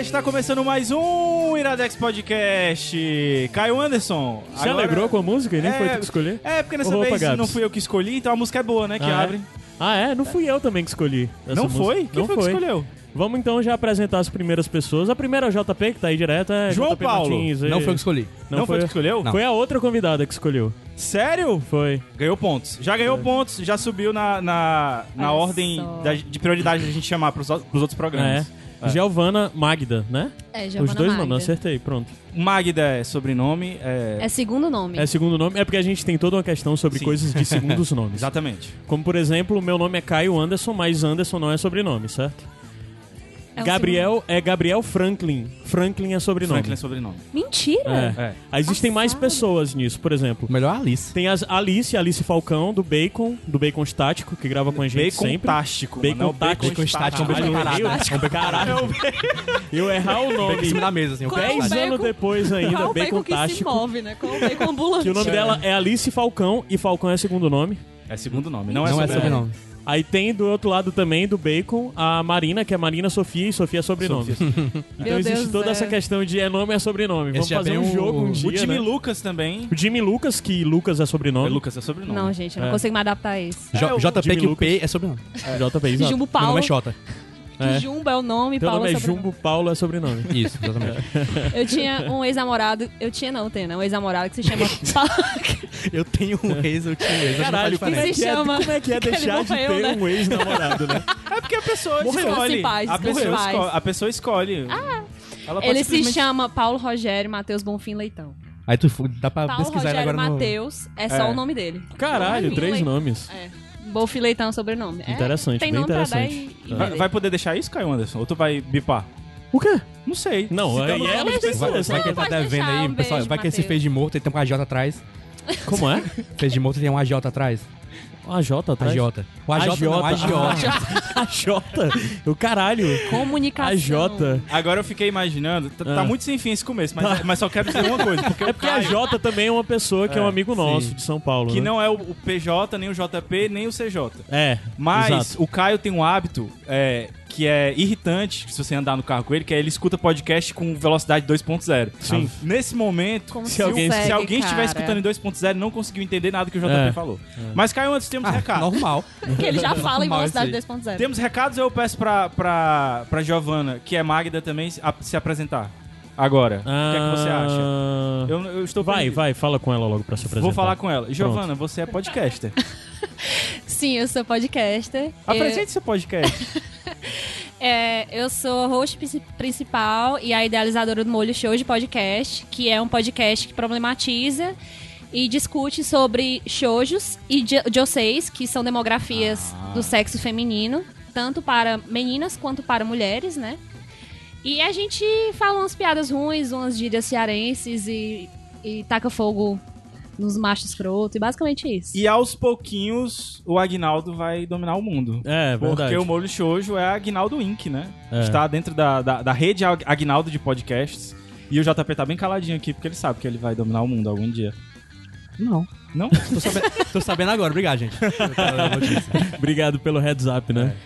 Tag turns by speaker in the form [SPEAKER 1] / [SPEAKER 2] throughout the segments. [SPEAKER 1] Está começando mais um Iradex Podcast. Caio Anderson.
[SPEAKER 2] Você alegrou com a música e nem foi tu que escolher?
[SPEAKER 1] É, porque nessa
[SPEAKER 2] Ô,
[SPEAKER 1] vez
[SPEAKER 2] Papagatos.
[SPEAKER 1] não fui eu que escolhi, então a música é boa, né? Que
[SPEAKER 2] Ah, é?
[SPEAKER 1] abre.
[SPEAKER 2] Ah, é? Não fui eu também que escolhi. essa
[SPEAKER 1] Não
[SPEAKER 2] música.
[SPEAKER 1] foi? Quem
[SPEAKER 2] não
[SPEAKER 1] foi que escolheu?
[SPEAKER 2] Vamos então já apresentar as primeiras pessoas. A primeira é o JP, que tá aí direto. É
[SPEAKER 1] João
[SPEAKER 2] JP
[SPEAKER 1] Paulo.
[SPEAKER 2] Martins, e-
[SPEAKER 3] Não foi o que escolhi.
[SPEAKER 2] Não,
[SPEAKER 1] foi tu que escolheu?
[SPEAKER 2] Foi a outra convidada que escolheu.
[SPEAKER 1] Sério?
[SPEAKER 2] Foi.
[SPEAKER 1] Ganhou pontos. Já
[SPEAKER 2] É.
[SPEAKER 1] ganhou pontos, já subiu na, na, na
[SPEAKER 4] Olha
[SPEAKER 1] ordem
[SPEAKER 4] só.
[SPEAKER 1] da- de prioridade da gente chamar pros, o- pros outros programas.
[SPEAKER 2] É. Giovana Magda, né?
[SPEAKER 5] É, Giovana
[SPEAKER 2] Os dois
[SPEAKER 5] Magda.
[SPEAKER 2] nomes, acertei, pronto.
[SPEAKER 1] Magda é sobrenome. É...
[SPEAKER 5] É segundo nome.
[SPEAKER 2] É segundo nome. É porque a gente tem toda uma questão sobre
[SPEAKER 1] Sim.
[SPEAKER 2] coisas de segundos nomes.
[SPEAKER 1] Exatamente.
[SPEAKER 2] Como, por exemplo, meu nome é Caio Anderson, mas Anderson não é sobrenome, certo?
[SPEAKER 5] É um
[SPEAKER 2] Gabriel é Gabriel Franklin. Franklin é sobrenome.
[SPEAKER 1] Franklin é sobrenome.
[SPEAKER 5] segundo- Mentira!
[SPEAKER 2] É.
[SPEAKER 1] É.
[SPEAKER 2] Aí Existem mais pessoas nisso, por exemplo.
[SPEAKER 3] Melhor a Alice.
[SPEAKER 2] Tem as Alice, Alice Falcão, do Bacon, do Bacon Estático, que grava com a gente
[SPEAKER 1] Bacon
[SPEAKER 2] sempre.
[SPEAKER 1] tástico.
[SPEAKER 2] Bacon
[SPEAKER 1] mano, é o
[SPEAKER 2] tático.
[SPEAKER 3] Bacon estático,
[SPEAKER 1] tático.
[SPEAKER 2] Caralho, eu errei
[SPEAKER 3] bacon parado.
[SPEAKER 2] o- Caralho, eu errar o
[SPEAKER 3] Em cima
[SPEAKER 2] nome.
[SPEAKER 3] da mesa, assim. o
[SPEAKER 5] Qual é o
[SPEAKER 3] cara
[SPEAKER 2] Dez
[SPEAKER 3] tá-
[SPEAKER 2] anos depois ainda,
[SPEAKER 5] Qual o
[SPEAKER 2] Bacon
[SPEAKER 5] bacon que se
[SPEAKER 2] Tático.
[SPEAKER 5] move, né? Qual o bacon ambulante?
[SPEAKER 2] Que o nome dela é Alice Falcão, e Falcão é segundo nome.
[SPEAKER 1] É segundo nome, não,
[SPEAKER 3] Não
[SPEAKER 1] é
[SPEAKER 3] é
[SPEAKER 1] sobrenome.
[SPEAKER 3] sobrenome.
[SPEAKER 2] Aí tem do outro lado também, do Bacon, a Marina, que é Marina Sofia, e Sofia é sobrenome. Então
[SPEAKER 5] Meu
[SPEAKER 2] existe
[SPEAKER 5] Deus,
[SPEAKER 2] toda
[SPEAKER 5] é.
[SPEAKER 2] essa questão de é nome é sobrenome. Vamos
[SPEAKER 3] Esse é
[SPEAKER 2] fazer
[SPEAKER 3] bem
[SPEAKER 2] um
[SPEAKER 3] o-
[SPEAKER 2] jogo um
[SPEAKER 3] o
[SPEAKER 2] dia.
[SPEAKER 1] O Jimmy
[SPEAKER 2] né?
[SPEAKER 1] Lucas também.
[SPEAKER 2] O Jimmy Lucas, que Lucas é sobrenome.
[SPEAKER 1] É Lucas é sobrenome.
[SPEAKER 5] Não, gente, eu não
[SPEAKER 2] É.
[SPEAKER 5] consigo me adaptar a isso.
[SPEAKER 1] É, o
[SPEAKER 3] J- JP
[SPEAKER 2] Jimmy
[SPEAKER 3] que o
[SPEAKER 2] Lucas.
[SPEAKER 3] P é sobrenome.
[SPEAKER 2] JP, exato.
[SPEAKER 5] Jumbo
[SPEAKER 3] Meu
[SPEAKER 5] Paulo.
[SPEAKER 3] nome é Xota.
[SPEAKER 2] é.
[SPEAKER 5] que Jumbo é o nome,
[SPEAKER 2] Teu
[SPEAKER 5] Paulo
[SPEAKER 2] nome é
[SPEAKER 5] sobrenome.
[SPEAKER 2] Jumbo, Paulo é sobrenome.
[SPEAKER 3] Isso, exatamente.
[SPEAKER 5] Eu tinha um ex-namorado. Eu tinha, não, tem, né? Um ex-namorado que se chama. Paulo-
[SPEAKER 3] Eu tenho um ex, eu tinha um ex. acho que não faz
[SPEAKER 2] Caralho, como
[SPEAKER 3] diferença.
[SPEAKER 2] é, que
[SPEAKER 5] diferença.
[SPEAKER 2] é,
[SPEAKER 5] Chama
[SPEAKER 2] como é que é
[SPEAKER 5] que ele
[SPEAKER 2] deixar de
[SPEAKER 5] morreu,
[SPEAKER 2] ter
[SPEAKER 5] né?
[SPEAKER 2] um ex-namorado, né?
[SPEAKER 1] É porque a pessoa
[SPEAKER 5] Morreu.
[SPEAKER 1] escolhe.
[SPEAKER 5] Descanse em paz,
[SPEAKER 1] a,
[SPEAKER 5] descanse em
[SPEAKER 1] pessoa
[SPEAKER 5] paz. Ah,
[SPEAKER 1] esco- a pessoa escolhe. Ela pode
[SPEAKER 5] Ele se
[SPEAKER 1] simplesmente-
[SPEAKER 5] chama Paulo Rogério Matheus Bonfim Leitão.
[SPEAKER 3] Aí tu fu- dá pra
[SPEAKER 5] Paulo
[SPEAKER 3] pesquisar ele
[SPEAKER 5] Tá Rogério
[SPEAKER 3] agora no...
[SPEAKER 5] Matheus é só
[SPEAKER 1] É.
[SPEAKER 5] o nome dele.
[SPEAKER 2] Caralho,
[SPEAKER 5] Não é
[SPEAKER 2] três
[SPEAKER 5] Leitão.
[SPEAKER 2] nomes.
[SPEAKER 5] É. Bonfim Leitão é o sobrenome. É,
[SPEAKER 2] Interessante,
[SPEAKER 5] tem
[SPEAKER 2] bem
[SPEAKER 5] nome pra dar
[SPEAKER 2] interessante.
[SPEAKER 5] e- e
[SPEAKER 1] Vai, vai poder deixar isso, Caio Anderson? Ou tu vai bipar?
[SPEAKER 2] O quê?
[SPEAKER 1] Não sei.
[SPEAKER 2] Não,
[SPEAKER 1] Se
[SPEAKER 2] aí
[SPEAKER 1] dando-
[SPEAKER 2] é ela que tem
[SPEAKER 3] Vai, vai que ele tá
[SPEAKER 5] pode
[SPEAKER 3] devendo
[SPEAKER 5] deixar,
[SPEAKER 3] aí,
[SPEAKER 5] um
[SPEAKER 3] pessoal.
[SPEAKER 5] beijo,
[SPEAKER 3] Vai que ele se
[SPEAKER 5] Matheus.
[SPEAKER 3] fez de morto, ele tem um AJ atrás.
[SPEAKER 2] Como é?
[SPEAKER 3] Fez de morto, tem um AJ atrás.
[SPEAKER 2] A J tá atrás?
[SPEAKER 3] Agiota. O AJ não, agiota.
[SPEAKER 2] Ah, A J. O caralho.
[SPEAKER 5] Comunicação.
[SPEAKER 2] A J.
[SPEAKER 1] Agora eu fiquei imaginando. Tá, tá
[SPEAKER 2] Ah. Tá.
[SPEAKER 1] muito sem fim esse começo, mas, mas só quero dizer uma coisa. Porque
[SPEAKER 2] É
[SPEAKER 1] o
[SPEAKER 2] porque a
[SPEAKER 1] Caio,
[SPEAKER 2] J também é uma pessoa que é, um amigo nosso
[SPEAKER 3] sim.
[SPEAKER 2] de São Paulo.
[SPEAKER 1] que
[SPEAKER 2] né?
[SPEAKER 1] não é o, o PJ, nem o JP, nem o CJ.
[SPEAKER 2] É.
[SPEAKER 1] Mas
[SPEAKER 2] exato.
[SPEAKER 1] o Caio tem um hábito é, que é irritante se você andar no carro com ele, que é ele escuta podcast com velocidade 2.0.
[SPEAKER 2] Sim.
[SPEAKER 1] Ah. Nesse momento,
[SPEAKER 5] Como
[SPEAKER 1] se,
[SPEAKER 5] se
[SPEAKER 1] alguém, se
[SPEAKER 5] consegue,
[SPEAKER 1] alguém estiver
[SPEAKER 5] cara?
[SPEAKER 1] escutando em 2.0, não conseguiu entender nada que o JP
[SPEAKER 2] É.
[SPEAKER 1] falou. Mas, Caio, antes temos
[SPEAKER 3] Ah,
[SPEAKER 1] recado.
[SPEAKER 3] normal.
[SPEAKER 5] Que ele já fala em
[SPEAKER 3] Normal
[SPEAKER 5] velocidade
[SPEAKER 3] isso
[SPEAKER 5] 2.0.
[SPEAKER 1] Temos recados, eu peço pra, pra, pra Giovana, que é Magda também, se- a- se apresentar agora. O que é que você acha?
[SPEAKER 2] Ah,
[SPEAKER 1] Eu, eu estou
[SPEAKER 2] Vai,
[SPEAKER 1] perdido.
[SPEAKER 2] vai, fala com ela logo pra se apresentar.
[SPEAKER 1] Vou falar com ela. Giovana, você é podcaster.
[SPEAKER 5] Sim, eu sou podcaster.
[SPEAKER 1] Apresente seu podcast.
[SPEAKER 5] É, eu sou a host princi- principal e a idealizadora do Molho Show de podcast, que é um podcast que problematiza e discute sobre shoujos e jo- joseis, que são demografias do sexo feminino, tanto para meninas quanto para mulheres, né? E a gente fala umas piadas ruins, umas gírias cearenses e, e taca fogo nos machos escroto, e basicamente isso.
[SPEAKER 1] e aos pouquinhos, o Agnaldo vai dominar o mundo.
[SPEAKER 2] É,
[SPEAKER 1] Porque
[SPEAKER 2] verdade.
[SPEAKER 1] o Molho Shoujo é a Agnaldo Inc., né?
[SPEAKER 2] É.
[SPEAKER 1] Está dentro da, da, da rede Ag- Agnaldo de podcasts. E o JP tá bem caladinho aqui, porque ele sabe que ele vai dominar o mundo algum dia.
[SPEAKER 3] Não.
[SPEAKER 1] Não?
[SPEAKER 3] Tô sabendo, tô sabendo agora. Obrigado, gente. Pela notícia.
[SPEAKER 2] Obrigado pelo heads up, né?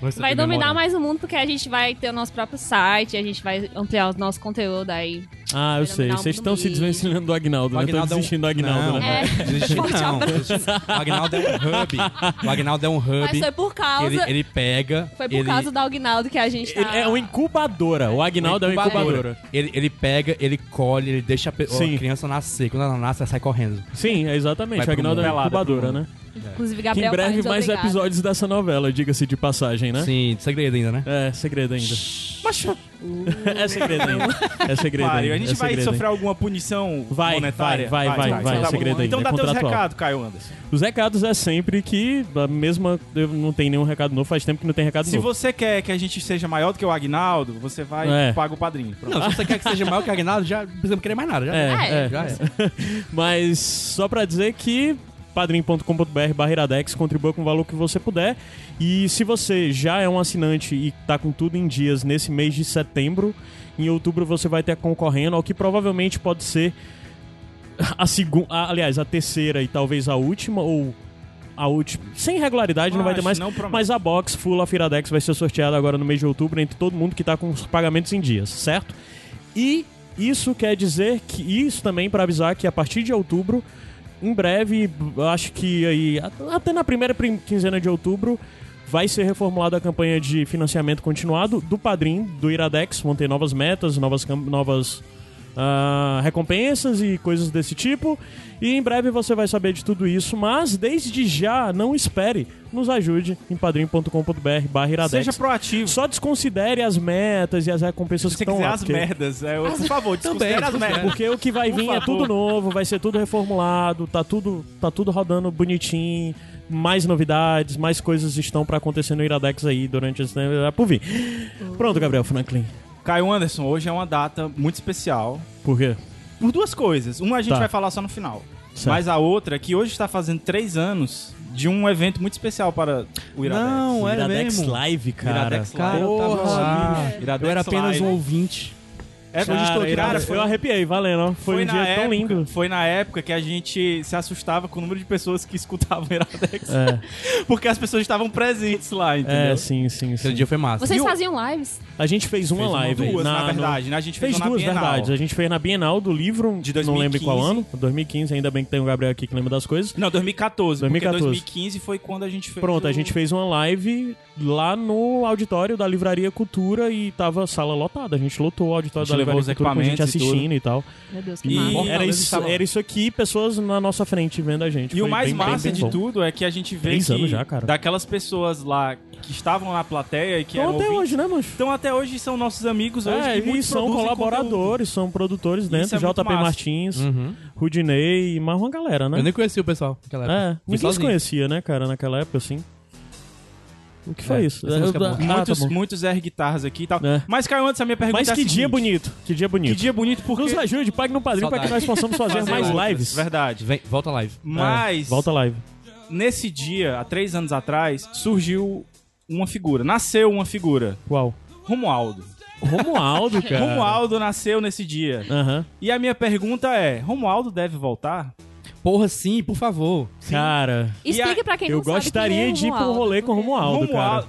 [SPEAKER 3] Você tá
[SPEAKER 5] Vai
[SPEAKER 3] tem
[SPEAKER 5] dominar
[SPEAKER 3] memória.
[SPEAKER 5] mais o mundo porque a gente vai ter o nosso próprio site, a gente vai ampliar o nosso conteúdo aí.
[SPEAKER 2] Ah, eu
[SPEAKER 5] Vai
[SPEAKER 2] sei.
[SPEAKER 5] dominar o
[SPEAKER 2] Vocês
[SPEAKER 5] mundo
[SPEAKER 2] estão se
[SPEAKER 5] mesmo.
[SPEAKER 2] desvencilhando do Agnaldo,
[SPEAKER 3] O
[SPEAKER 2] né? Estão
[SPEAKER 3] Agnaldo é um-
[SPEAKER 2] desistindo do Agnaldo,
[SPEAKER 3] Não,
[SPEAKER 2] né?
[SPEAKER 5] É.
[SPEAKER 3] Desistir não. O Agnaldo é um hub. O Agnaldo é um
[SPEAKER 5] Mas
[SPEAKER 3] hub.
[SPEAKER 5] foi por causa.
[SPEAKER 3] Ele, ele pega.
[SPEAKER 5] Foi por
[SPEAKER 3] ele,
[SPEAKER 5] causa da Agnaldo que a gente tá.
[SPEAKER 2] Ele é uma incubadora. O Agnaldo é uma incubadora.
[SPEAKER 3] Ele, ele pega, ele colhe, ele deixa a, pe-
[SPEAKER 2] Sim.
[SPEAKER 3] a criança nascer. Quando ela nasce, ela sai correndo.
[SPEAKER 2] Sim, é exatamente.
[SPEAKER 3] Vai
[SPEAKER 2] o
[SPEAKER 3] pro
[SPEAKER 2] Agnaldo é uma
[SPEAKER 1] mundo.
[SPEAKER 2] incubadora, né?
[SPEAKER 5] Inclusive,
[SPEAKER 2] Que em
[SPEAKER 5] Gabriel
[SPEAKER 2] breve
[SPEAKER 5] Tarde,
[SPEAKER 2] mais
[SPEAKER 5] obrigado.
[SPEAKER 2] episódios dessa novela, diga-se de passagem, né?
[SPEAKER 3] Sim, de segredo ainda, né?
[SPEAKER 2] É, segredo ainda.
[SPEAKER 5] Uh.
[SPEAKER 2] é segredo ainda. É segredo
[SPEAKER 1] Mário,
[SPEAKER 2] ainda.
[SPEAKER 1] a gente
[SPEAKER 2] é
[SPEAKER 1] vai
[SPEAKER 2] segredo
[SPEAKER 1] sofrer alguma punição
[SPEAKER 2] Vai,
[SPEAKER 1] monetária?
[SPEAKER 2] vai, vai, vai, vai,
[SPEAKER 1] tá bom.
[SPEAKER 2] segredo ainda,
[SPEAKER 1] Então dá
[SPEAKER 2] é
[SPEAKER 1] teus
[SPEAKER 2] contratual.
[SPEAKER 1] recados, Caio Anderson.
[SPEAKER 2] ainda. Os recados é sempre que a mesma. eu Não tem nenhum recado novo, faz tempo que não tem recado
[SPEAKER 1] Se
[SPEAKER 2] novo.
[SPEAKER 1] você quer que a gente seja maior do que o Agnaldo, você vai
[SPEAKER 2] É.
[SPEAKER 1] e paga o padrinho. Pronto.
[SPEAKER 3] Não, se você quer que seja maior que o É, Agnaldo, já não precisamos querer mais nada. Já
[SPEAKER 2] É,
[SPEAKER 5] Ah,
[SPEAKER 2] é.
[SPEAKER 5] é.
[SPEAKER 3] Já é.
[SPEAKER 2] Mas só pra dizer que padrim.com.br barra iradex, contribua com o valor que você puder. E se você já é um assinante e tá com tudo em dias nesse mês de setembro, em outubro você vai ter concorrendo ao que provavelmente pode ser a segunda, aliás, a terceira e talvez a última ou a última. Sem regularidade, não vai ter
[SPEAKER 1] Acho,
[SPEAKER 2] mais.
[SPEAKER 1] não prometo.
[SPEAKER 2] mas a box Full of Iradex vai ser sorteada agora no mês de outubro entre todo mundo que tá com os pagamentos em dias, certo? E isso quer dizer que isso também para avisar que a partir de outubro, em breve, acho que aí at- até na primeira prim- quinzena de outubro vai ser reformulada a campanha de financiamento continuado do Padrim, do Iradex, vão ter novas metas, novas cam- novas ah, recompensas e coisas desse tipo. E em breve você vai saber de tudo isso, mas desde já não espere, nos ajude em padrim.com.br barra iradex.
[SPEAKER 1] Seja proativo.
[SPEAKER 2] é. Só desconsidere as metas e as recompensas
[SPEAKER 1] Se
[SPEAKER 2] que
[SPEAKER 1] você
[SPEAKER 2] estão
[SPEAKER 1] quiser
[SPEAKER 2] lá.
[SPEAKER 1] as
[SPEAKER 2] porque-
[SPEAKER 1] merdas, é, eu-
[SPEAKER 2] Ah,
[SPEAKER 1] por favor, desconsidere as merdas.
[SPEAKER 2] porque o que vai
[SPEAKER 1] Por
[SPEAKER 2] vir é
[SPEAKER 1] favor.
[SPEAKER 2] tudo novo, vai ser tudo reformulado, tá tudo, tá tudo rodando bonitinho, mais novidades, mais coisas estão pra acontecer no Iradex aí durante esse tempo, é por vir. Pronto, Gabriel Franklin.
[SPEAKER 1] Caio Anderson, hoje é uma data muito especial.
[SPEAKER 2] Por quê?
[SPEAKER 1] Por duas coisas. Uma a gente
[SPEAKER 2] Tá.
[SPEAKER 1] vai falar só no final.
[SPEAKER 2] Certo.
[SPEAKER 1] Mas a outra é que hoje está fazendo três anos de um evento muito especial para o Iradex.
[SPEAKER 3] Não, era
[SPEAKER 2] Iradex
[SPEAKER 3] mesmo.
[SPEAKER 2] Live, cara.
[SPEAKER 1] Iradex
[SPEAKER 3] Cara, eu
[SPEAKER 1] Live.
[SPEAKER 3] tava lá.
[SPEAKER 1] Iradex
[SPEAKER 3] Eu era apenas
[SPEAKER 1] Live.
[SPEAKER 3] um ouvinte.
[SPEAKER 1] É,
[SPEAKER 2] Cara,
[SPEAKER 1] hoje estou aqui,
[SPEAKER 2] cara, eu arrepiei, valendo. ó. Foi, um dia
[SPEAKER 1] época,
[SPEAKER 2] tão lindo.
[SPEAKER 1] Foi na época que a gente se assustava com o número de pessoas que escutavam o Iradex.
[SPEAKER 2] É,
[SPEAKER 1] Porque as pessoas estavam presentes lá,
[SPEAKER 2] é,
[SPEAKER 1] entendeu?
[SPEAKER 2] sim, sim,
[SPEAKER 3] Aquele
[SPEAKER 2] sim.
[SPEAKER 3] dia foi massa.
[SPEAKER 5] Vocês
[SPEAKER 3] E o-
[SPEAKER 5] faziam lives?
[SPEAKER 2] A gente fez uma
[SPEAKER 3] Fez uma
[SPEAKER 2] live.
[SPEAKER 1] Duas, na,
[SPEAKER 2] no-
[SPEAKER 1] verdade, né? A gente fez,
[SPEAKER 2] Fez
[SPEAKER 1] uma na
[SPEAKER 2] duas
[SPEAKER 1] Bienal.
[SPEAKER 2] verdades. A gente fez na Bienal do livro,
[SPEAKER 1] De
[SPEAKER 2] não lembro em qual
[SPEAKER 1] 2015.
[SPEAKER 2] ano. 2015, ainda bem que tem o Gabriel aqui que lembra das coisas.
[SPEAKER 1] Não, 2014,
[SPEAKER 2] 2014.
[SPEAKER 1] porque 2015 foi quando a gente fez
[SPEAKER 2] Pronto, a
[SPEAKER 1] o-
[SPEAKER 2] gente fez uma live lá no auditório da Livraria Cultura e tava a sala lotada. A gente lotou o auditório
[SPEAKER 1] A gente
[SPEAKER 2] da Livraria
[SPEAKER 1] levou os
[SPEAKER 2] Cultura com gente
[SPEAKER 1] equipamentos e
[SPEAKER 2] assistindo e, tal.
[SPEAKER 5] Meu Deus, que
[SPEAKER 2] E
[SPEAKER 5] massa.
[SPEAKER 1] Fortaleza
[SPEAKER 2] era, isso,
[SPEAKER 1] estava lá.
[SPEAKER 2] era isso aqui, pessoas na nossa frente vendo a gente.
[SPEAKER 1] E o
[SPEAKER 2] Foi
[SPEAKER 1] mais
[SPEAKER 2] bem, bem,
[SPEAKER 1] massa
[SPEAKER 2] bem
[SPEAKER 1] de
[SPEAKER 2] bom.
[SPEAKER 1] tudo é que a gente vê
[SPEAKER 2] Três
[SPEAKER 1] que
[SPEAKER 2] anos já, cara.
[SPEAKER 1] daquelas pessoas lá que estavam na plateia e que
[SPEAKER 2] Então
[SPEAKER 1] eram
[SPEAKER 2] até
[SPEAKER 1] ouvintes,
[SPEAKER 2] hoje, né, mancho?
[SPEAKER 1] Então até hoje são nossos amigos hoje
[SPEAKER 2] É,
[SPEAKER 1] que
[SPEAKER 2] e
[SPEAKER 1] muitos
[SPEAKER 2] são
[SPEAKER 1] produzem conteúdo.
[SPEAKER 2] colaboradores, são produtores dentro,
[SPEAKER 1] é muito
[SPEAKER 2] JP
[SPEAKER 1] massa. Hum.
[SPEAKER 2] Martins,
[SPEAKER 3] Uhum.
[SPEAKER 2] Rudinei e mais uma galera, né?
[SPEAKER 3] Eu nem conheci o pessoal naquela época.
[SPEAKER 2] É,
[SPEAKER 3] Fui
[SPEAKER 2] ninguém se
[SPEAKER 3] sozinho.
[SPEAKER 2] conhecia, né, cara, naquela época, assim. O que foi
[SPEAKER 3] É,
[SPEAKER 2] isso?
[SPEAKER 3] essa música é boa.
[SPEAKER 2] ah, tá
[SPEAKER 1] Muitos,
[SPEAKER 2] bom.
[SPEAKER 1] muitos air guitarras aqui e tal.
[SPEAKER 2] É.
[SPEAKER 1] Mas, Caio, antes a minha pergunta
[SPEAKER 2] Mas
[SPEAKER 1] é a
[SPEAKER 2] que dia
[SPEAKER 1] seguinte.
[SPEAKER 2] bonito, que dia bonito.
[SPEAKER 1] Que dia bonito porque... é
[SPEAKER 2] Nos ajude, pague no padrinho para que nós
[SPEAKER 3] Saudade.
[SPEAKER 2] possamos fazer
[SPEAKER 3] Fazer
[SPEAKER 2] mais
[SPEAKER 3] outras,
[SPEAKER 2] lives.
[SPEAKER 1] Verdade.
[SPEAKER 3] Vem, volta live.
[SPEAKER 1] Mas,
[SPEAKER 2] É, volta live.
[SPEAKER 1] nesse dia, há três anos atrás, surgiu uma figura. Nasceu uma figura.
[SPEAKER 2] Qual?
[SPEAKER 1] Romualdo.
[SPEAKER 2] Romualdo, cara.
[SPEAKER 1] Romualdo nasceu nesse dia.
[SPEAKER 2] Aham.
[SPEAKER 1] E a minha pergunta é, Romualdo deve voltar?
[SPEAKER 3] Porra, sim, por favor.
[SPEAKER 2] Cara,
[SPEAKER 5] Explica pra quem
[SPEAKER 2] eu
[SPEAKER 5] não sabe quem
[SPEAKER 2] gostaria
[SPEAKER 5] é
[SPEAKER 2] de ir pra um
[SPEAKER 5] Romualdo.
[SPEAKER 2] rolê com o Romualdo, cara.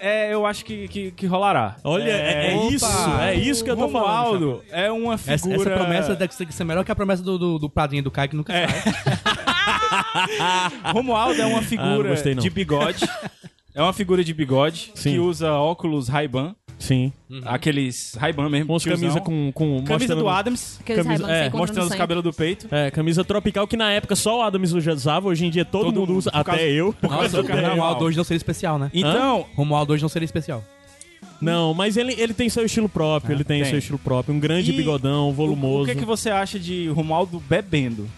[SPEAKER 1] É, eu acho que, que, que rolará.
[SPEAKER 2] Olha, é, é
[SPEAKER 3] Opa!
[SPEAKER 2] isso, é isso que eu tô falando.
[SPEAKER 1] Romualdo é uma figura...
[SPEAKER 3] Essa, essa promessa deve ser- que ser melhor que a promessa do, do, do padrinho do Caio que nunca sai.
[SPEAKER 1] Romualdo é uma figura
[SPEAKER 2] Ah, não gostei, não.
[SPEAKER 1] de bigode. É uma figura de bigode
[SPEAKER 2] Sim.
[SPEAKER 1] que usa óculos Ray-Ban.
[SPEAKER 2] cara. Sim.
[SPEAKER 1] Aqueles Ray-Ban mesmo.
[SPEAKER 2] Com as
[SPEAKER 1] Hum, tiozão.
[SPEAKER 2] camisa com. com
[SPEAKER 1] Camisa
[SPEAKER 2] mostrando-
[SPEAKER 1] do Adams.
[SPEAKER 5] Aqueles
[SPEAKER 2] Camisa-
[SPEAKER 5] Ray-Ban, não sei
[SPEAKER 2] é,
[SPEAKER 5] quanto
[SPEAKER 1] Mostrando
[SPEAKER 5] no
[SPEAKER 1] os
[SPEAKER 5] sangue.
[SPEAKER 1] cabelos do peito.
[SPEAKER 2] É, camisa tropical que na época só o Adams usava, hoje em dia todo,
[SPEAKER 1] Todo
[SPEAKER 2] mundo
[SPEAKER 1] mundo,
[SPEAKER 2] usa,
[SPEAKER 1] por
[SPEAKER 2] até
[SPEAKER 1] causa-
[SPEAKER 2] eu.
[SPEAKER 1] causa
[SPEAKER 3] Nossa,
[SPEAKER 1] do
[SPEAKER 3] o
[SPEAKER 1] carnaval.
[SPEAKER 3] Romualdo hoje não seria especial, né?
[SPEAKER 1] Então,
[SPEAKER 3] Romualdo hoje não seria especial.
[SPEAKER 2] Não, mas ele, ele tem seu estilo próprio, ele tem,
[SPEAKER 1] Ah, tem.
[SPEAKER 2] seu estilo próprio, um grande
[SPEAKER 1] E
[SPEAKER 2] bigodão,
[SPEAKER 1] o,
[SPEAKER 2] volumoso.
[SPEAKER 1] o que, é que você acha de Romualdo bebendo?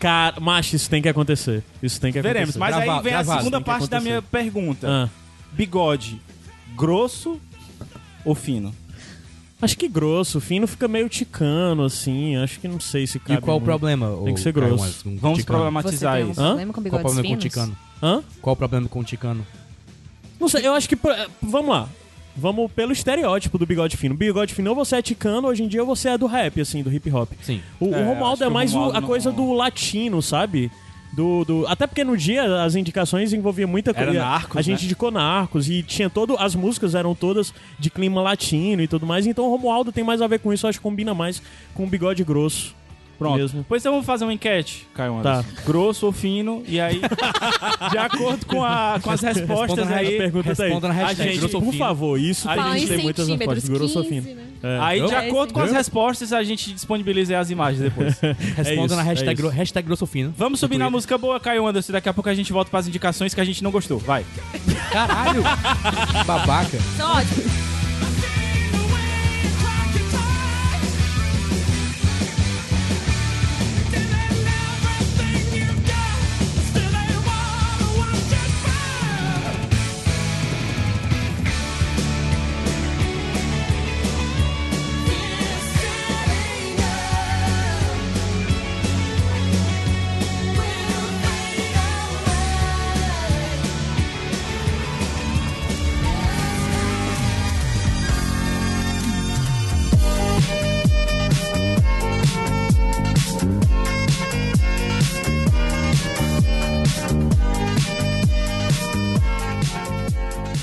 [SPEAKER 2] Cara, macho, isso tem que acontecer. Isso tem que acontecer.
[SPEAKER 1] Veremos. Mas aí
[SPEAKER 3] Gravado,
[SPEAKER 1] vem a
[SPEAKER 3] gravado,
[SPEAKER 1] segunda
[SPEAKER 3] tem que
[SPEAKER 1] parte da
[SPEAKER 3] acontecer.
[SPEAKER 1] minha pergunta.
[SPEAKER 2] Ah.
[SPEAKER 1] Bigode grosso ou fino?
[SPEAKER 2] Acho que grosso, fino fica meio ticano, assim. Acho que não sei se cabe.
[SPEAKER 3] e qual o
[SPEAKER 2] muito.
[SPEAKER 3] problema?
[SPEAKER 2] Tem que ser
[SPEAKER 3] ô, Caio
[SPEAKER 2] grosso.
[SPEAKER 3] Anderson, com
[SPEAKER 1] Vamos
[SPEAKER 3] ticano?
[SPEAKER 5] Você
[SPEAKER 1] problematizar
[SPEAKER 5] tem um
[SPEAKER 1] isso.
[SPEAKER 5] problema com
[SPEAKER 3] Qual o
[SPEAKER 5] bigodes
[SPEAKER 3] problema com o
[SPEAKER 5] finos?
[SPEAKER 3] Ticano?
[SPEAKER 2] Hã?
[SPEAKER 3] Qual o problema com o Ticano?
[SPEAKER 2] Não sei, eu acho que. pra- Vamos lá. Vamos pelo estereótipo do bigode fino. Bigode fino, ou você é ticano, hoje em dia ou você é do rap, assim, do hip hop.
[SPEAKER 3] Sim.
[SPEAKER 2] O, o
[SPEAKER 1] É, acho
[SPEAKER 2] Romualdo
[SPEAKER 1] que
[SPEAKER 2] é
[SPEAKER 1] o
[SPEAKER 2] mais o-
[SPEAKER 1] Romualdo
[SPEAKER 2] a coisa
[SPEAKER 1] não-
[SPEAKER 2] do latino, sabe? Do, do- Até porque no dia as indicações envolviam muita
[SPEAKER 1] Era
[SPEAKER 2] coisa.
[SPEAKER 1] narcos,
[SPEAKER 2] a gente
[SPEAKER 1] né?
[SPEAKER 2] indicou narcos e tinha todo. As músicas eram todas de clima latino e tudo mais. Então o Romualdo tem mais a ver com isso, eu acho que combina mais com o bigode grosso.
[SPEAKER 1] Pronto.
[SPEAKER 2] Mesmo. Tá.
[SPEAKER 1] Pois então vamos fazer uma enquete, Caio Anderson. Grosso ou fino? E aí, de acordo com, a- com as respostas
[SPEAKER 3] na
[SPEAKER 1] aí,
[SPEAKER 2] Pergunta tá aí.
[SPEAKER 3] Responda na hashtag,
[SPEAKER 2] a gente,
[SPEAKER 3] grosso ou
[SPEAKER 2] por
[SPEAKER 3] fino.
[SPEAKER 2] favor, isso
[SPEAKER 1] A
[SPEAKER 5] Fala
[SPEAKER 2] a
[SPEAKER 5] em
[SPEAKER 2] gente tem muitas
[SPEAKER 5] centímetros,
[SPEAKER 2] respostas. Grosso ou
[SPEAKER 5] 15,
[SPEAKER 2] fino.
[SPEAKER 5] né?
[SPEAKER 2] É.
[SPEAKER 1] Aí, de
[SPEAKER 5] Eu?
[SPEAKER 1] acordo com as
[SPEAKER 5] Eu?
[SPEAKER 1] respostas, a gente disponibiliza as imagens depois.
[SPEAKER 3] Responda
[SPEAKER 2] isso,
[SPEAKER 3] na hashtag,
[SPEAKER 2] é isso.
[SPEAKER 3] gro- hashtag grosso fino.
[SPEAKER 1] Vamos subir na música boa, Caio Anderson. Daqui a pouco a gente volta pras indicações que a gente não gostou. Vai.
[SPEAKER 3] Caralho! Babaca.
[SPEAKER 5] Tá ótimo.
[SPEAKER 6] We'll find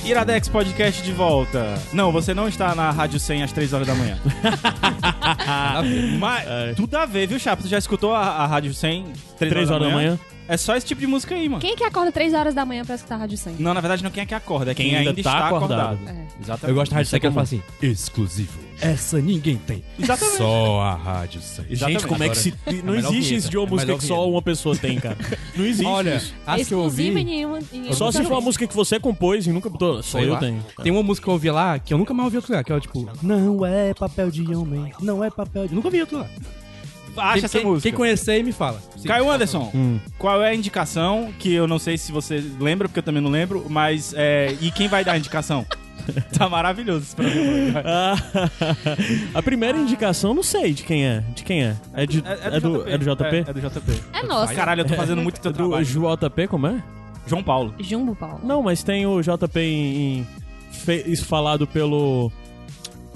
[SPEAKER 1] Iradex Podcast de volta. Não, você não está na Rádio 100 às 3 horas da manhã. Mas tudo a ver, viu, Chapa? Você já escutou a, a Rádio 100 3,
[SPEAKER 2] 3 horas da manhã?
[SPEAKER 1] É só esse tipo de música aí, mano.
[SPEAKER 5] Quem que acorda 3 horas da manhã pra escutar Rádio Sangue?
[SPEAKER 1] Não, na verdade, não quem é que acorda, é quem,
[SPEAKER 2] Quem
[SPEAKER 1] ainda, está acordado.
[SPEAKER 5] É.
[SPEAKER 1] Exatamente.
[SPEAKER 3] Eu gosto da Rádio 100 que ela fala
[SPEAKER 2] comum.
[SPEAKER 3] assim, exclusivo. Essa ninguém tem.
[SPEAKER 1] Exatamente.
[SPEAKER 3] Só a Rádio 100.
[SPEAKER 1] Exatamente.
[SPEAKER 2] Gente, como é que se. Não
[SPEAKER 3] melhor
[SPEAKER 2] existe
[SPEAKER 3] vinheta.
[SPEAKER 2] esse de uma
[SPEAKER 3] É
[SPEAKER 2] música
[SPEAKER 3] melhor
[SPEAKER 2] que só
[SPEAKER 3] vinheta.
[SPEAKER 2] uma pessoa tem, cara. Não existe.
[SPEAKER 3] Olha,
[SPEAKER 2] isso.
[SPEAKER 3] acho que Ah, eu ouvi...
[SPEAKER 5] Exclusiva em nenhuma. em
[SPEAKER 2] Só se
[SPEAKER 5] outra
[SPEAKER 2] for uma
[SPEAKER 5] vez.
[SPEAKER 2] música que você compôs e nunca botou. Só
[SPEAKER 3] Sei
[SPEAKER 2] eu
[SPEAKER 3] lá.
[SPEAKER 2] tenho.
[SPEAKER 3] Tem uma música que eu ouvi lá que eu nunca mais ouvi em outro lugar, que é tipo, não é papel de homem, não é papel de. Nunca ouvi em outro lugar.
[SPEAKER 1] Acha
[SPEAKER 3] Quem-
[SPEAKER 1] essa
[SPEAKER 3] quem,
[SPEAKER 1] música.
[SPEAKER 3] Quem conhecer aí me fala.
[SPEAKER 1] Caio Anderson, qual é a indicação? Que eu não sei se você lembra, porque eu também não lembro, mas. É, e quem vai dar a indicação? tá maravilhoso esse programa.
[SPEAKER 2] Ah, a primeira indicação, não sei de quem é. De quem é? É, de, é, do, é do JP?
[SPEAKER 1] É, é do JP.
[SPEAKER 5] É nossa.
[SPEAKER 1] Caralho, eu tô fazendo muito teu
[SPEAKER 2] É do
[SPEAKER 1] trabalho.
[SPEAKER 2] JP, como é?
[SPEAKER 1] João Paulo.
[SPEAKER 5] Jumbo, Paulo.
[SPEAKER 2] Não, mas tem o JP em, em fe- isso falado pelo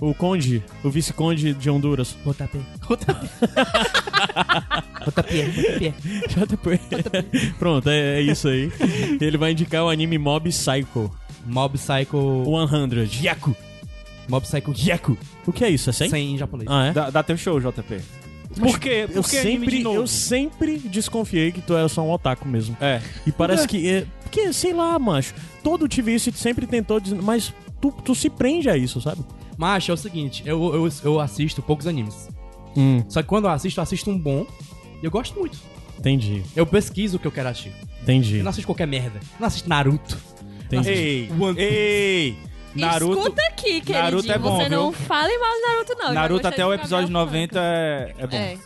[SPEAKER 2] o conde, o vice-conde de Honduras.
[SPEAKER 3] Rotapé. Rotapé. Rotapé.
[SPEAKER 2] JP. Pronto, é, é isso aí. Ele vai indicar o anime Mob Psycho
[SPEAKER 3] Mob Psycho.
[SPEAKER 2] 100.
[SPEAKER 3] Yaku. Mob Psycho Yaku.
[SPEAKER 2] O que é isso? É 100?
[SPEAKER 3] Sem japonês.
[SPEAKER 2] Ah, é?
[SPEAKER 1] Dá, dá teu show, JP. Por quê? Por
[SPEAKER 2] Eu
[SPEAKER 1] que anime de
[SPEAKER 2] sempre,
[SPEAKER 1] novo?
[SPEAKER 2] eu sempre desconfiei que tu era só um otaku mesmo.
[SPEAKER 1] É.
[SPEAKER 2] E parece que. É, porque, sei lá, macho. Todo tivice sempre tentou. dizer- Mas tu, tu se prende a isso, sabe?
[SPEAKER 3] Mas é o seguinte, eu, eu, eu assisto poucos animes.
[SPEAKER 2] Hum,
[SPEAKER 3] Só que quando eu assisto, eu assisto um bom e eu gosto muito.
[SPEAKER 2] Entendi,
[SPEAKER 3] Eu pesquiso o que eu quero assistir.
[SPEAKER 2] entendi.
[SPEAKER 3] Eu não assisto qualquer merda. Eu não assisto Naruto.
[SPEAKER 2] entendi.
[SPEAKER 1] Ei,
[SPEAKER 3] One Piece.
[SPEAKER 1] ei! Naruto,
[SPEAKER 5] Escuta aqui, queridinho.
[SPEAKER 1] Naruto é bom,
[SPEAKER 5] Você não
[SPEAKER 1] viu?
[SPEAKER 5] fale mal de Naruto, não. Eu já
[SPEAKER 1] Naruto
[SPEAKER 5] gostei
[SPEAKER 1] até o
[SPEAKER 5] de ficar
[SPEAKER 1] episódio
[SPEAKER 5] mal falando.
[SPEAKER 1] 90 é, é bom.
[SPEAKER 5] É.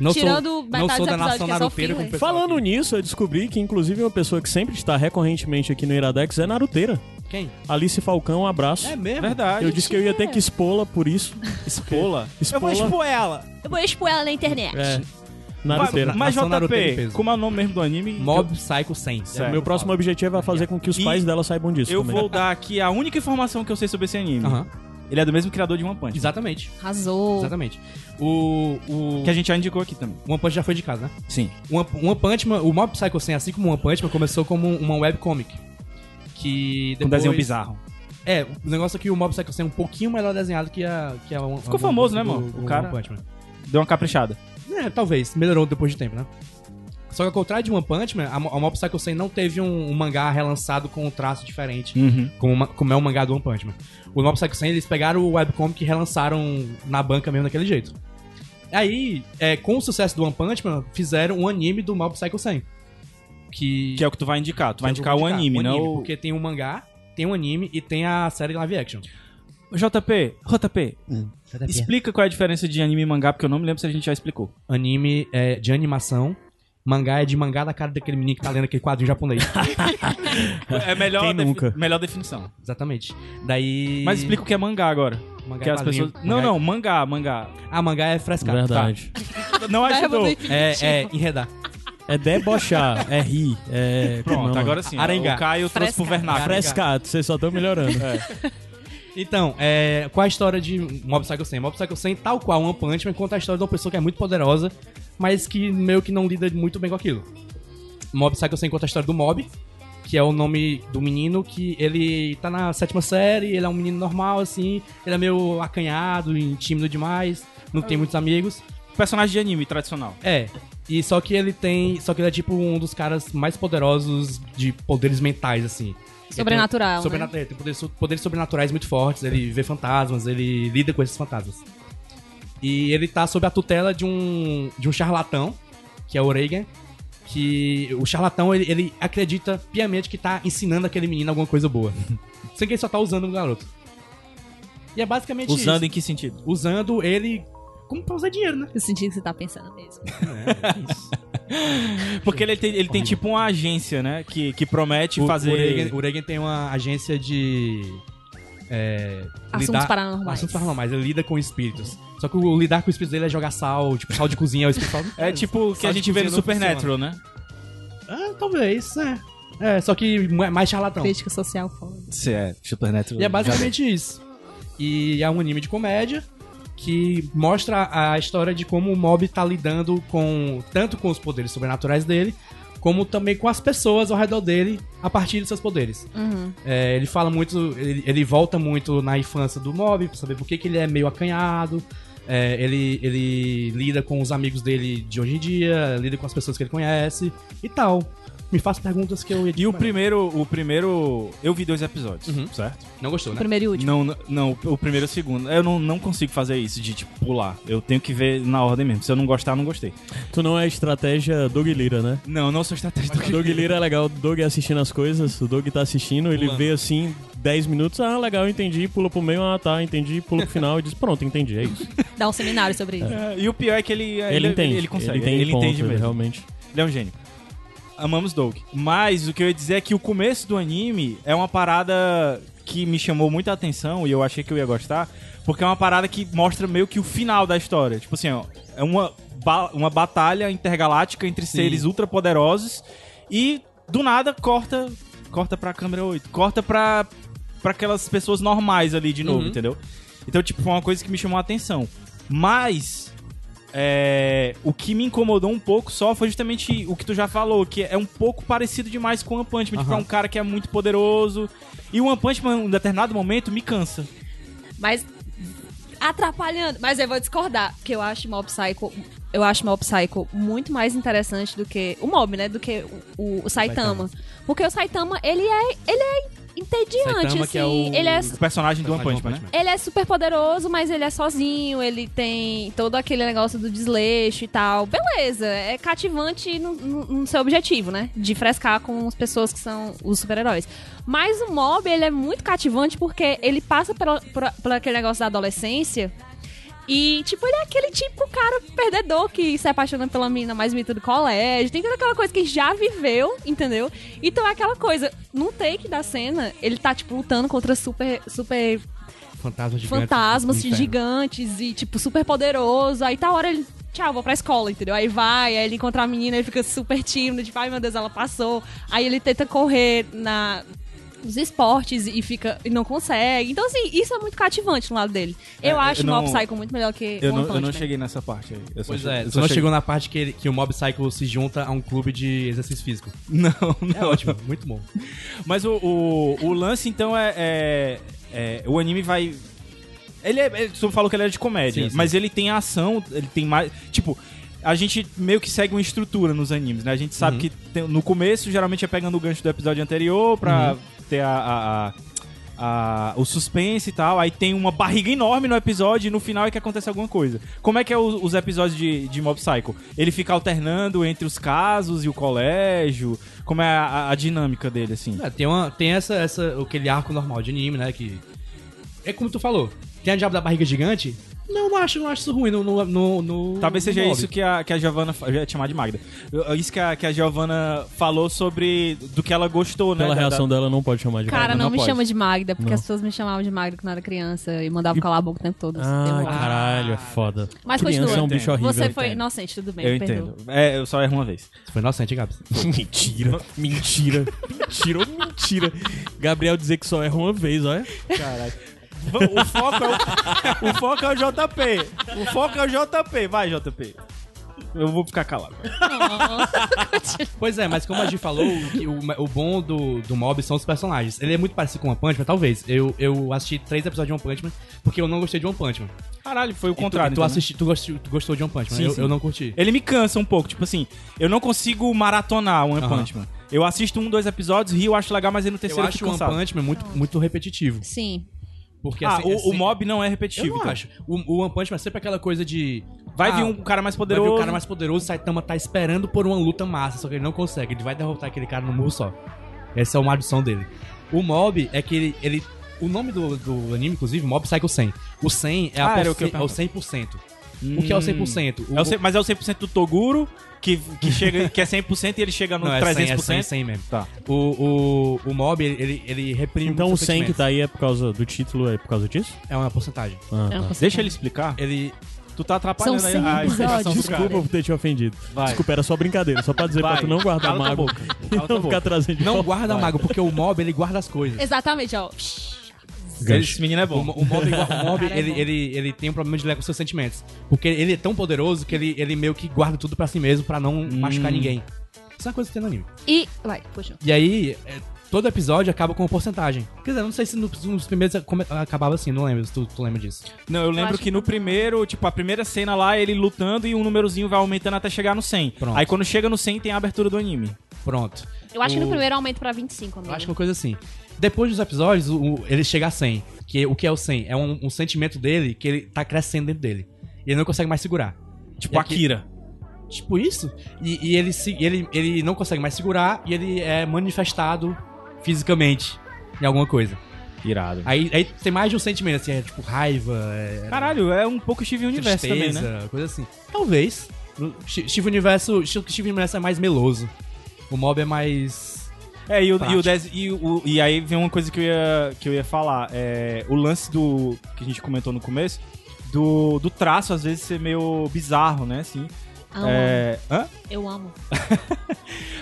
[SPEAKER 3] Não
[SPEAKER 5] Tirando
[SPEAKER 3] sou,
[SPEAKER 5] metade
[SPEAKER 3] não
[SPEAKER 5] dos
[SPEAKER 3] sou da
[SPEAKER 5] episódios
[SPEAKER 3] nação
[SPEAKER 5] que é só
[SPEAKER 3] naruteira como
[SPEAKER 5] filler.
[SPEAKER 3] o pessoal
[SPEAKER 2] Falando
[SPEAKER 3] aqui.
[SPEAKER 2] nisso, eu descobri que, inclusive, uma pessoa que sempre está recorrentemente aqui no Iradex é Naruteira.
[SPEAKER 3] Quem?
[SPEAKER 2] Alice Falcão, um abraço.
[SPEAKER 3] É mesmo?
[SPEAKER 1] Verdade.
[SPEAKER 2] eu disse que eu ia ter que expô-la por isso.
[SPEAKER 1] Expola. Eu vou
[SPEAKER 2] Expola.
[SPEAKER 1] expor ela.
[SPEAKER 5] Eu vou expor ela na internet.
[SPEAKER 2] É.
[SPEAKER 1] Mas,
[SPEAKER 2] Naruteira.
[SPEAKER 1] mas
[SPEAKER 3] Nação Naruteiro em
[SPEAKER 1] JP,
[SPEAKER 3] peso.
[SPEAKER 1] como é o nome mesmo do anime?
[SPEAKER 3] Mob Psycho 100.
[SPEAKER 1] Certo.
[SPEAKER 2] Meu próximo objetivo é fazer com que os
[SPEAKER 1] E
[SPEAKER 2] pais dela saibam disso.
[SPEAKER 1] Eu
[SPEAKER 2] também.
[SPEAKER 1] vou dar aqui a única informação que eu sei sobre esse anime.
[SPEAKER 3] Aham.
[SPEAKER 1] Ele é do mesmo criador de One Punch.
[SPEAKER 3] Exatamente.
[SPEAKER 5] Arrasou.
[SPEAKER 3] Exatamente. O, o
[SPEAKER 1] Que a gente já indicou aqui também. um
[SPEAKER 3] One Punch já foi de casa, né?
[SPEAKER 1] Sim.
[SPEAKER 3] One, One Punch Man, o Mob Psycho 100, assim como o One Punch Man, começou como um- uma webcomic. Que
[SPEAKER 1] Com
[SPEAKER 3] depois...
[SPEAKER 1] um desenho bizarro.
[SPEAKER 3] É, o negócio é que o Mob Psycho 100 é um pouquinho melhor desenhado que a... Que a One-
[SPEAKER 1] Ficou
[SPEAKER 3] a One
[SPEAKER 1] famoso,
[SPEAKER 3] Punch
[SPEAKER 1] né,
[SPEAKER 3] do-
[SPEAKER 1] mano? O
[SPEAKER 3] do
[SPEAKER 1] cara-
[SPEAKER 3] One Punch Man.
[SPEAKER 1] Deu uma caprichada.
[SPEAKER 3] É, talvez. Melhorou depois de tempo, né? Só que ao contrário de One Punch Man, a, Mo- a Mob Psycho 100 não teve um, um mangá relançado com um traço diferente,
[SPEAKER 1] Uhum.
[SPEAKER 3] como, uma- como é o mangá do One Punch Man. O Mob Psycho 100, eles pegaram o webcomic e relançaram na banca mesmo daquele jeito. Aí, é, com o sucesso do One Punch Man, fizeram um anime do Mob Psycho 100. Que,
[SPEAKER 1] Que é o que tu vai indicar. Tu vai
[SPEAKER 3] que eu
[SPEAKER 1] indicar,
[SPEAKER 3] vou
[SPEAKER 1] o anime, não o...
[SPEAKER 3] Porque tem um mangá, tem um anime e tem a série live action.
[SPEAKER 1] JP, JP,
[SPEAKER 3] Hum,
[SPEAKER 1] explica qual é a diferença de anime e mangá, porque eu não me lembro se a gente já explicou.
[SPEAKER 3] Anime é de animação, mangá é de mangá da cara daquele menino que tá lendo aquele quadrinho japonês.
[SPEAKER 1] É melhor,
[SPEAKER 2] Quem
[SPEAKER 1] defi-
[SPEAKER 2] nunca?
[SPEAKER 1] melhor definição.
[SPEAKER 3] Exatamente. Daí.
[SPEAKER 1] Mas explica o que é mangá agora.
[SPEAKER 3] Mangá
[SPEAKER 1] Que
[SPEAKER 3] é
[SPEAKER 1] as
[SPEAKER 3] quadrinho.
[SPEAKER 1] pessoas... Não,
[SPEAKER 3] Mangá-
[SPEAKER 1] não, Então, mangá, mangá.
[SPEAKER 3] Ah, mangá é frescar.
[SPEAKER 2] Verdade.
[SPEAKER 1] Não
[SPEAKER 5] Verbo
[SPEAKER 1] ajudou.
[SPEAKER 5] definitivo.
[SPEAKER 3] Tá. É, é enredar.
[SPEAKER 2] É debochar, é rir, é.
[SPEAKER 1] Pronto,
[SPEAKER 2] não,
[SPEAKER 1] agora sim.
[SPEAKER 3] Arengá.
[SPEAKER 1] O Caio trouxe pro
[SPEAKER 5] Fresca.
[SPEAKER 1] vernáculo.
[SPEAKER 2] Frescar, vocês só estão melhorando.
[SPEAKER 1] É.
[SPEAKER 3] Então, é, qual a história de Mob Psycho 100? Mob Psycho 100, tal qual One Punch Man, conta a história de uma pessoa que é muito poderosa, mas que meio que não lida muito bem com aquilo. Mob Psycho 100 conta a história do Mob, que é o nome do menino que ele tá na sétima série, ele é um menino normal, assim, ele é meio acanhado e tímido demais, não tem muitos amigos.
[SPEAKER 1] Personagem de anime tradicional.
[SPEAKER 3] É. E só que ele tem. Só que ele é tipo um dos caras mais poderosos de poderes mentais, assim.
[SPEAKER 5] Sobrenatural, né?
[SPEAKER 3] Sobrenatural. é, Tem poderes, so- poderes sobrenaturais muito fortes, ele vê fantasmas, ele lida com esses fantasmas. E ele tá sob a tutela de um, de um charlatão, que é o Reagan. Que o charlatão ele, ele acredita piamente que tá ensinando aquele menino alguma coisa boa. Sem que ele só tá usando o garoto. E é basicamente
[SPEAKER 1] Usando
[SPEAKER 3] isso.
[SPEAKER 1] em que sentido?
[SPEAKER 3] Usando ele como pra usar dinheiro, né?
[SPEAKER 5] Eu senti que você tá pensando mesmo.
[SPEAKER 1] É, Porque ele tem, ele tem tipo uma agência, né? Que, que promete
[SPEAKER 3] O-
[SPEAKER 1] fazer.
[SPEAKER 3] O Reagan, o Reagan tem uma agência de. é,
[SPEAKER 5] Assuntos paranormais.
[SPEAKER 3] Assuntos paranormais. Ele lida com espíritos. Só que o lidar com espíritos dele é jogar sal, tipo, sal de cozinha. O espírito sal.
[SPEAKER 1] É tipo o que
[SPEAKER 3] Só
[SPEAKER 1] a
[SPEAKER 3] de
[SPEAKER 1] gente vê no
[SPEAKER 3] cozinha não
[SPEAKER 1] Supernatural, né?
[SPEAKER 3] Ah, talvez, é. É, só que é mais charlatão.
[SPEAKER 5] Crítica social foda.
[SPEAKER 1] Sim, é. Supernatural.
[SPEAKER 3] E é basicamente isso. E é um anime de comédia que mostra a história de como o Mob tá lidando com tanto com os poderes sobrenaturais dele, como também com as pessoas ao redor dele a partir de seus poderes. É, ele fala muito, ele, ele volta muito na infância do Mob, pra saber por que, que ele é meio acanhado. É, ele, ele lida com os amigos dele de hoje em dia, lida com as pessoas que ele conhece e tal. Me faz perguntas que eu edito
[SPEAKER 1] E o
[SPEAKER 3] pra ele.
[SPEAKER 1] primeiro, o primeiro. Eu vi dois episódios,
[SPEAKER 3] Uhum.
[SPEAKER 1] certo?
[SPEAKER 3] Não gostou,
[SPEAKER 5] O
[SPEAKER 3] né?
[SPEAKER 5] primeiro e último.
[SPEAKER 1] Não, não, não, o primeiro e o segundo. Eu não, não consigo fazer isso de, tipo, pular. Eu tenho que ver na ordem mesmo. Se eu não gostar, eu não gostei.
[SPEAKER 2] Tu não é estratégia Doug Lira, né?
[SPEAKER 1] Não, eu não sou estratégia do
[SPEAKER 2] Doug Lira é legal, o Doug assistindo as coisas, o Doug tá assistindo, ele
[SPEAKER 3] Pulando.
[SPEAKER 2] vê assim 10 minutos, ah, legal, entendi, pula pro meio, ah, tá, entendi, pula pro final e diz, pronto, entendi, é isso.
[SPEAKER 5] Dá um seminário sobre isso.
[SPEAKER 1] É, E o pior é que ele,
[SPEAKER 2] Ele entende.
[SPEAKER 1] Ele consegue. Ele,
[SPEAKER 2] tem ponto,
[SPEAKER 1] entende mesmo.
[SPEAKER 2] realmente.
[SPEAKER 1] Ele é um gênio. Amamos Doug. Mas o que eu ia dizer é que o começo do anime é uma parada que me chamou muita atenção e eu achei que eu ia gostar, porque é uma parada que mostra meio que o final da história. Tipo assim, ó, é uma, ba- uma batalha intergaláctica entre seres ultrapoderosos e do nada corta corta pra câmera 8, corta pra, pra aquelas pessoas normais ali de novo,
[SPEAKER 3] Uhum.
[SPEAKER 1] entendeu? Então, tipo, foi uma coisa que me chamou a atenção. Mas é, o que me incomodou um pouco só foi justamente o que tu já falou, que é um pouco parecido demais com o One Punch Man. Tipo, é
[SPEAKER 3] Aham.
[SPEAKER 1] um cara que é muito poderoso. E o One Punch Man, em um determinado momento, me cansa.
[SPEAKER 5] Mas atrapalhando. Mas eu vou discordar, porque eu acho Mob Psycho. Eu acho Mob Psycho muito mais interessante do que. O Mob, né? Do que o, o- o Saitama. Porque o Saitama, ele é. Ele é entediante,
[SPEAKER 3] Saitama,
[SPEAKER 5] assim.
[SPEAKER 3] que é o-
[SPEAKER 5] Ele é.
[SPEAKER 1] O personagem do One Punch Man, né?
[SPEAKER 5] Ele é super poderoso, mas ele é sozinho, ele tem todo aquele negócio do desleixo e tal. Beleza, é cativante no, no- no seu objetivo, né? De frescar com as pessoas que são os super-heróis. Mas o Mob, ele é muito cativante porque ele passa pelo- por, por aquele negócio da adolescência. E, tipo, ele é aquele tipo cara perdedor que se apaixona pela mina mais bonita do colégio. Tem toda aquela coisa que já viveu, entendeu? Então é aquela coisa. Num take da cena, ele tá, tipo, lutando contra super, super
[SPEAKER 3] Fantasma gigante.
[SPEAKER 5] fantasmas
[SPEAKER 3] Inferno.
[SPEAKER 5] gigantes e, tipo, super poderoso. Aí tá a hora ele. Tchau, vou pra escola, entendeu? Aí vai, aí ele encontra a menina, ele fica super tímido, tipo, ai meu Deus, ela passou. Aí ele tenta correr na nos esportes e fica e não consegue. Então, assim, isso é muito cativante no lado dele.
[SPEAKER 1] É,
[SPEAKER 5] Eu
[SPEAKER 1] eu
[SPEAKER 5] acho o
[SPEAKER 1] não-
[SPEAKER 5] Mob Psycho muito melhor que
[SPEAKER 1] Eu
[SPEAKER 5] One
[SPEAKER 1] não, eu
[SPEAKER 5] Punch
[SPEAKER 1] não
[SPEAKER 5] Man.
[SPEAKER 1] cheguei nessa parte aí. Eu só
[SPEAKER 3] Pois
[SPEAKER 1] cheguei-
[SPEAKER 3] é,
[SPEAKER 1] eu
[SPEAKER 3] tu
[SPEAKER 1] só
[SPEAKER 3] não
[SPEAKER 1] cheguei-
[SPEAKER 3] chegou na parte que, ele- que o Mob Psycho se junta a um clube de exercício físico.
[SPEAKER 1] Não,
[SPEAKER 3] É ótimo, muito bom.
[SPEAKER 1] Mas o, o, o lance, então, é, é- é- O anime vai. Ele é. ele- Tu falou que ele era de comédia,
[SPEAKER 3] Sim, sim.
[SPEAKER 1] mas ele tem ação, ele tem mais. Tipo. A gente meio que segue uma estrutura nos animes, né? A gente sabe
[SPEAKER 3] Uhum.
[SPEAKER 1] que tem- no começo geralmente é pegando o gancho do episódio anterior
[SPEAKER 3] Uhum.
[SPEAKER 1] pra ter a, a- a- a- o suspense e tal. Aí tem uma barriga enorme no episódio e no final é que acontece alguma coisa. Como é que é o- os episódios de, de Mob Psycho? Ele fica alternando entre os casos e o colégio? Como é a, a- a dinâmica dele, assim?
[SPEAKER 3] É, tem uma, tem essa, essa, aquele arco normal de anime, né? Que. É como tu falou. Tem a diabo da barriga gigante? Não, não acho, não acho isso ruim no. no, no, no-
[SPEAKER 1] Talvez
[SPEAKER 3] no
[SPEAKER 1] seja
[SPEAKER 3] mob.
[SPEAKER 1] isso que a, que a Giovana. fa- Eu ia te chamar de Magda. Eu- Isso que a, que a Giovana falou sobre do que ela gostou, né?
[SPEAKER 2] Pela
[SPEAKER 1] da-
[SPEAKER 2] reação dela, não pode chamar de
[SPEAKER 5] Cara, não,
[SPEAKER 1] não
[SPEAKER 5] me
[SPEAKER 1] pode.
[SPEAKER 5] chama de Magda, porque
[SPEAKER 2] Não.
[SPEAKER 5] as pessoas me chamavam de Magda quando eu era criança e mandavam calar a boca o tempo todo.
[SPEAKER 2] Ah,
[SPEAKER 5] Eu-
[SPEAKER 2] caralho, é foda.
[SPEAKER 5] Mas
[SPEAKER 2] Criança
[SPEAKER 5] continua.
[SPEAKER 2] é um bicho
[SPEAKER 1] Você
[SPEAKER 2] horrível.
[SPEAKER 5] Você foi
[SPEAKER 1] entendo.
[SPEAKER 5] inocente, tudo
[SPEAKER 1] da-
[SPEAKER 5] bem,
[SPEAKER 1] Eu
[SPEAKER 5] perdoa.
[SPEAKER 1] entendo. É, eu só erro uma vez.
[SPEAKER 3] Foi inocente, hein, Gabs?
[SPEAKER 2] Mentira, mentira, mentira, ô, mentira. Gabriel dizer que só erra uma vez, olha.
[SPEAKER 1] Caralho. O foco, é o, o foco é o JP. O foco é o JP. Vai, JP. Eu vou ficar calado.
[SPEAKER 3] Pois é, mas como a Gi falou, o, que- o, o bom do, do mob são os personagens. Ele é muito parecido com One Punch Man, talvez. Eu, eu assisti três episódios de One Punch Man porque eu não gostei de One Punch Man.
[SPEAKER 1] Caralho, foi o
[SPEAKER 3] E
[SPEAKER 1] contrário.
[SPEAKER 3] Tu, tu,
[SPEAKER 1] então, né?
[SPEAKER 3] assisti, tu, gostou, tu gostou de One Punch Man?
[SPEAKER 1] Sim,
[SPEAKER 3] eu,
[SPEAKER 1] sim.
[SPEAKER 3] eu não curti.
[SPEAKER 1] Ele me cansa um pouco, tipo assim, eu não consigo maratonar One
[SPEAKER 3] Aham.
[SPEAKER 1] Punch Man. Eu assisto um, dois episódios, rio, acho legal, mas aí no
[SPEAKER 3] Eu
[SPEAKER 1] terceiro eu
[SPEAKER 3] acho
[SPEAKER 1] fico
[SPEAKER 3] One
[SPEAKER 1] cansado.
[SPEAKER 3] Punch Man é muito, muito repetitivo.
[SPEAKER 5] Sim.
[SPEAKER 3] Porque
[SPEAKER 1] Ah,
[SPEAKER 3] assim-
[SPEAKER 1] o,
[SPEAKER 3] assim-
[SPEAKER 1] o mob não é
[SPEAKER 3] Eu
[SPEAKER 1] repetitivo.
[SPEAKER 3] não
[SPEAKER 1] então.
[SPEAKER 3] acho. O, o One Punch Man é sempre aquela coisa de.
[SPEAKER 1] Vai
[SPEAKER 3] ah,
[SPEAKER 1] vir um cara mais
[SPEAKER 3] Vai ver
[SPEAKER 1] poderoso.
[SPEAKER 3] o cara mais poderoso, Saitama tá esperando por uma luta massa, só que ele não consegue. Ele vai derrotar aquele cara no murro só. Essa é uma adição dele. O Mob é que ele. ele- o nome do, do anime, inclusive, Mob Psycho 100. O 100 é, a
[SPEAKER 1] Ah, era o
[SPEAKER 3] porce-
[SPEAKER 1] que eu
[SPEAKER 3] é o 100%. O que é o 100%?
[SPEAKER 1] É o cem- mas é o 100% do Toguro, que, que, chega, que é 100% e ele chega no
[SPEAKER 3] Não, é 100, é 100,
[SPEAKER 1] 300%.
[SPEAKER 3] 100 mesmo.
[SPEAKER 1] Tá.
[SPEAKER 3] O, o, o Mob, ele, ele, ele reprime
[SPEAKER 2] Então o
[SPEAKER 3] os
[SPEAKER 2] 100 que
[SPEAKER 3] sentimentos.
[SPEAKER 2] tá aí é por causa do título, é por causa disso?
[SPEAKER 3] É uma porcentagem.
[SPEAKER 2] Ah,
[SPEAKER 5] Eu não
[SPEAKER 2] tá.
[SPEAKER 5] consigo.
[SPEAKER 1] Deixa ele explicar.
[SPEAKER 3] Ele.
[SPEAKER 1] É, Tu tá atrapalhando
[SPEAKER 4] São
[SPEAKER 1] aí
[SPEAKER 4] cem
[SPEAKER 1] a explicação do
[SPEAKER 2] Desculpa
[SPEAKER 1] cara.
[SPEAKER 2] por ter te ofendido.
[SPEAKER 1] Vai.
[SPEAKER 2] Desculpa, era só brincadeira, só pra dizer
[SPEAKER 1] Vai.
[SPEAKER 2] pra tu não guardar
[SPEAKER 1] Cala tua
[SPEAKER 2] mago
[SPEAKER 1] boca.
[SPEAKER 2] e
[SPEAKER 1] Cala tua
[SPEAKER 2] não ficar
[SPEAKER 1] boca.
[SPEAKER 2] trazendo de
[SPEAKER 3] Não
[SPEAKER 2] volta.
[SPEAKER 3] guarda mago, porque o Mob, ele guarda as coisas.
[SPEAKER 5] Exatamente, ó.
[SPEAKER 1] Esse menino é
[SPEAKER 3] O,
[SPEAKER 1] bom.
[SPEAKER 3] mo- o Mob, o mob
[SPEAKER 5] Cara, é
[SPEAKER 3] ele,
[SPEAKER 5] bom.
[SPEAKER 3] ele, ele tem um problema de lidar com seus sentimentos. Porque ele é tão poderoso que ele, ele meio que guarda tudo pra si mesmo pra não machucar ninguém. Hum. Isso é uma coisa que tem no anime.
[SPEAKER 5] E. Vai, puxa.
[SPEAKER 3] E aí, é, todo episódio acaba com uma porcentagem. Quer dizer, eu não sei se no- nos primeiros come- acabava assim, não lembro se tu, tu lembra disso.
[SPEAKER 1] Não, eu
[SPEAKER 5] acho
[SPEAKER 1] lembro que
[SPEAKER 5] que
[SPEAKER 1] no
[SPEAKER 5] não.
[SPEAKER 1] primeiro, tipo, a primeira cena lá, ele lutando e um númerozinho vai aumentando até chegar no 100.
[SPEAKER 3] Pronto.
[SPEAKER 1] Aí quando chega no 100 tem a abertura do anime.
[SPEAKER 3] Pronto.
[SPEAKER 5] Eu acho que
[SPEAKER 3] O-
[SPEAKER 5] no primeiro aumento pra 25,
[SPEAKER 3] Eu
[SPEAKER 5] amigo.
[SPEAKER 3] acho que uma coisa assim. Depois dos episódios, o, o- ele chega a 100. Que, o que é o 100? É um, um sentimento dele que ele tá crescendo dentro dele. E ele não consegue mais segurar.
[SPEAKER 1] Tipo,
[SPEAKER 3] E aqui-
[SPEAKER 1] Akira.
[SPEAKER 3] Tipo isso. E, e ele, se, ele, ele não consegue mais segurar e ele é manifestado fisicamente em alguma coisa.
[SPEAKER 1] Irado.
[SPEAKER 3] Aí, aí tem mais de um sentimento, assim, é tipo raiva, é
[SPEAKER 1] Caralho, é um pouco Steve Universo
[SPEAKER 3] tristeza,
[SPEAKER 1] também, né?
[SPEAKER 3] coisa assim. Talvez. No- Ch- Steve Universo, Ch- Steve Universo é mais meloso. O mob é mais...
[SPEAKER 1] É, e, o, e, o
[SPEAKER 3] Prático.
[SPEAKER 1] dez- e, o- e aí vem uma coisa que eu ia, que eu ia falar. É, o lance do. que a gente comentou no começo, do, do traço, às vezes, ser meio bizarro, né? Assim.
[SPEAKER 2] Ah.
[SPEAKER 5] Amo,
[SPEAKER 1] É, hã?
[SPEAKER 5] Eu amo.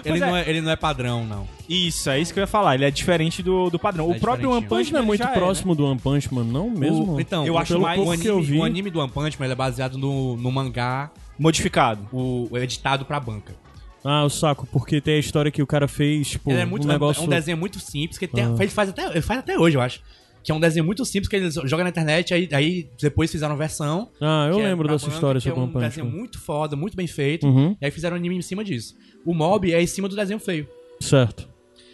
[SPEAKER 3] Ele,
[SPEAKER 1] Pois é.
[SPEAKER 3] não é, ele não é padrão, não.
[SPEAKER 1] Isso, é isso que eu ia falar. Ele é diferente do, do padrão.
[SPEAKER 3] É
[SPEAKER 1] o próprio One
[SPEAKER 3] diferente.
[SPEAKER 1] Punch
[SPEAKER 2] Punch não é
[SPEAKER 1] Man
[SPEAKER 2] muito
[SPEAKER 1] já né?
[SPEAKER 2] próximo do One Punch Man, não mesmo?
[SPEAKER 3] O- então,
[SPEAKER 1] Eu
[SPEAKER 3] o-
[SPEAKER 1] acho
[SPEAKER 3] pelo
[SPEAKER 1] mais-
[SPEAKER 3] pouco
[SPEAKER 1] o
[SPEAKER 3] que eu
[SPEAKER 2] anime-
[SPEAKER 3] vi. O anime do One Punch Man ele é baseado no, no mangá,
[SPEAKER 1] né? Modificado.
[SPEAKER 3] o, o editado pra banca.
[SPEAKER 2] Ah, o saco, porque tem a história que o cara fez, tipo,
[SPEAKER 3] ele é muito
[SPEAKER 2] um
[SPEAKER 3] é um-
[SPEAKER 2] negócio...
[SPEAKER 3] é um desenho muito simples que ele, tem-
[SPEAKER 2] Ah.
[SPEAKER 3] ele faz até ele faz até hoje, eu acho. Que é um desenho muito simples que eles jogam na internet aí, aí depois fizeram uma versão.
[SPEAKER 2] Ah, eu
[SPEAKER 3] que é
[SPEAKER 2] lembro
[SPEAKER 3] pra
[SPEAKER 2] dessa
[SPEAKER 3] manga,
[SPEAKER 2] história
[SPEAKER 3] que
[SPEAKER 2] sobre
[SPEAKER 3] é
[SPEAKER 2] o
[SPEAKER 3] um
[SPEAKER 2] One Punch
[SPEAKER 3] desenho
[SPEAKER 2] Man.
[SPEAKER 3] muito foda, muito bem feito.
[SPEAKER 2] Uhum,
[SPEAKER 3] E aí fizeram um anime em cima disso. O mob é em cima do desenho feio.
[SPEAKER 2] certo.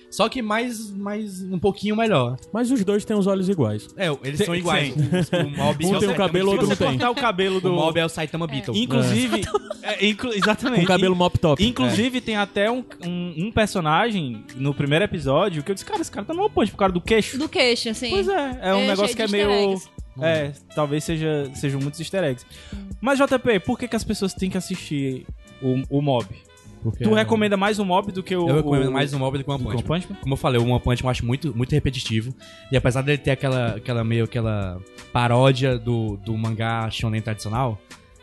[SPEAKER 3] Só que mais, mais um pouquinho melhor.
[SPEAKER 2] Mas os dois têm os olhos iguais.
[SPEAKER 3] É, eles
[SPEAKER 1] Tem-
[SPEAKER 3] são iguais.
[SPEAKER 1] tem.
[SPEAKER 3] O, o mob
[SPEAKER 2] Um
[SPEAKER 3] Se
[SPEAKER 2] tem
[SPEAKER 3] você-
[SPEAKER 2] o cabelo,
[SPEAKER 1] Se
[SPEAKER 2] outro não
[SPEAKER 1] você
[SPEAKER 2] tem. Então,
[SPEAKER 1] cortar o cabelo
[SPEAKER 3] O
[SPEAKER 1] do.
[SPEAKER 3] mob é o Saitama Beetle.
[SPEAKER 1] Inclusive. é, inclu- Exatamente.
[SPEAKER 2] Com cabelo mop top.
[SPEAKER 3] é.
[SPEAKER 1] Inclusive, tem até um, um, um personagem no primeiro episódio que eu disse, cara, esse cara tá no punch pro cara do queixo.
[SPEAKER 5] Do queixo, assim.
[SPEAKER 1] Pois é, é um
[SPEAKER 5] É,
[SPEAKER 1] negócio
[SPEAKER 5] cheio
[SPEAKER 1] que é
[SPEAKER 5] de
[SPEAKER 1] meio.
[SPEAKER 5] easter eggs. Hum.
[SPEAKER 1] É, talvez seja, sejam muitos easter eggs. Mas, JP, por que, que as pessoas têm que assistir o, o mob?
[SPEAKER 2] É.
[SPEAKER 3] Porque-
[SPEAKER 1] tu recomenda mais o mob do que o.
[SPEAKER 3] Eu recomendo
[SPEAKER 1] o-
[SPEAKER 3] mais um mob do que uma
[SPEAKER 1] do que
[SPEAKER 3] punch.
[SPEAKER 1] o
[SPEAKER 3] Man.
[SPEAKER 1] Punch Man?
[SPEAKER 3] Como eu falei, o One Punch Man eu acho muito, muito repetitivo. E apesar dele ter aquela, aquela meio aquela paródia do, do mangá shonen tradicional,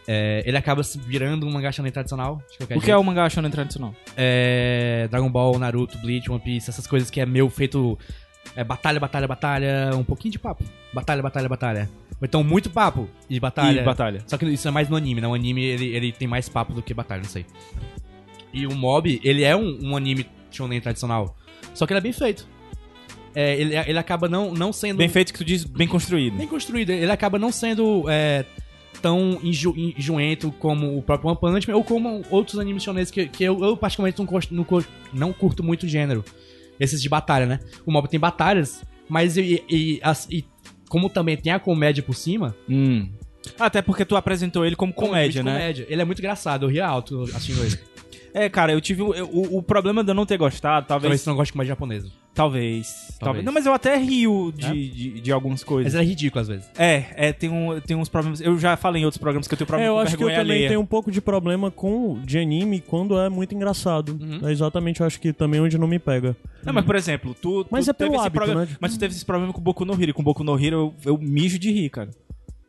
[SPEAKER 3] é, ele acaba se virando um mangá shonen tradicional. De qualquer
[SPEAKER 1] O que é
[SPEAKER 3] jeito.
[SPEAKER 1] o mangá shonen tradicional?
[SPEAKER 3] É, Dragon Ball, Naruto, Bleach, One Piece, essas coisas que é meio feito é, batalha, batalha, batalha, um pouquinho de papo. Batalha, batalha, batalha. Ou então muito papo e batalha.
[SPEAKER 1] E batalha.
[SPEAKER 3] Só que isso é mais no anime, né? O anime, ele, ele tem mais papo do que batalha, não sei. E o Mob, ele é um, um anime shonen tradicional. Só que ele é bem feito. É, ele, ele acaba não, não sendo...
[SPEAKER 1] Bem feito que tu diz, bem construído.
[SPEAKER 3] Bem construído. Ele acaba não sendo é, tão enjo, enjoento como o próprio One Punch Man, ou como outros animes shonen que, que eu, eu particularmente não, gosto- não, gosto- não curto muito o gênero. Esses de batalha, né? O Mob tem batalhas, mas e- e- e as- e como também tem a comédia por cima...
[SPEAKER 1] Hum. Até porque tu apresentou ele como comédia,
[SPEAKER 3] Muito
[SPEAKER 1] né?
[SPEAKER 3] Comédia. Ele é muito engraçado, eu ria alto assistindo ele.
[SPEAKER 1] É, cara, eu tive. eu- o, o problema de eu não ter gostado,
[SPEAKER 3] Talvez
[SPEAKER 1] talvez.
[SPEAKER 3] você não goste de comédia japonesa.
[SPEAKER 1] Talvez. talvez.
[SPEAKER 3] Talvez.
[SPEAKER 1] Não, mas eu até rio de,
[SPEAKER 3] É?
[SPEAKER 1] de, de algumas
[SPEAKER 3] Mas
[SPEAKER 1] coisas.
[SPEAKER 3] ele é ridículo às vezes.
[SPEAKER 1] É, é, tem, um, tem uns problemas. Eu já falei em outros programas que eu tenho
[SPEAKER 2] É,
[SPEAKER 1] problema
[SPEAKER 2] eu
[SPEAKER 1] com
[SPEAKER 2] acho que eu
[SPEAKER 1] vergonha
[SPEAKER 2] também
[SPEAKER 1] alheia.
[SPEAKER 2] tenho um pouco de problema com de anime quando é muito engraçado.
[SPEAKER 3] Uhum.
[SPEAKER 2] É exatamente, eu acho que também onde não me pega.
[SPEAKER 1] Não, mas por exemplo, tu,
[SPEAKER 2] Mas
[SPEAKER 1] tu
[SPEAKER 2] é pelo
[SPEAKER 1] teve
[SPEAKER 2] hábito,
[SPEAKER 1] esse problema,
[SPEAKER 2] né?
[SPEAKER 1] mas tu teve esse problema com o Boku no Hero, e com o Boku no Hero eu, eu mijo de rir, cara.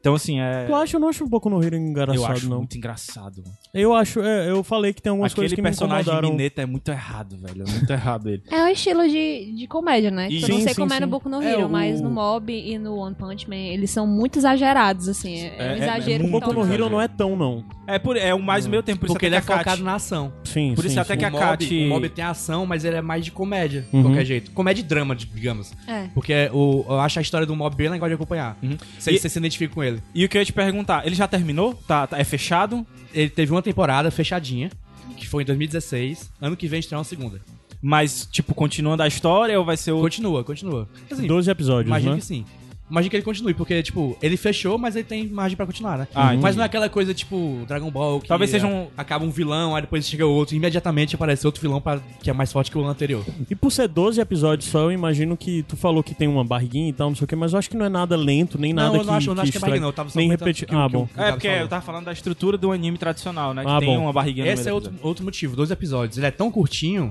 [SPEAKER 1] Então assim, é
[SPEAKER 2] Tu acha? Eu não acho um pouco no Hero engraçado,
[SPEAKER 1] eu acho
[SPEAKER 2] não.
[SPEAKER 1] muito engraçado. mano.
[SPEAKER 2] Eu acho, é, eu falei que tem algumas coisas
[SPEAKER 1] Aquele
[SPEAKER 2] que me
[SPEAKER 1] personagem
[SPEAKER 2] incomodaram.
[SPEAKER 1] Mineta é muito errado, velho. É muito errado ele.
[SPEAKER 5] É o estilo de, de comédia, né?
[SPEAKER 1] Isso.
[SPEAKER 5] Eu não
[SPEAKER 2] Sim,
[SPEAKER 5] sei
[SPEAKER 2] sim,
[SPEAKER 5] como é
[SPEAKER 2] sim.
[SPEAKER 5] no Boku no
[SPEAKER 3] É,
[SPEAKER 5] Hero,
[SPEAKER 3] o-
[SPEAKER 5] mas no Mob e no One Punch Man, eles são muito exagerados, assim. É,
[SPEAKER 1] É,
[SPEAKER 5] um
[SPEAKER 1] é-
[SPEAKER 5] exagero.
[SPEAKER 1] é
[SPEAKER 2] Um
[SPEAKER 5] com
[SPEAKER 2] pouco
[SPEAKER 5] tal-
[SPEAKER 2] no Hero não é tão, não.
[SPEAKER 1] É por é o mais meu tempo, por
[SPEAKER 3] Porque ele
[SPEAKER 1] isso até
[SPEAKER 3] é
[SPEAKER 1] que a Kat-
[SPEAKER 3] focado na ação.
[SPEAKER 2] Sim,
[SPEAKER 1] Por
[SPEAKER 2] sim,
[SPEAKER 1] isso até
[SPEAKER 2] sim.
[SPEAKER 1] que a
[SPEAKER 3] o, mob,
[SPEAKER 1] Kat-
[SPEAKER 3] o mob tem ação, mas ele é mais de comédia, de
[SPEAKER 2] Uhum.
[SPEAKER 3] qualquer jeito. Comédia e drama, de- digamos.
[SPEAKER 5] É.
[SPEAKER 3] Porque o, eu acho a história do mob bem legal de acompanhar.
[SPEAKER 1] Uhum.
[SPEAKER 3] Você,
[SPEAKER 1] E-
[SPEAKER 3] você se identifica com ele.
[SPEAKER 1] E o que eu ia te perguntar, ele já terminou? Tá, tá- é fechado?
[SPEAKER 3] Ele teve uma temporada fechadinha, que foi em 2016. Ano que vem estreia uma segunda.
[SPEAKER 1] Mas tipo continuando a história ou vai ser o
[SPEAKER 3] Continua, continua. Assim,
[SPEAKER 2] 12 episódios,
[SPEAKER 3] imagino
[SPEAKER 2] né?
[SPEAKER 3] que sim. Imagino que ele continue, porque, tipo, ele fechou, mas ele tem margem pra continuar, né?
[SPEAKER 1] Ah, entendi.
[SPEAKER 3] mas não é aquela coisa, tipo, Dragon Ball que
[SPEAKER 1] Talvez seja
[SPEAKER 3] é,
[SPEAKER 1] um-
[SPEAKER 3] acaba um vilão, aí depois chega outro, e imediatamente aparece outro vilão pra, que é mais forte que o anterior.
[SPEAKER 2] E por ser 12 episódios só, eu imagino que tu falou que tem uma barriguinha e tal, não sei o que, mas eu acho que não é nada lento, nem nada
[SPEAKER 3] não, eu
[SPEAKER 2] que
[SPEAKER 3] não acho, eu não acho que é
[SPEAKER 2] estrague-
[SPEAKER 3] barriga, não. Eu tava só
[SPEAKER 2] nem
[SPEAKER 3] comentando
[SPEAKER 2] repetir.
[SPEAKER 3] que o-
[SPEAKER 2] Ah,
[SPEAKER 3] que o-
[SPEAKER 2] bom.
[SPEAKER 3] que o
[SPEAKER 1] É,
[SPEAKER 3] Gabs
[SPEAKER 1] porque
[SPEAKER 3] tá, falou.
[SPEAKER 1] eu tava falando da estrutura do anime tradicional, né? Que
[SPEAKER 2] Ah,
[SPEAKER 1] tem
[SPEAKER 2] bom.
[SPEAKER 1] uma barriguinha no
[SPEAKER 3] Esse é
[SPEAKER 1] meio do
[SPEAKER 3] outro, outro motivo, dois episódios. Ele é tão curtinho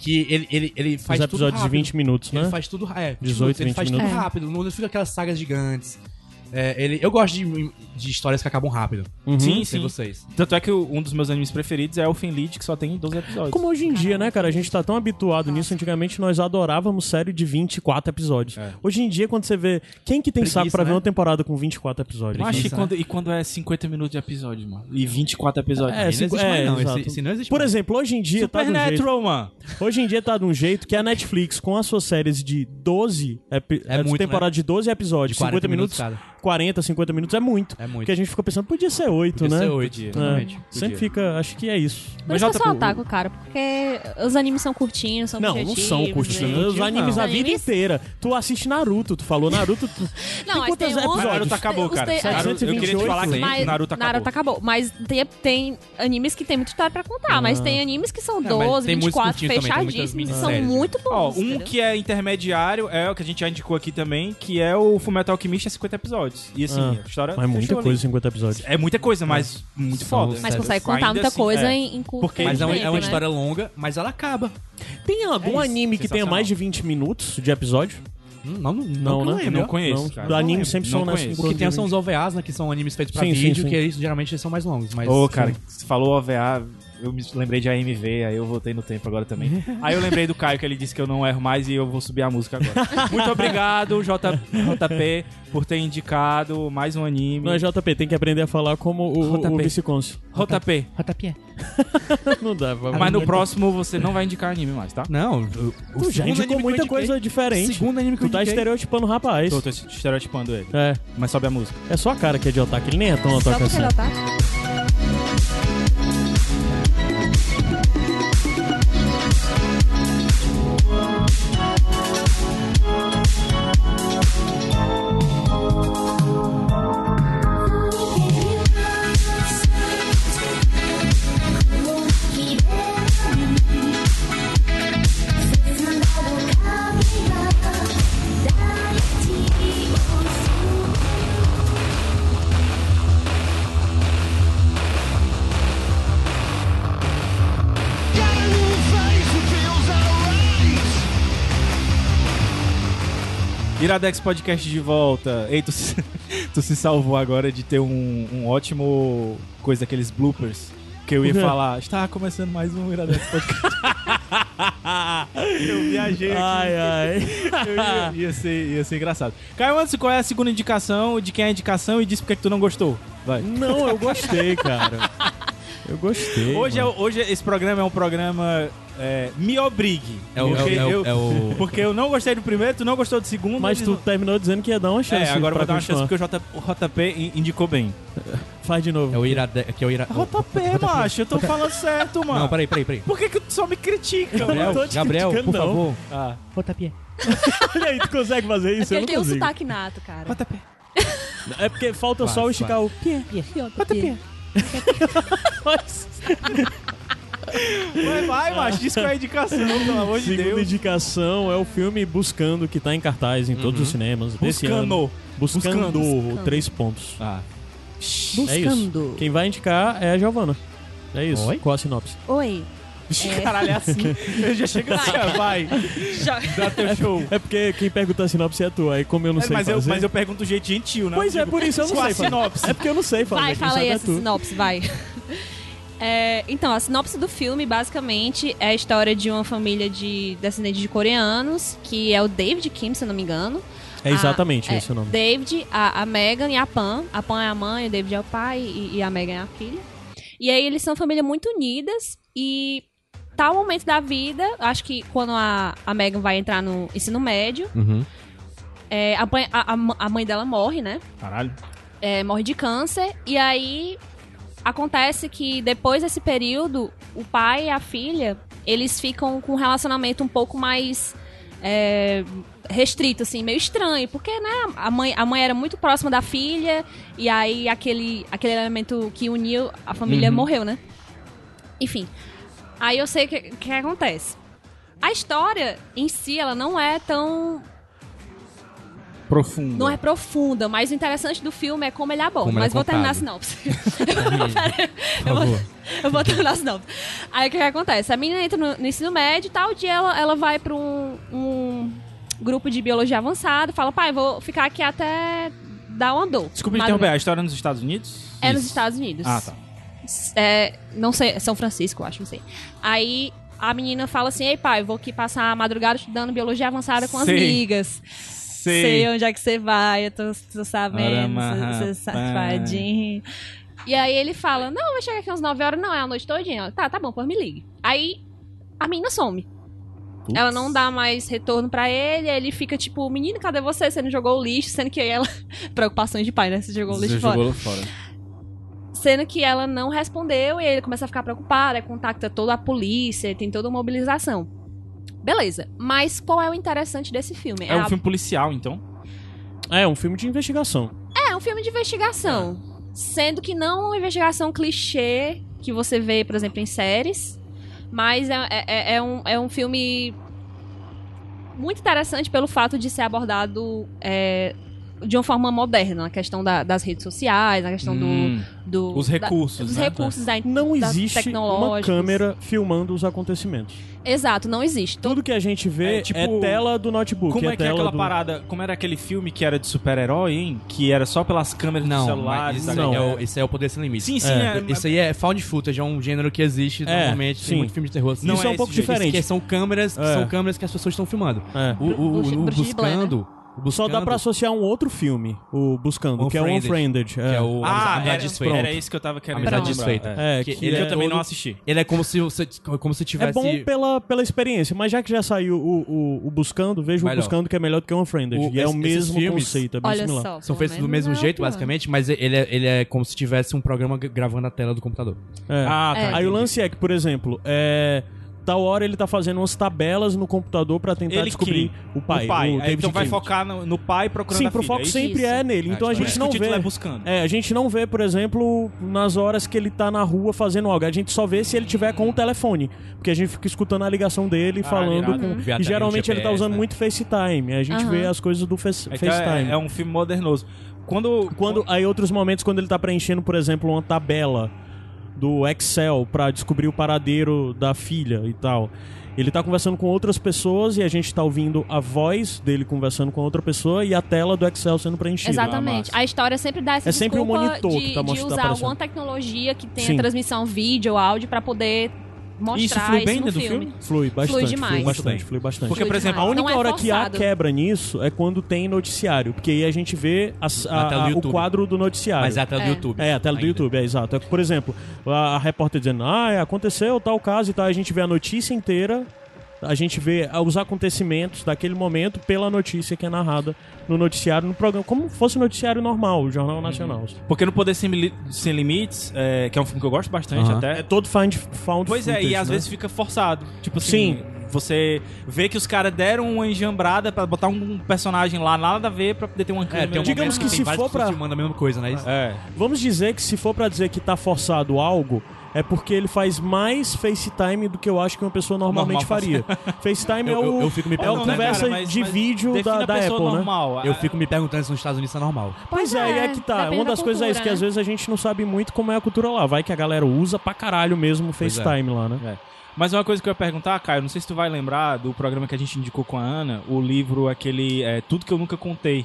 [SPEAKER 3] que ele, ele, ele faz
[SPEAKER 2] Os
[SPEAKER 3] tudo
[SPEAKER 2] episódios de
[SPEAKER 3] rápido.
[SPEAKER 2] 20 minutos,
[SPEAKER 3] Ele
[SPEAKER 2] né?
[SPEAKER 3] faz tudo, é,
[SPEAKER 2] 18,
[SPEAKER 3] ele faz
[SPEAKER 2] 20
[SPEAKER 3] tudo
[SPEAKER 5] minutos.
[SPEAKER 3] rápido, não fica aquelas sagas gigantes. É, ele, eu gosto de, de histórias que acabam rápido.
[SPEAKER 2] Uhum.
[SPEAKER 1] Sim,
[SPEAKER 3] Sem
[SPEAKER 1] sim.
[SPEAKER 3] vocês.
[SPEAKER 1] Tanto é que o- um dos meus animes preferidos é o Lead, que só tem 12 episódios.
[SPEAKER 2] Como hoje em dia, né, cara? A gente tá tão habituado nisso. Antigamente nós adorávamos série de 24 episódios. Hoje em dia, quando você vê. Quem que tem
[SPEAKER 3] É. Preguiça,
[SPEAKER 2] saco pra ver
[SPEAKER 3] né?
[SPEAKER 2] uma temporada com 24 episódios?
[SPEAKER 1] Mas e
[SPEAKER 3] Preguiça, né?
[SPEAKER 1] quando, e quando é 50 minutos de episódio, mano? E 24 episódios.
[SPEAKER 2] É,
[SPEAKER 3] Esse
[SPEAKER 2] cinco-
[SPEAKER 3] não existe mais, não.
[SPEAKER 2] exato.
[SPEAKER 3] Esse- esse não existe
[SPEAKER 2] Por
[SPEAKER 3] mais.
[SPEAKER 2] exemplo, hoje em dia
[SPEAKER 5] é
[SPEAKER 2] tá de um jeito-
[SPEAKER 1] Supernatural, mano.
[SPEAKER 2] Hoje em dia tá de um jeito que a Netflix, com as suas séries de 12 epi-
[SPEAKER 3] É muito,
[SPEAKER 2] temporada de 12 episódios,
[SPEAKER 3] De 40
[SPEAKER 2] 50 minutos,
[SPEAKER 3] minutos
[SPEAKER 2] 40, 50 minutos é muito.
[SPEAKER 3] É muito.
[SPEAKER 2] Porque a gente fica pensando, podia ser 8,
[SPEAKER 3] Podia
[SPEAKER 2] né?
[SPEAKER 3] ser oito,
[SPEAKER 2] É,
[SPEAKER 3] totalmente.
[SPEAKER 2] Sempre
[SPEAKER 1] Podia.
[SPEAKER 2] fica, acho que é isso.
[SPEAKER 5] Por isso que
[SPEAKER 3] tá
[SPEAKER 5] eu sou
[SPEAKER 1] Jota,
[SPEAKER 5] otaku, cara, porque os animes são curtinhos, são
[SPEAKER 2] Não, não
[SPEAKER 5] objetivos,
[SPEAKER 2] são curtos.
[SPEAKER 5] né?
[SPEAKER 2] Os animes
[SPEAKER 5] não.
[SPEAKER 2] a vida
[SPEAKER 5] Animes-
[SPEAKER 2] inteira. Tu assiste Naruto, tu falou Naruto. Tu...
[SPEAKER 5] Não, mas
[SPEAKER 2] quantos
[SPEAKER 5] tem um...
[SPEAKER 2] episódios?
[SPEAKER 1] Naruto tá, acabou,
[SPEAKER 5] Os
[SPEAKER 1] cara.
[SPEAKER 5] te-
[SPEAKER 1] Naruto- eu queria te
[SPEAKER 2] 728,
[SPEAKER 1] falar que
[SPEAKER 5] Mas
[SPEAKER 1] Naruto Tá, acabou.
[SPEAKER 5] tá, Mas tem, tem animes que tem muita história pra contar, mas tem animes que são
[SPEAKER 3] Não, mas
[SPEAKER 5] 12,
[SPEAKER 3] tem muitos
[SPEAKER 5] 24,
[SPEAKER 3] curtinhos também, tem muitas
[SPEAKER 5] fechadíssimos, que são
[SPEAKER 3] minisséries, né?
[SPEAKER 5] muito
[SPEAKER 1] Ó,
[SPEAKER 5] bons.
[SPEAKER 1] um
[SPEAKER 5] entendeu?
[SPEAKER 1] que é intermediário é o que a gente já indicou aqui também, que é o Fullmetal Alchemist, é 50 episódios. E assim,
[SPEAKER 2] Ah,
[SPEAKER 1] a história
[SPEAKER 2] Mas muita
[SPEAKER 1] fechou ali.
[SPEAKER 2] coisa, 50 episódios.
[SPEAKER 1] É muita coisa, mas muito
[SPEAKER 3] São
[SPEAKER 1] foda.
[SPEAKER 5] Mas
[SPEAKER 3] sério.
[SPEAKER 5] consegue contar
[SPEAKER 1] Ainda
[SPEAKER 5] muita
[SPEAKER 1] assim,
[SPEAKER 5] coisa
[SPEAKER 1] é.
[SPEAKER 5] em, em curto
[SPEAKER 1] Porque-
[SPEAKER 3] Mas é, uma-
[SPEAKER 5] tempo,
[SPEAKER 3] é uma
[SPEAKER 5] né?
[SPEAKER 3] história longa, mas ela acaba.
[SPEAKER 2] Tem algum
[SPEAKER 3] É isso,
[SPEAKER 2] anime que tenha
[SPEAKER 1] sensacional.
[SPEAKER 2] mais de 20 minutos de episódio?
[SPEAKER 3] Hum, Não, não,
[SPEAKER 2] Não,
[SPEAKER 3] que eu
[SPEAKER 2] né?
[SPEAKER 3] lembro.
[SPEAKER 1] Não conheço, cara.
[SPEAKER 2] Do
[SPEAKER 1] Não
[SPEAKER 2] anime
[SPEAKER 1] lembro,
[SPEAKER 2] sempre
[SPEAKER 1] não
[SPEAKER 2] são nessa
[SPEAKER 1] conheço.
[SPEAKER 3] O que tem são os OVAs, né? Que são animes feitos pra
[SPEAKER 2] Sim, sim,
[SPEAKER 3] vídeo,
[SPEAKER 2] sim.
[SPEAKER 3] que eles, geralmente eles são mais longos. Mas,
[SPEAKER 1] Ô, cara, você falou OVA, eu me lembrei de AMV, aí eu voltei no tempo agora também. aí eu lembrei do Caio, que ele disse que eu não erro mais e eu vou subir a música agora. Muito obrigado, J- JP, por ter indicado mais um anime.
[SPEAKER 2] Não é JP, tem que aprender a falar como o, o,
[SPEAKER 1] JP.
[SPEAKER 2] vice-cônsul.
[SPEAKER 1] JP,
[SPEAKER 3] Rotapié.
[SPEAKER 2] Não dá, vamos.
[SPEAKER 1] mas no próximo você não vai indicar anime mais, tá?
[SPEAKER 3] Não, o, Ah, o
[SPEAKER 2] Tu já
[SPEAKER 3] segundo
[SPEAKER 2] indicou muita
[SPEAKER 3] anime que eu indiquei-
[SPEAKER 2] coisa diferente.
[SPEAKER 3] Segundo anime que eu
[SPEAKER 2] Tu tá
[SPEAKER 3] indiquei.
[SPEAKER 2] estereotipando o rapaz.
[SPEAKER 1] Tô, tô estereotipando ele.
[SPEAKER 2] É,
[SPEAKER 1] Mas sobe a música.
[SPEAKER 2] é só a cara que é de otaku, ele nem é tão
[SPEAKER 5] Só
[SPEAKER 2] otaku
[SPEAKER 5] porque
[SPEAKER 2] assim.
[SPEAKER 5] ele é otaku.
[SPEAKER 1] Iradex Podcast de volta. Ei, tu se, tu se salvou agora de ter um, um ótimo coisa daqueles bloopers que eu ia
[SPEAKER 2] O quê?
[SPEAKER 1] falar. Está começando mais um Iradex Podcast. eu viajei
[SPEAKER 2] Ai, ai.
[SPEAKER 1] Eu ia, ia ser, ia ser engraçado. Caio Anderson, qual é a segunda indicação? De quem é a indicação? E diz por que que tu não gostou. Vai.
[SPEAKER 2] Não, eu gostei, cara. Eu gostei.
[SPEAKER 1] Hoje, é,
[SPEAKER 2] mano.
[SPEAKER 1] hoje esse programa é um programa... é, me obrigue.
[SPEAKER 3] É o- é o-
[SPEAKER 1] Porque
[SPEAKER 3] é o-
[SPEAKER 1] eu-
[SPEAKER 3] é o-
[SPEAKER 1] Porque eu não gostei do primeiro, tu não gostou do segundo.
[SPEAKER 2] Mas
[SPEAKER 1] eles
[SPEAKER 2] tu
[SPEAKER 1] não-
[SPEAKER 2] terminou dizendo que ia dar uma chance.
[SPEAKER 1] É, agora eu
[SPEAKER 2] pra
[SPEAKER 1] vou dar uma chance
[SPEAKER 2] continuar.
[SPEAKER 1] porque o, J, o JP in- indicou bem.
[SPEAKER 2] Faz de novo.
[SPEAKER 3] É o Irade... Que é o Ira...
[SPEAKER 1] JP, Tá macho, eu tô falando certo, Ah, mano.
[SPEAKER 3] Não, peraí, peraí, peraí.
[SPEAKER 1] Por que, que tu só me critica,
[SPEAKER 2] não
[SPEAKER 3] Gabriel,
[SPEAKER 2] tô te
[SPEAKER 3] Gabriel, por
[SPEAKER 2] criticando, não.
[SPEAKER 3] favor.
[SPEAKER 1] Ah,
[SPEAKER 3] Rotapié.
[SPEAKER 2] Olha aí, tu consegue fazer
[SPEAKER 5] É
[SPEAKER 2] isso?
[SPEAKER 5] porque
[SPEAKER 2] eu
[SPEAKER 5] ele
[SPEAKER 2] não
[SPEAKER 5] tem um
[SPEAKER 2] consigo.
[SPEAKER 5] sotaque nato, cara.
[SPEAKER 2] É porque falta
[SPEAKER 3] Quase,
[SPEAKER 2] só o esticar o pie.
[SPEAKER 1] vai, vai, macho, diz qual é a indicação, pelo amor de
[SPEAKER 2] Segunda
[SPEAKER 1] Deus.
[SPEAKER 2] indicação é o filme Buscando, que tá em cartaz em todos os cinemas desse ano.
[SPEAKER 1] Buscando.
[SPEAKER 2] Buscando.
[SPEAKER 1] Buscando.
[SPEAKER 2] Três pontos.
[SPEAKER 1] Ah,
[SPEAKER 2] É isso. Quem vai indicar é a Giovana. É isso.
[SPEAKER 3] Oi?
[SPEAKER 2] Qual a sinopse?
[SPEAKER 5] Oi.
[SPEAKER 1] caralho, é assim. Eu já chego assim, ó, vai, dá teu show.
[SPEAKER 2] É porque quem pergunta a sinopse é tu, aí como eu não sei
[SPEAKER 1] mas, eu,
[SPEAKER 2] fazer...
[SPEAKER 1] mas eu pergunto do jeito gentil, né?
[SPEAKER 2] Pois é,
[SPEAKER 1] Tipo,
[SPEAKER 2] por isso eu não
[SPEAKER 1] qual a
[SPEAKER 2] sei fazer.
[SPEAKER 1] sinopse.
[SPEAKER 2] É porque eu não sei fazer.
[SPEAKER 5] Vai,
[SPEAKER 2] quem
[SPEAKER 5] fala
[SPEAKER 2] sabe
[SPEAKER 5] aí
[SPEAKER 2] é
[SPEAKER 5] essa
[SPEAKER 2] tu.
[SPEAKER 5] sinopse, vai. É, então, a sinopse do filme, basicamente, é a história de uma família de descendentes de coreanos, que é o David Kim, se eu não me engano.
[SPEAKER 2] É exatamente
[SPEAKER 5] Ah,
[SPEAKER 2] esse o nome.
[SPEAKER 5] David, a, a Megan e a Pam. A Pam é a mãe, o David é o pai e, e a Megan é a filha. E aí eles são família muito unidas e tal momento da vida, acho que quando a, a Megan vai entrar no ensino médio,
[SPEAKER 2] Uhum.
[SPEAKER 5] é, a, mãe- a- a- a mãe dela morre, né?
[SPEAKER 1] Caralho.
[SPEAKER 5] é, morre de câncer. E aí acontece que depois desse período, o pai e a filha, eles ficam com um relacionamento um pouco mais é, restrito, assim, meio estranho. Porque, né, a mãe, a mãe era muito próxima da filha, e aí aquele, aquele elemento que uniu a família morreu, né? Enfim. Aí eu sei o que, que acontece. A história em si, ela não é tão
[SPEAKER 1] Profundo.
[SPEAKER 5] não é profunda, mas o interessante do filme é como ele aborda.
[SPEAKER 3] Como ele é
[SPEAKER 5] mas vou terminar a
[SPEAKER 3] contado.
[SPEAKER 5] sinopse. eu, vou, ter- eu vou-
[SPEAKER 3] favor.
[SPEAKER 5] eu vou terminar a sinopse. Aí o que, que acontece? A menina entra no, no ensino médio, tal dia ela, ela vai pra um, um grupo de biologia avançada, fala, pai, vou ficar aqui até dá uma dor.
[SPEAKER 1] Desculpa
[SPEAKER 5] Madruga-
[SPEAKER 1] interromper, a história é nos Estados Unidos?
[SPEAKER 5] É nos
[SPEAKER 1] Isso.
[SPEAKER 5] Estados Unidos.
[SPEAKER 1] Ah, tá.
[SPEAKER 5] É, não sei, São Francisco, eu acho, não sei. Aí a menina fala assim: Ei, pai, vou aqui passar a madrugada estudando biologia avançada com as
[SPEAKER 1] Sei.
[SPEAKER 5] amigas. Sei. onde é que você vai, eu tô, tô sabendo,
[SPEAKER 1] Ora,
[SPEAKER 5] você
[SPEAKER 1] mas,
[SPEAKER 5] safadinho. E aí ele fala: Não, vai chegar aqui umas 9 horas, não, é a noite todinha. Ela, tá, tá bom, pois me ligue. Aí a menina some. Ela não dá mais retorno pra ele, aí ele fica tipo, menino, cadê você? Você não jogou o lixo, sendo que ela. Preocupações de pai, né? Você jogou o lixo
[SPEAKER 6] Você
[SPEAKER 5] fora.
[SPEAKER 6] jogou fora.
[SPEAKER 5] Sendo que ela não respondeu e ele começa a ficar preocupado, aí contacta toda a polícia, tem toda uma mobilização. Beleza, mas qual é o interessante desse filme?
[SPEAKER 1] É
[SPEAKER 5] a-
[SPEAKER 1] um filme policial, então?
[SPEAKER 2] É, um filme de investigação.
[SPEAKER 5] é um filme de investigação.
[SPEAKER 3] É.
[SPEAKER 5] Sendo que não uma investigação clichê que você vê, por exemplo, em séries, mas é, é- é um, é um filme muito interessante pelo fato de ser abordado é, de uma forma moderna, na questão da- das redes sociais, na questão
[SPEAKER 1] Hum,
[SPEAKER 5] do, do-
[SPEAKER 1] Os
[SPEAKER 5] da-
[SPEAKER 1] recursos,
[SPEAKER 5] dos
[SPEAKER 1] né?
[SPEAKER 5] recursos da,
[SPEAKER 2] Não
[SPEAKER 5] das
[SPEAKER 2] existe uma
[SPEAKER 5] tecnológicas.
[SPEAKER 2] câmera filmando os acontecimentos.
[SPEAKER 5] Exato, não existe.
[SPEAKER 2] Tudo que a gente vê é,
[SPEAKER 1] É, tipo,
[SPEAKER 2] tela do notebook.
[SPEAKER 1] Como é que é
[SPEAKER 2] tela
[SPEAKER 1] aquela
[SPEAKER 2] do...
[SPEAKER 1] parada? Como era aquele filme que era de super-herói, hein? Que era só pelas câmeras
[SPEAKER 3] Não,
[SPEAKER 1] dos celulares,
[SPEAKER 3] mas
[SPEAKER 1] da
[SPEAKER 3] isso aí é
[SPEAKER 1] galera.
[SPEAKER 3] o- isso aí é o Poder Sem Limite.
[SPEAKER 1] Sim, sim,
[SPEAKER 2] É,
[SPEAKER 1] é.
[SPEAKER 3] Isso aí é found footage, é um gênero que existe
[SPEAKER 2] É,
[SPEAKER 3] normalmente.
[SPEAKER 2] sim.
[SPEAKER 3] Tem muito filme de terror assim.
[SPEAKER 1] Não
[SPEAKER 2] Isso é,
[SPEAKER 1] é
[SPEAKER 2] um pouco
[SPEAKER 1] esse jeito.
[SPEAKER 2] diferente.
[SPEAKER 3] Que são câmeras, que
[SPEAKER 2] É.
[SPEAKER 3] são câmeras que as pessoas estão filmando.
[SPEAKER 2] É.
[SPEAKER 3] O, o,
[SPEAKER 5] Bruxa-
[SPEAKER 3] o
[SPEAKER 5] Bruxa de Blair, né?
[SPEAKER 3] buscando, o buscando.
[SPEAKER 2] Só dá pra associar um outro filme, o Buscando, que é o
[SPEAKER 3] Unfriended,
[SPEAKER 2] Unfriended.
[SPEAKER 3] que é o
[SPEAKER 1] Ah,
[SPEAKER 3] Amizade
[SPEAKER 1] era,
[SPEAKER 3] Desfeita.
[SPEAKER 1] era isso que eu tava querendo
[SPEAKER 3] Amizade
[SPEAKER 1] lembrar.
[SPEAKER 3] Desfeita.
[SPEAKER 1] É.
[SPEAKER 2] É,
[SPEAKER 3] que
[SPEAKER 2] que
[SPEAKER 1] Ele
[SPEAKER 2] é
[SPEAKER 1] eu também não
[SPEAKER 2] todo-
[SPEAKER 1] assisti.
[SPEAKER 3] Ele é como se você, como se
[SPEAKER 2] É
[SPEAKER 3] tivesse.
[SPEAKER 2] bom pela, pela experiência, mas já que já saiu o, o, o Buscando, veja o
[SPEAKER 3] Melhor.
[SPEAKER 2] Buscando que é melhor do que o Unfriended.
[SPEAKER 3] O-
[SPEAKER 2] e é o
[SPEAKER 3] esses
[SPEAKER 2] mesmo
[SPEAKER 3] filmes-
[SPEAKER 2] conceito, é bem
[SPEAKER 5] Olha
[SPEAKER 2] similar.
[SPEAKER 5] só.
[SPEAKER 3] São
[SPEAKER 5] pelo
[SPEAKER 3] feitos do
[SPEAKER 5] menos
[SPEAKER 3] mesmo
[SPEAKER 5] não é o
[SPEAKER 3] jeito,
[SPEAKER 5] pior.
[SPEAKER 3] basicamente, mas ele é, ele é como se tivesse um programa g- gravando a tela do computador.
[SPEAKER 2] É.
[SPEAKER 1] Ah, tá.
[SPEAKER 5] É.
[SPEAKER 2] Aí o lance é que, por exemplo, é, tal hora ele tá fazendo umas tabelas no computador pra tentar
[SPEAKER 1] Ele
[SPEAKER 2] descobrir o pai.
[SPEAKER 1] o pai.
[SPEAKER 2] o
[SPEAKER 1] Aí,
[SPEAKER 2] David
[SPEAKER 1] então vai
[SPEAKER 2] Lynch.
[SPEAKER 1] focar no, no pai procurando
[SPEAKER 2] Sim,
[SPEAKER 1] a
[SPEAKER 2] pro
[SPEAKER 1] filha.
[SPEAKER 2] foco
[SPEAKER 1] é isso?
[SPEAKER 2] sempre
[SPEAKER 5] Isso.
[SPEAKER 2] é nele.
[SPEAKER 1] Ah,
[SPEAKER 2] Então a
[SPEAKER 1] isso,
[SPEAKER 2] gente
[SPEAKER 1] é.
[SPEAKER 2] não
[SPEAKER 1] Por isso que o
[SPEAKER 2] vê.
[SPEAKER 1] título é buscando.
[SPEAKER 2] É, a gente não vê, por exemplo, nas horas que ele tá na rua fazendo algo. A gente só vê se ele tiver com o telefone. Porque a gente fica escutando a ligação dele
[SPEAKER 1] Ah,
[SPEAKER 2] falando
[SPEAKER 1] irado.
[SPEAKER 5] Uhum.
[SPEAKER 2] com.
[SPEAKER 3] Vê até
[SPEAKER 2] E geralmente
[SPEAKER 3] no
[SPEAKER 2] ele tá
[SPEAKER 3] GPS,
[SPEAKER 2] usando
[SPEAKER 3] né?
[SPEAKER 2] muito FaceTime. A gente
[SPEAKER 5] Aham.
[SPEAKER 2] vê as coisas do face-
[SPEAKER 1] é Então
[SPEAKER 2] FaceTime.
[SPEAKER 1] é, é um filme modernoso. Quando,
[SPEAKER 2] Quando, aí outros momentos quando ele tá preenchendo, por exemplo, uma tabela do Excel pra descobrir o paradeiro da filha e tal. Ele tá conversando com outras pessoas e a gente tá ouvindo a voz dele conversando com outra pessoa e a tela do Excel sendo preenchida.
[SPEAKER 5] Exatamente. A história sempre dá essa
[SPEAKER 2] É
[SPEAKER 1] um
[SPEAKER 2] sempre o
[SPEAKER 5] desculpa
[SPEAKER 2] monitor
[SPEAKER 5] de,
[SPEAKER 2] que tá
[SPEAKER 5] de
[SPEAKER 2] mostrando- tá
[SPEAKER 5] usar
[SPEAKER 2] aparecendo.
[SPEAKER 5] alguma tecnologia que tenha
[SPEAKER 2] Sim.
[SPEAKER 5] transmissão vídeo ou áudio pra poder mostrar
[SPEAKER 1] Isso
[SPEAKER 5] isso,
[SPEAKER 1] flui bem
[SPEAKER 5] no
[SPEAKER 1] dentro do
[SPEAKER 5] filme.
[SPEAKER 1] filme?
[SPEAKER 2] Flui bastante, flui,
[SPEAKER 5] demais.
[SPEAKER 2] bastante,
[SPEAKER 1] Muito
[SPEAKER 2] flui bastante.
[SPEAKER 1] Porque, por
[SPEAKER 5] Fluido
[SPEAKER 1] exemplo, a
[SPEAKER 5] demais.
[SPEAKER 2] única
[SPEAKER 5] Não é
[SPEAKER 2] hora que há
[SPEAKER 5] forçado.
[SPEAKER 2] quebra nisso é quando tem noticiário, porque aí a gente vê as- a-
[SPEAKER 3] Na tela do
[SPEAKER 2] a- o
[SPEAKER 3] YouTube.
[SPEAKER 2] quadro do noticiário.
[SPEAKER 3] Mas é a tela do
[SPEAKER 5] É.
[SPEAKER 3] YouTube.
[SPEAKER 2] É, a tela do
[SPEAKER 3] ainda.
[SPEAKER 2] YouTube, é exato. É, por exemplo, a, a repórter dizendo, ah, aconteceu tal caso e tal, a gente vê a notícia inteira, a gente vê ah, os acontecimentos daquele momento pela notícia que é narrada no noticiário, no programa, como fosse um noticiário normal, o
[SPEAKER 3] Uhum.
[SPEAKER 2] Jornal Nacional.
[SPEAKER 1] Porque no Poder Sem, Mili- Sem Limites, é, que é um filme que eu gosto bastante
[SPEAKER 3] Aham.
[SPEAKER 1] até.
[SPEAKER 2] É todo found, found
[SPEAKER 1] Pois é,
[SPEAKER 2] footage,
[SPEAKER 1] e às
[SPEAKER 2] né?
[SPEAKER 1] vezes fica forçado. Tipo assim,
[SPEAKER 2] Sim.
[SPEAKER 1] você vê que os caras deram uma enjambrada pra botar um personagem lá, nada a ver, pra poder ter uma câmera.
[SPEAKER 3] É, tem um
[SPEAKER 2] Digamos
[SPEAKER 3] momento
[SPEAKER 2] que
[SPEAKER 1] assim.
[SPEAKER 2] se
[SPEAKER 3] tem várias
[SPEAKER 2] for
[SPEAKER 3] pessoas
[SPEAKER 2] pra-
[SPEAKER 3] filmando a mesma coisa, né? Isso-
[SPEAKER 1] É.
[SPEAKER 2] Vamos dizer que se for pra dizer que tá forçado algo, é porque ele faz mais FaceTime do que eu acho que uma pessoa normalmente
[SPEAKER 1] Normal
[SPEAKER 2] faria. FaceTime é
[SPEAKER 3] Eu,
[SPEAKER 2] o...
[SPEAKER 3] eu, eu fico me
[SPEAKER 2] É
[SPEAKER 1] Não,
[SPEAKER 2] uma
[SPEAKER 3] perguntando.
[SPEAKER 1] né,
[SPEAKER 2] conversa
[SPEAKER 1] cara? Mas-
[SPEAKER 2] de
[SPEAKER 1] mas
[SPEAKER 2] vídeo
[SPEAKER 1] define
[SPEAKER 2] da,
[SPEAKER 1] a
[SPEAKER 2] da Apple,
[SPEAKER 1] pessoa
[SPEAKER 2] né?
[SPEAKER 1] normal. Ah,
[SPEAKER 3] Eu fico me perguntando se nos Estados Unidos é normal.
[SPEAKER 2] Pois é, e é que tá.
[SPEAKER 5] depende
[SPEAKER 2] Uma
[SPEAKER 5] da
[SPEAKER 2] das coisas é isso,
[SPEAKER 5] cultura,
[SPEAKER 2] que às
[SPEAKER 5] né?
[SPEAKER 2] vezes a gente não sabe muito como é a cultura lá. Vai que a galera usa pra caralho mesmo o
[SPEAKER 3] Pois é.
[SPEAKER 2] FaceTime lá, né?
[SPEAKER 1] Mas uma coisa que eu ia perguntar, Caio, não sei se tu vai lembrar do programa que a gente indicou com a Ana, o livro aquele é, Tudo que eu nunca contei,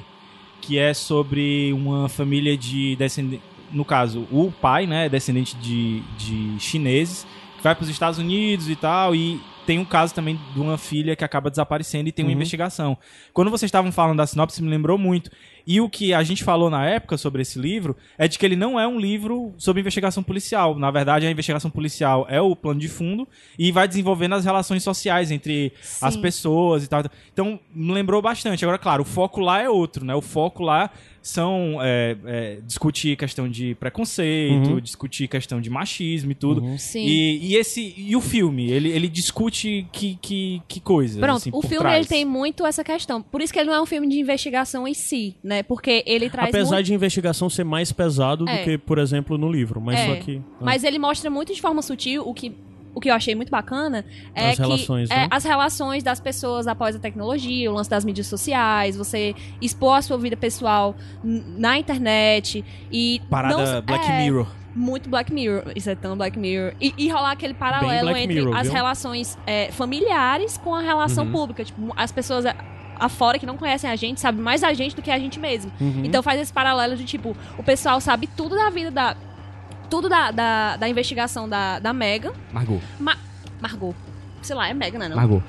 [SPEAKER 1] que é sobre uma família de descendentes, no caso, o pai, né, é descendente de, de chineses, que vai para os Estados Unidos e tal, e tem um caso também de uma filha que acaba desaparecendo e tem uma
[SPEAKER 2] Uhum.
[SPEAKER 1] investigação. Quando vocês estavam falando da sinopse, me lembrou muito. E o que a gente falou na época sobre esse livro é de que ele não é um livro sobre investigação policial. Na verdade, a investigação policial é o plano de fundo e vai desenvolvendo as relações sociais entre as
[SPEAKER 5] Sim.
[SPEAKER 1] pessoas e tal. Então, me lembrou bastante. Agora, claro, o foco lá é outro, né? O foco lá são é, é, discutir questão de preconceito,
[SPEAKER 2] Uhum.
[SPEAKER 1] discutir questão de machismo e tudo.
[SPEAKER 5] Sim.
[SPEAKER 1] E, e esse e o filme, ele, ele discute que, que, que coisa?
[SPEAKER 5] Pronto,
[SPEAKER 1] assim,
[SPEAKER 5] o
[SPEAKER 1] por
[SPEAKER 5] filme
[SPEAKER 1] trás?
[SPEAKER 5] ele tem muito essa questão. Por isso que ele não é um filme de investigação em si, né? Porque ele traz
[SPEAKER 2] Apesar
[SPEAKER 5] muito-
[SPEAKER 2] de investigação ser mais pesado do
[SPEAKER 5] É.
[SPEAKER 2] que, por exemplo, no livro. Mas
[SPEAKER 5] É.
[SPEAKER 2] só que.
[SPEAKER 5] Mas ele mostra muito de forma sutil o que, o que eu achei muito bacana é
[SPEAKER 2] As
[SPEAKER 5] que
[SPEAKER 2] relações,
[SPEAKER 5] é,
[SPEAKER 2] né?
[SPEAKER 5] as relações das pessoas após a tecnologia, o lance das mídias sociais, você expor a sua vida pessoal n- na internet e
[SPEAKER 1] Parada
[SPEAKER 5] não-
[SPEAKER 1] Black
[SPEAKER 5] é,
[SPEAKER 1] Mirror.
[SPEAKER 5] Muito Black Mirror, isso é tão Black Mirror. E, e rolar aquele paralelo
[SPEAKER 2] Black
[SPEAKER 5] entre
[SPEAKER 2] Mirror,
[SPEAKER 5] as
[SPEAKER 2] viu?
[SPEAKER 5] relações é, familiares com a relação
[SPEAKER 3] Uhum.
[SPEAKER 5] pública. Tipo, as pessoas é, afora que não conhecem a gente, sabe mais a gente do que a gente mesmo.
[SPEAKER 2] Uhum.
[SPEAKER 5] Então faz esse paralelo de tipo, o pessoal sabe tudo da vida da. Tudo da, da, da investigação da, da Megan.
[SPEAKER 3] Margot.
[SPEAKER 5] Ma Margot. Sei lá, é Megan, né? Não?
[SPEAKER 3] Margot.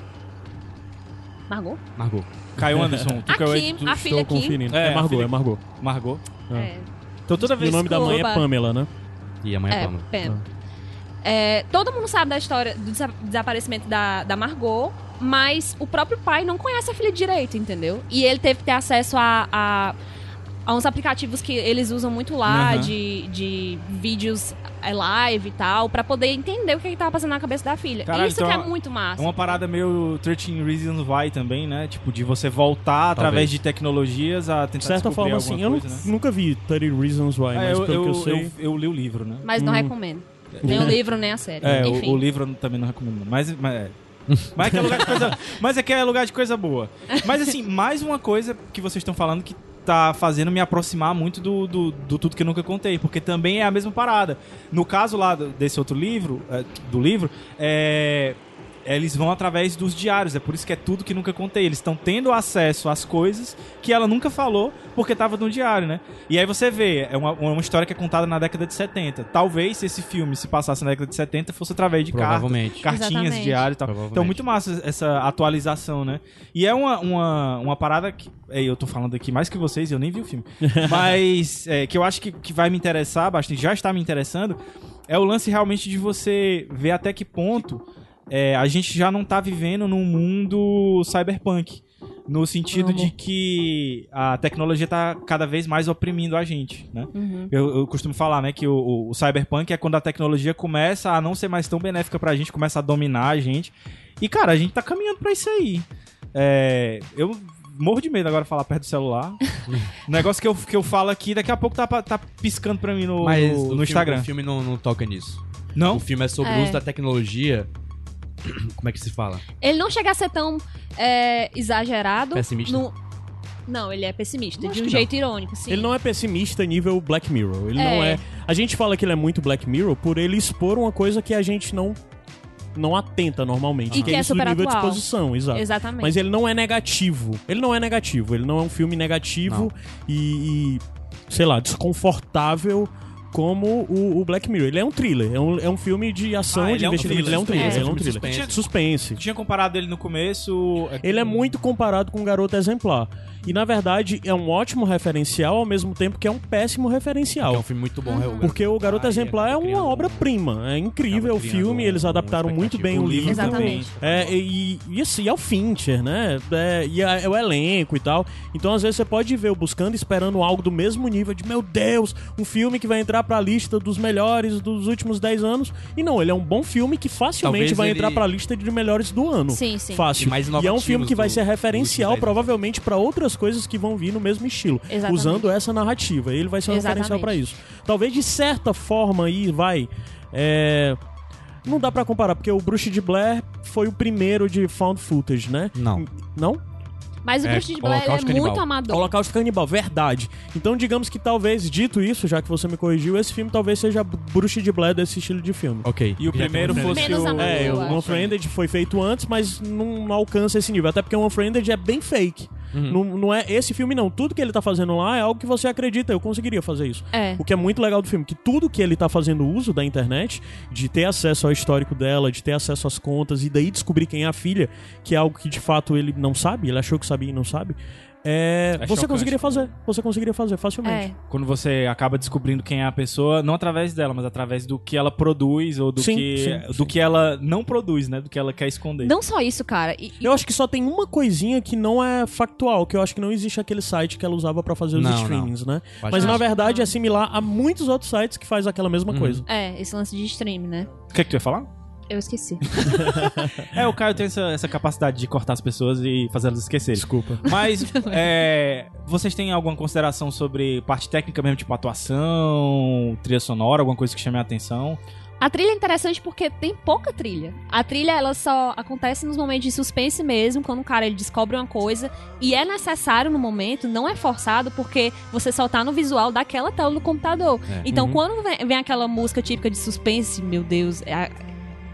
[SPEAKER 5] Margot?
[SPEAKER 3] Margot.
[SPEAKER 1] Caio Anderson, tu
[SPEAKER 5] A
[SPEAKER 1] que é o
[SPEAKER 5] Kim,
[SPEAKER 1] editor-
[SPEAKER 5] a filha
[SPEAKER 2] Estou
[SPEAKER 5] Kim.
[SPEAKER 2] conferindo.
[SPEAKER 1] É,
[SPEAKER 2] É,
[SPEAKER 1] a
[SPEAKER 2] Margot,
[SPEAKER 1] filha
[SPEAKER 2] é Margot.
[SPEAKER 1] Margot.
[SPEAKER 2] Ah.
[SPEAKER 5] É.
[SPEAKER 1] Então toda
[SPEAKER 2] E
[SPEAKER 1] vez
[SPEAKER 2] o nome da mãe é
[SPEAKER 5] Desculpa.
[SPEAKER 2] Pamela, né?
[SPEAKER 3] E a mãe é
[SPEAKER 5] É,
[SPEAKER 3] Pamela.
[SPEAKER 5] Pam.
[SPEAKER 1] Ah.
[SPEAKER 5] É, todo mundo sabe da história do desa- desaparecimento da, da Margot, mas o próprio pai não conhece a filha direito, entendeu? E ele teve que ter acesso a, a, a uns aplicativos que eles usam muito lá,
[SPEAKER 1] Aham.
[SPEAKER 5] de, de vídeos é, live e tal, pra poder entender o que, que tava passando na cabeça da filha.
[SPEAKER 1] Caralho,
[SPEAKER 5] Isso
[SPEAKER 1] então
[SPEAKER 5] que
[SPEAKER 1] é
[SPEAKER 5] é muito
[SPEAKER 1] É
[SPEAKER 5] massa.
[SPEAKER 1] uma parada meio 13 Reasons Why também, né? Tipo, de você voltar através de tecnologias a tentar
[SPEAKER 2] De certa
[SPEAKER 1] descobrir
[SPEAKER 2] forma,
[SPEAKER 1] alguma
[SPEAKER 2] assim, eu nu-
[SPEAKER 1] coisa, né?
[SPEAKER 2] nunca vi 30 Reasons Why,
[SPEAKER 1] É,
[SPEAKER 2] mas pelo que eu sei...
[SPEAKER 1] eu- eu li o livro, né?
[SPEAKER 5] Mas não recomendo. Nem o livro, nem a série.
[SPEAKER 1] É, o-
[SPEAKER 5] Enfim.
[SPEAKER 1] o, livro eu também não recomendo. não. Mas, mas, é. mas, é que é lugar de coisa, mas é que é lugar de coisa boa. Mas assim, mais uma coisa que vocês estão falando que tá fazendo me aproximar muito do, do, do tudo que eu nunca contei, porque também é a mesma parada. No caso lá do- desse outro livro, é, do livro, é, eles vão através dos diários, é por isso que é tudo que nunca contei. Eles estão tendo acesso às coisas que ela nunca falou porque estava no diário, né? E aí você vê, é uma, uma história que é contada na década de 70. Talvez se esse filme se passasse na década de 70 fosse através de cartas,
[SPEAKER 3] Provavelmente.
[SPEAKER 1] cartinhas,
[SPEAKER 5] Exatamente.
[SPEAKER 1] diário e tal.
[SPEAKER 3] Provavelmente.
[SPEAKER 1] Então, muito massa essa atualização, né? E é uma, uma, uma parada que. é, Eu tô falando aqui mais que vocês, eu nem vi o filme. Mas é, que eu acho que, que vai me interessar bastante, já está me interessando. É o lance realmente de você ver até que ponto é, a gente já não tá vivendo num mundo cyberpunk. No sentido de que a tecnologia tá cada vez mais oprimindo a gente, né?
[SPEAKER 5] Uhum.
[SPEAKER 1] Eu, eu costumo falar, né, que o, o- o cyberpunk é quando a tecnologia começa a não ser mais tão benéfica pra gente, começa a dominar a gente. E, cara, a gente tá caminhando pra isso aí. É, eu morro de medo agora de falar perto do celular. o negócio que eu, que eu falo aqui, daqui a pouco tá, pa- tá piscando pra mim no,
[SPEAKER 3] Mas
[SPEAKER 1] no,
[SPEAKER 3] o
[SPEAKER 1] no
[SPEAKER 3] filme-
[SPEAKER 1] Instagram.
[SPEAKER 3] O filme não, não toca nisso.
[SPEAKER 1] Não?
[SPEAKER 3] O filme é sobre o
[SPEAKER 5] É.
[SPEAKER 3] uso da tecnologia. Como é que se fala?
[SPEAKER 5] Ele não chega a ser tão é, exagerado.
[SPEAKER 3] Pessimista?
[SPEAKER 5] no- Não, ele é pessimista,
[SPEAKER 3] Acho
[SPEAKER 5] de um
[SPEAKER 3] que
[SPEAKER 5] jeito irônico, sim.
[SPEAKER 2] Ele não é pessimista nível Black Mirror. Ele não
[SPEAKER 5] É.
[SPEAKER 2] é. A gente fala que ele é muito Black Mirror por ele expor uma coisa que a gente não não atenta normalmente.
[SPEAKER 5] E que é
[SPEAKER 2] isso do
[SPEAKER 5] super
[SPEAKER 2] nível de
[SPEAKER 5] atual.
[SPEAKER 2] exposição, exato.
[SPEAKER 5] Exatamente.
[SPEAKER 2] Mas ele não é negativo. Ele não é negativo. Ele não é um filme negativo e, e, sei lá, desconfortável como o, o Black Mirror. Ele é um thriller. É um, é um filme de ação,
[SPEAKER 1] Ah, ele
[SPEAKER 2] de
[SPEAKER 1] é um
[SPEAKER 2] investimento.
[SPEAKER 1] thriller,
[SPEAKER 2] Ele é um thriller.
[SPEAKER 5] suspense,
[SPEAKER 2] Ele é um
[SPEAKER 3] filme de
[SPEAKER 2] thriller.
[SPEAKER 3] suspense.
[SPEAKER 2] suspense.
[SPEAKER 1] Tinha comparado ele no começo.
[SPEAKER 2] Ele é muito comparado com um garoto exemplar. E na verdade é um ótimo referencial, ao mesmo tempo que é um péssimo
[SPEAKER 3] Que é um
[SPEAKER 2] referencial.
[SPEAKER 3] filme muito bom. é o-
[SPEAKER 2] Porque o Garoto
[SPEAKER 3] Ah, e
[SPEAKER 2] Exemplar é
[SPEAKER 3] acaba
[SPEAKER 2] uma
[SPEAKER 3] criando um-
[SPEAKER 2] obra-prima. É incrível
[SPEAKER 3] acaba
[SPEAKER 2] o
[SPEAKER 3] criando
[SPEAKER 2] filme, eles
[SPEAKER 3] um-
[SPEAKER 2] adaptaram
[SPEAKER 3] uma
[SPEAKER 2] muito bem
[SPEAKER 3] expectativa.
[SPEAKER 2] o
[SPEAKER 3] O
[SPEAKER 2] livro.
[SPEAKER 5] Exatamente.
[SPEAKER 1] também.
[SPEAKER 2] É, e, e assim, é o Fincher, né? É, e é, é o elenco e tal. Então, às vezes, você pode ver o Buscando esperando algo do mesmo nível de, meu Deus, um filme que vai entrar pra lista dos melhores dos últimos 10 anos. E não, ele é um bom filme que facilmente
[SPEAKER 3] Talvez
[SPEAKER 2] vai
[SPEAKER 3] ele-
[SPEAKER 2] entrar pra lista de melhores do ano.
[SPEAKER 5] Sim, sim.
[SPEAKER 2] Fácil.
[SPEAKER 3] E mais
[SPEAKER 2] é um
[SPEAKER 3] inovativos
[SPEAKER 2] filme que vai
[SPEAKER 3] do-
[SPEAKER 2] ser
[SPEAKER 3] dos
[SPEAKER 2] referencial,
[SPEAKER 3] últimos 10 anos.
[SPEAKER 2] provavelmente, pra outras coisas que vão vir no mesmo estilo.
[SPEAKER 5] Exatamente.
[SPEAKER 2] Usando essa narrativa. Ele vai ser um referencial
[SPEAKER 5] Exatamente.
[SPEAKER 2] pra isso. Talvez, de certa forma, aí, vai... é, não dá pra comparar, porque o Bruxo de Blair foi o primeiro de found footage, né?
[SPEAKER 3] Não.
[SPEAKER 2] Não?
[SPEAKER 5] Mas o
[SPEAKER 3] É,
[SPEAKER 5] Bruce de Blair ele é
[SPEAKER 3] Holocausto Canibal.
[SPEAKER 5] muito amador.
[SPEAKER 2] Holocausto Canibal, verdade. Então, digamos que talvez, dito isso, já que você me corrigiu, esse filme talvez seja Bruxo de Blair desse estilo de filme.
[SPEAKER 3] Ok.
[SPEAKER 1] E o
[SPEAKER 3] Já
[SPEAKER 1] primeiro
[SPEAKER 3] temos-
[SPEAKER 1] fosse
[SPEAKER 5] Menos
[SPEAKER 1] o...
[SPEAKER 5] amador,
[SPEAKER 2] É,
[SPEAKER 5] eu
[SPEAKER 2] o
[SPEAKER 5] acho.
[SPEAKER 2] Unfriended foi feito antes, mas não alcança esse nível. Até porque o Unfriended é bem fake.
[SPEAKER 5] Uhum.
[SPEAKER 2] Não, não é esse filme, não. Tudo que ele tá fazendo lá é algo que você acredita. Eu conseguiria fazer isso.
[SPEAKER 5] É.
[SPEAKER 2] O que é muito legal do filme, que tudo que ele tá fazendo uso da internet, de ter acesso ao histórico dela, de ter acesso às contas e daí descobrir quem é a filha, que é algo que de fato ele não sabe, ele achou que sabia e não sabe. É,
[SPEAKER 1] É
[SPEAKER 2] você
[SPEAKER 1] chocante.
[SPEAKER 3] né?
[SPEAKER 2] conseguiria fazer, você conseguiria fazer facilmente.
[SPEAKER 5] É.
[SPEAKER 1] Quando você acaba descobrindo quem é a pessoa, não através dela, mas através do que ela produz ou do,
[SPEAKER 2] Sim,
[SPEAKER 1] que,
[SPEAKER 2] sim,
[SPEAKER 1] do
[SPEAKER 2] sim.
[SPEAKER 1] que ela não produz, né? Do que ela quer esconder.
[SPEAKER 5] Não só isso, cara. E- e-
[SPEAKER 2] Eu acho que só tem uma coisinha que não é factual, que eu acho que não existe aquele site que ela usava pra fazer os
[SPEAKER 3] Não, não.
[SPEAKER 2] streamings, né?
[SPEAKER 3] Acho
[SPEAKER 2] Mas
[SPEAKER 3] que
[SPEAKER 2] na
[SPEAKER 3] não. Hum.
[SPEAKER 2] verdade é similar a muitos outros sites que faz aquela mesma coisa.
[SPEAKER 5] É, esse lance de stream, né?
[SPEAKER 1] O que é que tu ia falar?
[SPEAKER 5] Eu esqueci.
[SPEAKER 1] É, o Caio tem essa, essa capacidade de cortar as pessoas e fazer elas esquecerem. Desculpa. Mas, é, vocês têm alguma consideração sobre parte técnica mesmo, tipo atuação, trilha sonora, alguma coisa que chame a atenção?
[SPEAKER 5] A trilha é interessante porque tem pouca trilha. A trilha, ela só acontece nos momentos de suspense mesmo, quando o cara ele descobre uma coisa e é necessário no momento, não é forçado, porque você só tá no visual daquela tela do computador.
[SPEAKER 3] É.
[SPEAKER 5] Então, quando vem, vem aquela música típica de suspense, meu Deus, é a-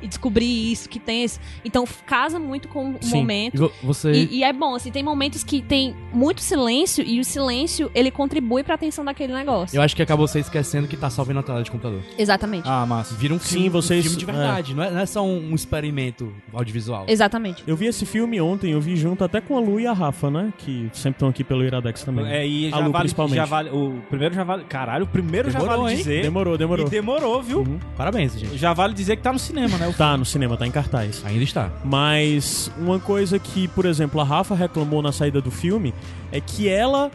[SPEAKER 5] e descobrir isso, que tem esse. Então casa muito com o momento.
[SPEAKER 3] E vo- Você.
[SPEAKER 5] E, e é bom, assim, tem momentos que tem muito silêncio e o silêncio ele contribui pra atenção daquele negócio.
[SPEAKER 3] Eu acho que acabou você esquecendo que tá só vendo a tela de computador.
[SPEAKER 5] Exatamente.
[SPEAKER 1] Ah, massa.
[SPEAKER 3] Vira um
[SPEAKER 2] Sim,
[SPEAKER 3] filme, um
[SPEAKER 2] vocês-
[SPEAKER 3] filme de verdade. Não, é, não é só um, um experimento audiovisual.
[SPEAKER 5] Exatamente.
[SPEAKER 2] Eu vi esse filme ontem, eu vi junto até com a Lu e a Rafa, né? Que sempre estão aqui pelo Iradex também.
[SPEAKER 1] É, e já
[SPEAKER 2] A Lu,
[SPEAKER 1] vale,
[SPEAKER 2] principalmente.
[SPEAKER 1] já vale- O primeiro já vale. Caralho, o primeiro já
[SPEAKER 3] Demorou,
[SPEAKER 1] vale
[SPEAKER 3] hein?
[SPEAKER 1] dizer.
[SPEAKER 2] Demorou, demorou.
[SPEAKER 1] E demorou, viu?
[SPEAKER 2] Uhum.
[SPEAKER 3] Parabéns, gente.
[SPEAKER 1] Já vale dizer que tá no cinema, né?
[SPEAKER 2] Tá no cinema, tá em cartaz.
[SPEAKER 3] Ainda está.
[SPEAKER 2] Mas uma coisa que, por exemplo, a Rafa reclamou na saída do filme é que ela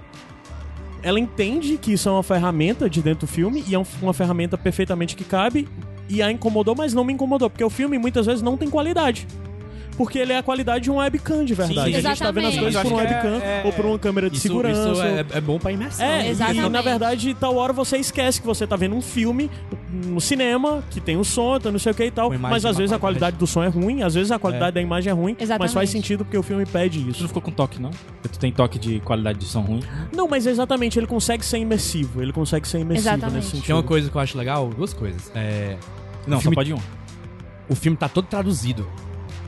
[SPEAKER 2] ela entende que isso é uma ferramenta de dentro do filme e é um- uma ferramenta perfeitamente que cabe e a incomodou, mas não me incomodou, porque o filme muitas vezes não tem qualidade. Porque ele é a qualidade de um webcam de verdade.
[SPEAKER 1] Sim,
[SPEAKER 2] a gente tá vendo as
[SPEAKER 5] exatamente.
[SPEAKER 2] coisas por um
[SPEAKER 1] Eu acho que é-
[SPEAKER 2] webcam
[SPEAKER 1] é-
[SPEAKER 2] ou por uma câmera de
[SPEAKER 3] Isso,
[SPEAKER 2] segurança.
[SPEAKER 3] isso é, é bom pra imersão.
[SPEAKER 2] É,
[SPEAKER 5] Exatamente.
[SPEAKER 2] e na verdade, tal hora você esquece que você tá vendo um filme no cinema, que tem o som, tá não sei o que e tal,
[SPEAKER 3] Com imagem
[SPEAKER 2] mas às
[SPEAKER 3] uma
[SPEAKER 2] vezes a
[SPEAKER 3] qualidade.
[SPEAKER 2] qualidade do som é ruim, às vezes a qualidade da imagem é ruim, mas
[SPEAKER 5] Exatamente.
[SPEAKER 2] faz sentido porque o filme pede
[SPEAKER 1] Tu não
[SPEAKER 2] isso.
[SPEAKER 1] ficou com toque, não? Porque tu tem toque de qualidade de som ruim.
[SPEAKER 2] Não, mas exatamente, ele consegue ser imersivo, ele consegue ser imersivo
[SPEAKER 5] Exatamente.
[SPEAKER 2] nesse sentido.
[SPEAKER 3] Tem uma coisa que eu acho legal, duas coisas. É,
[SPEAKER 1] Não,
[SPEAKER 3] O filme-
[SPEAKER 1] só pode um.
[SPEAKER 3] o filme tá todo traduzido.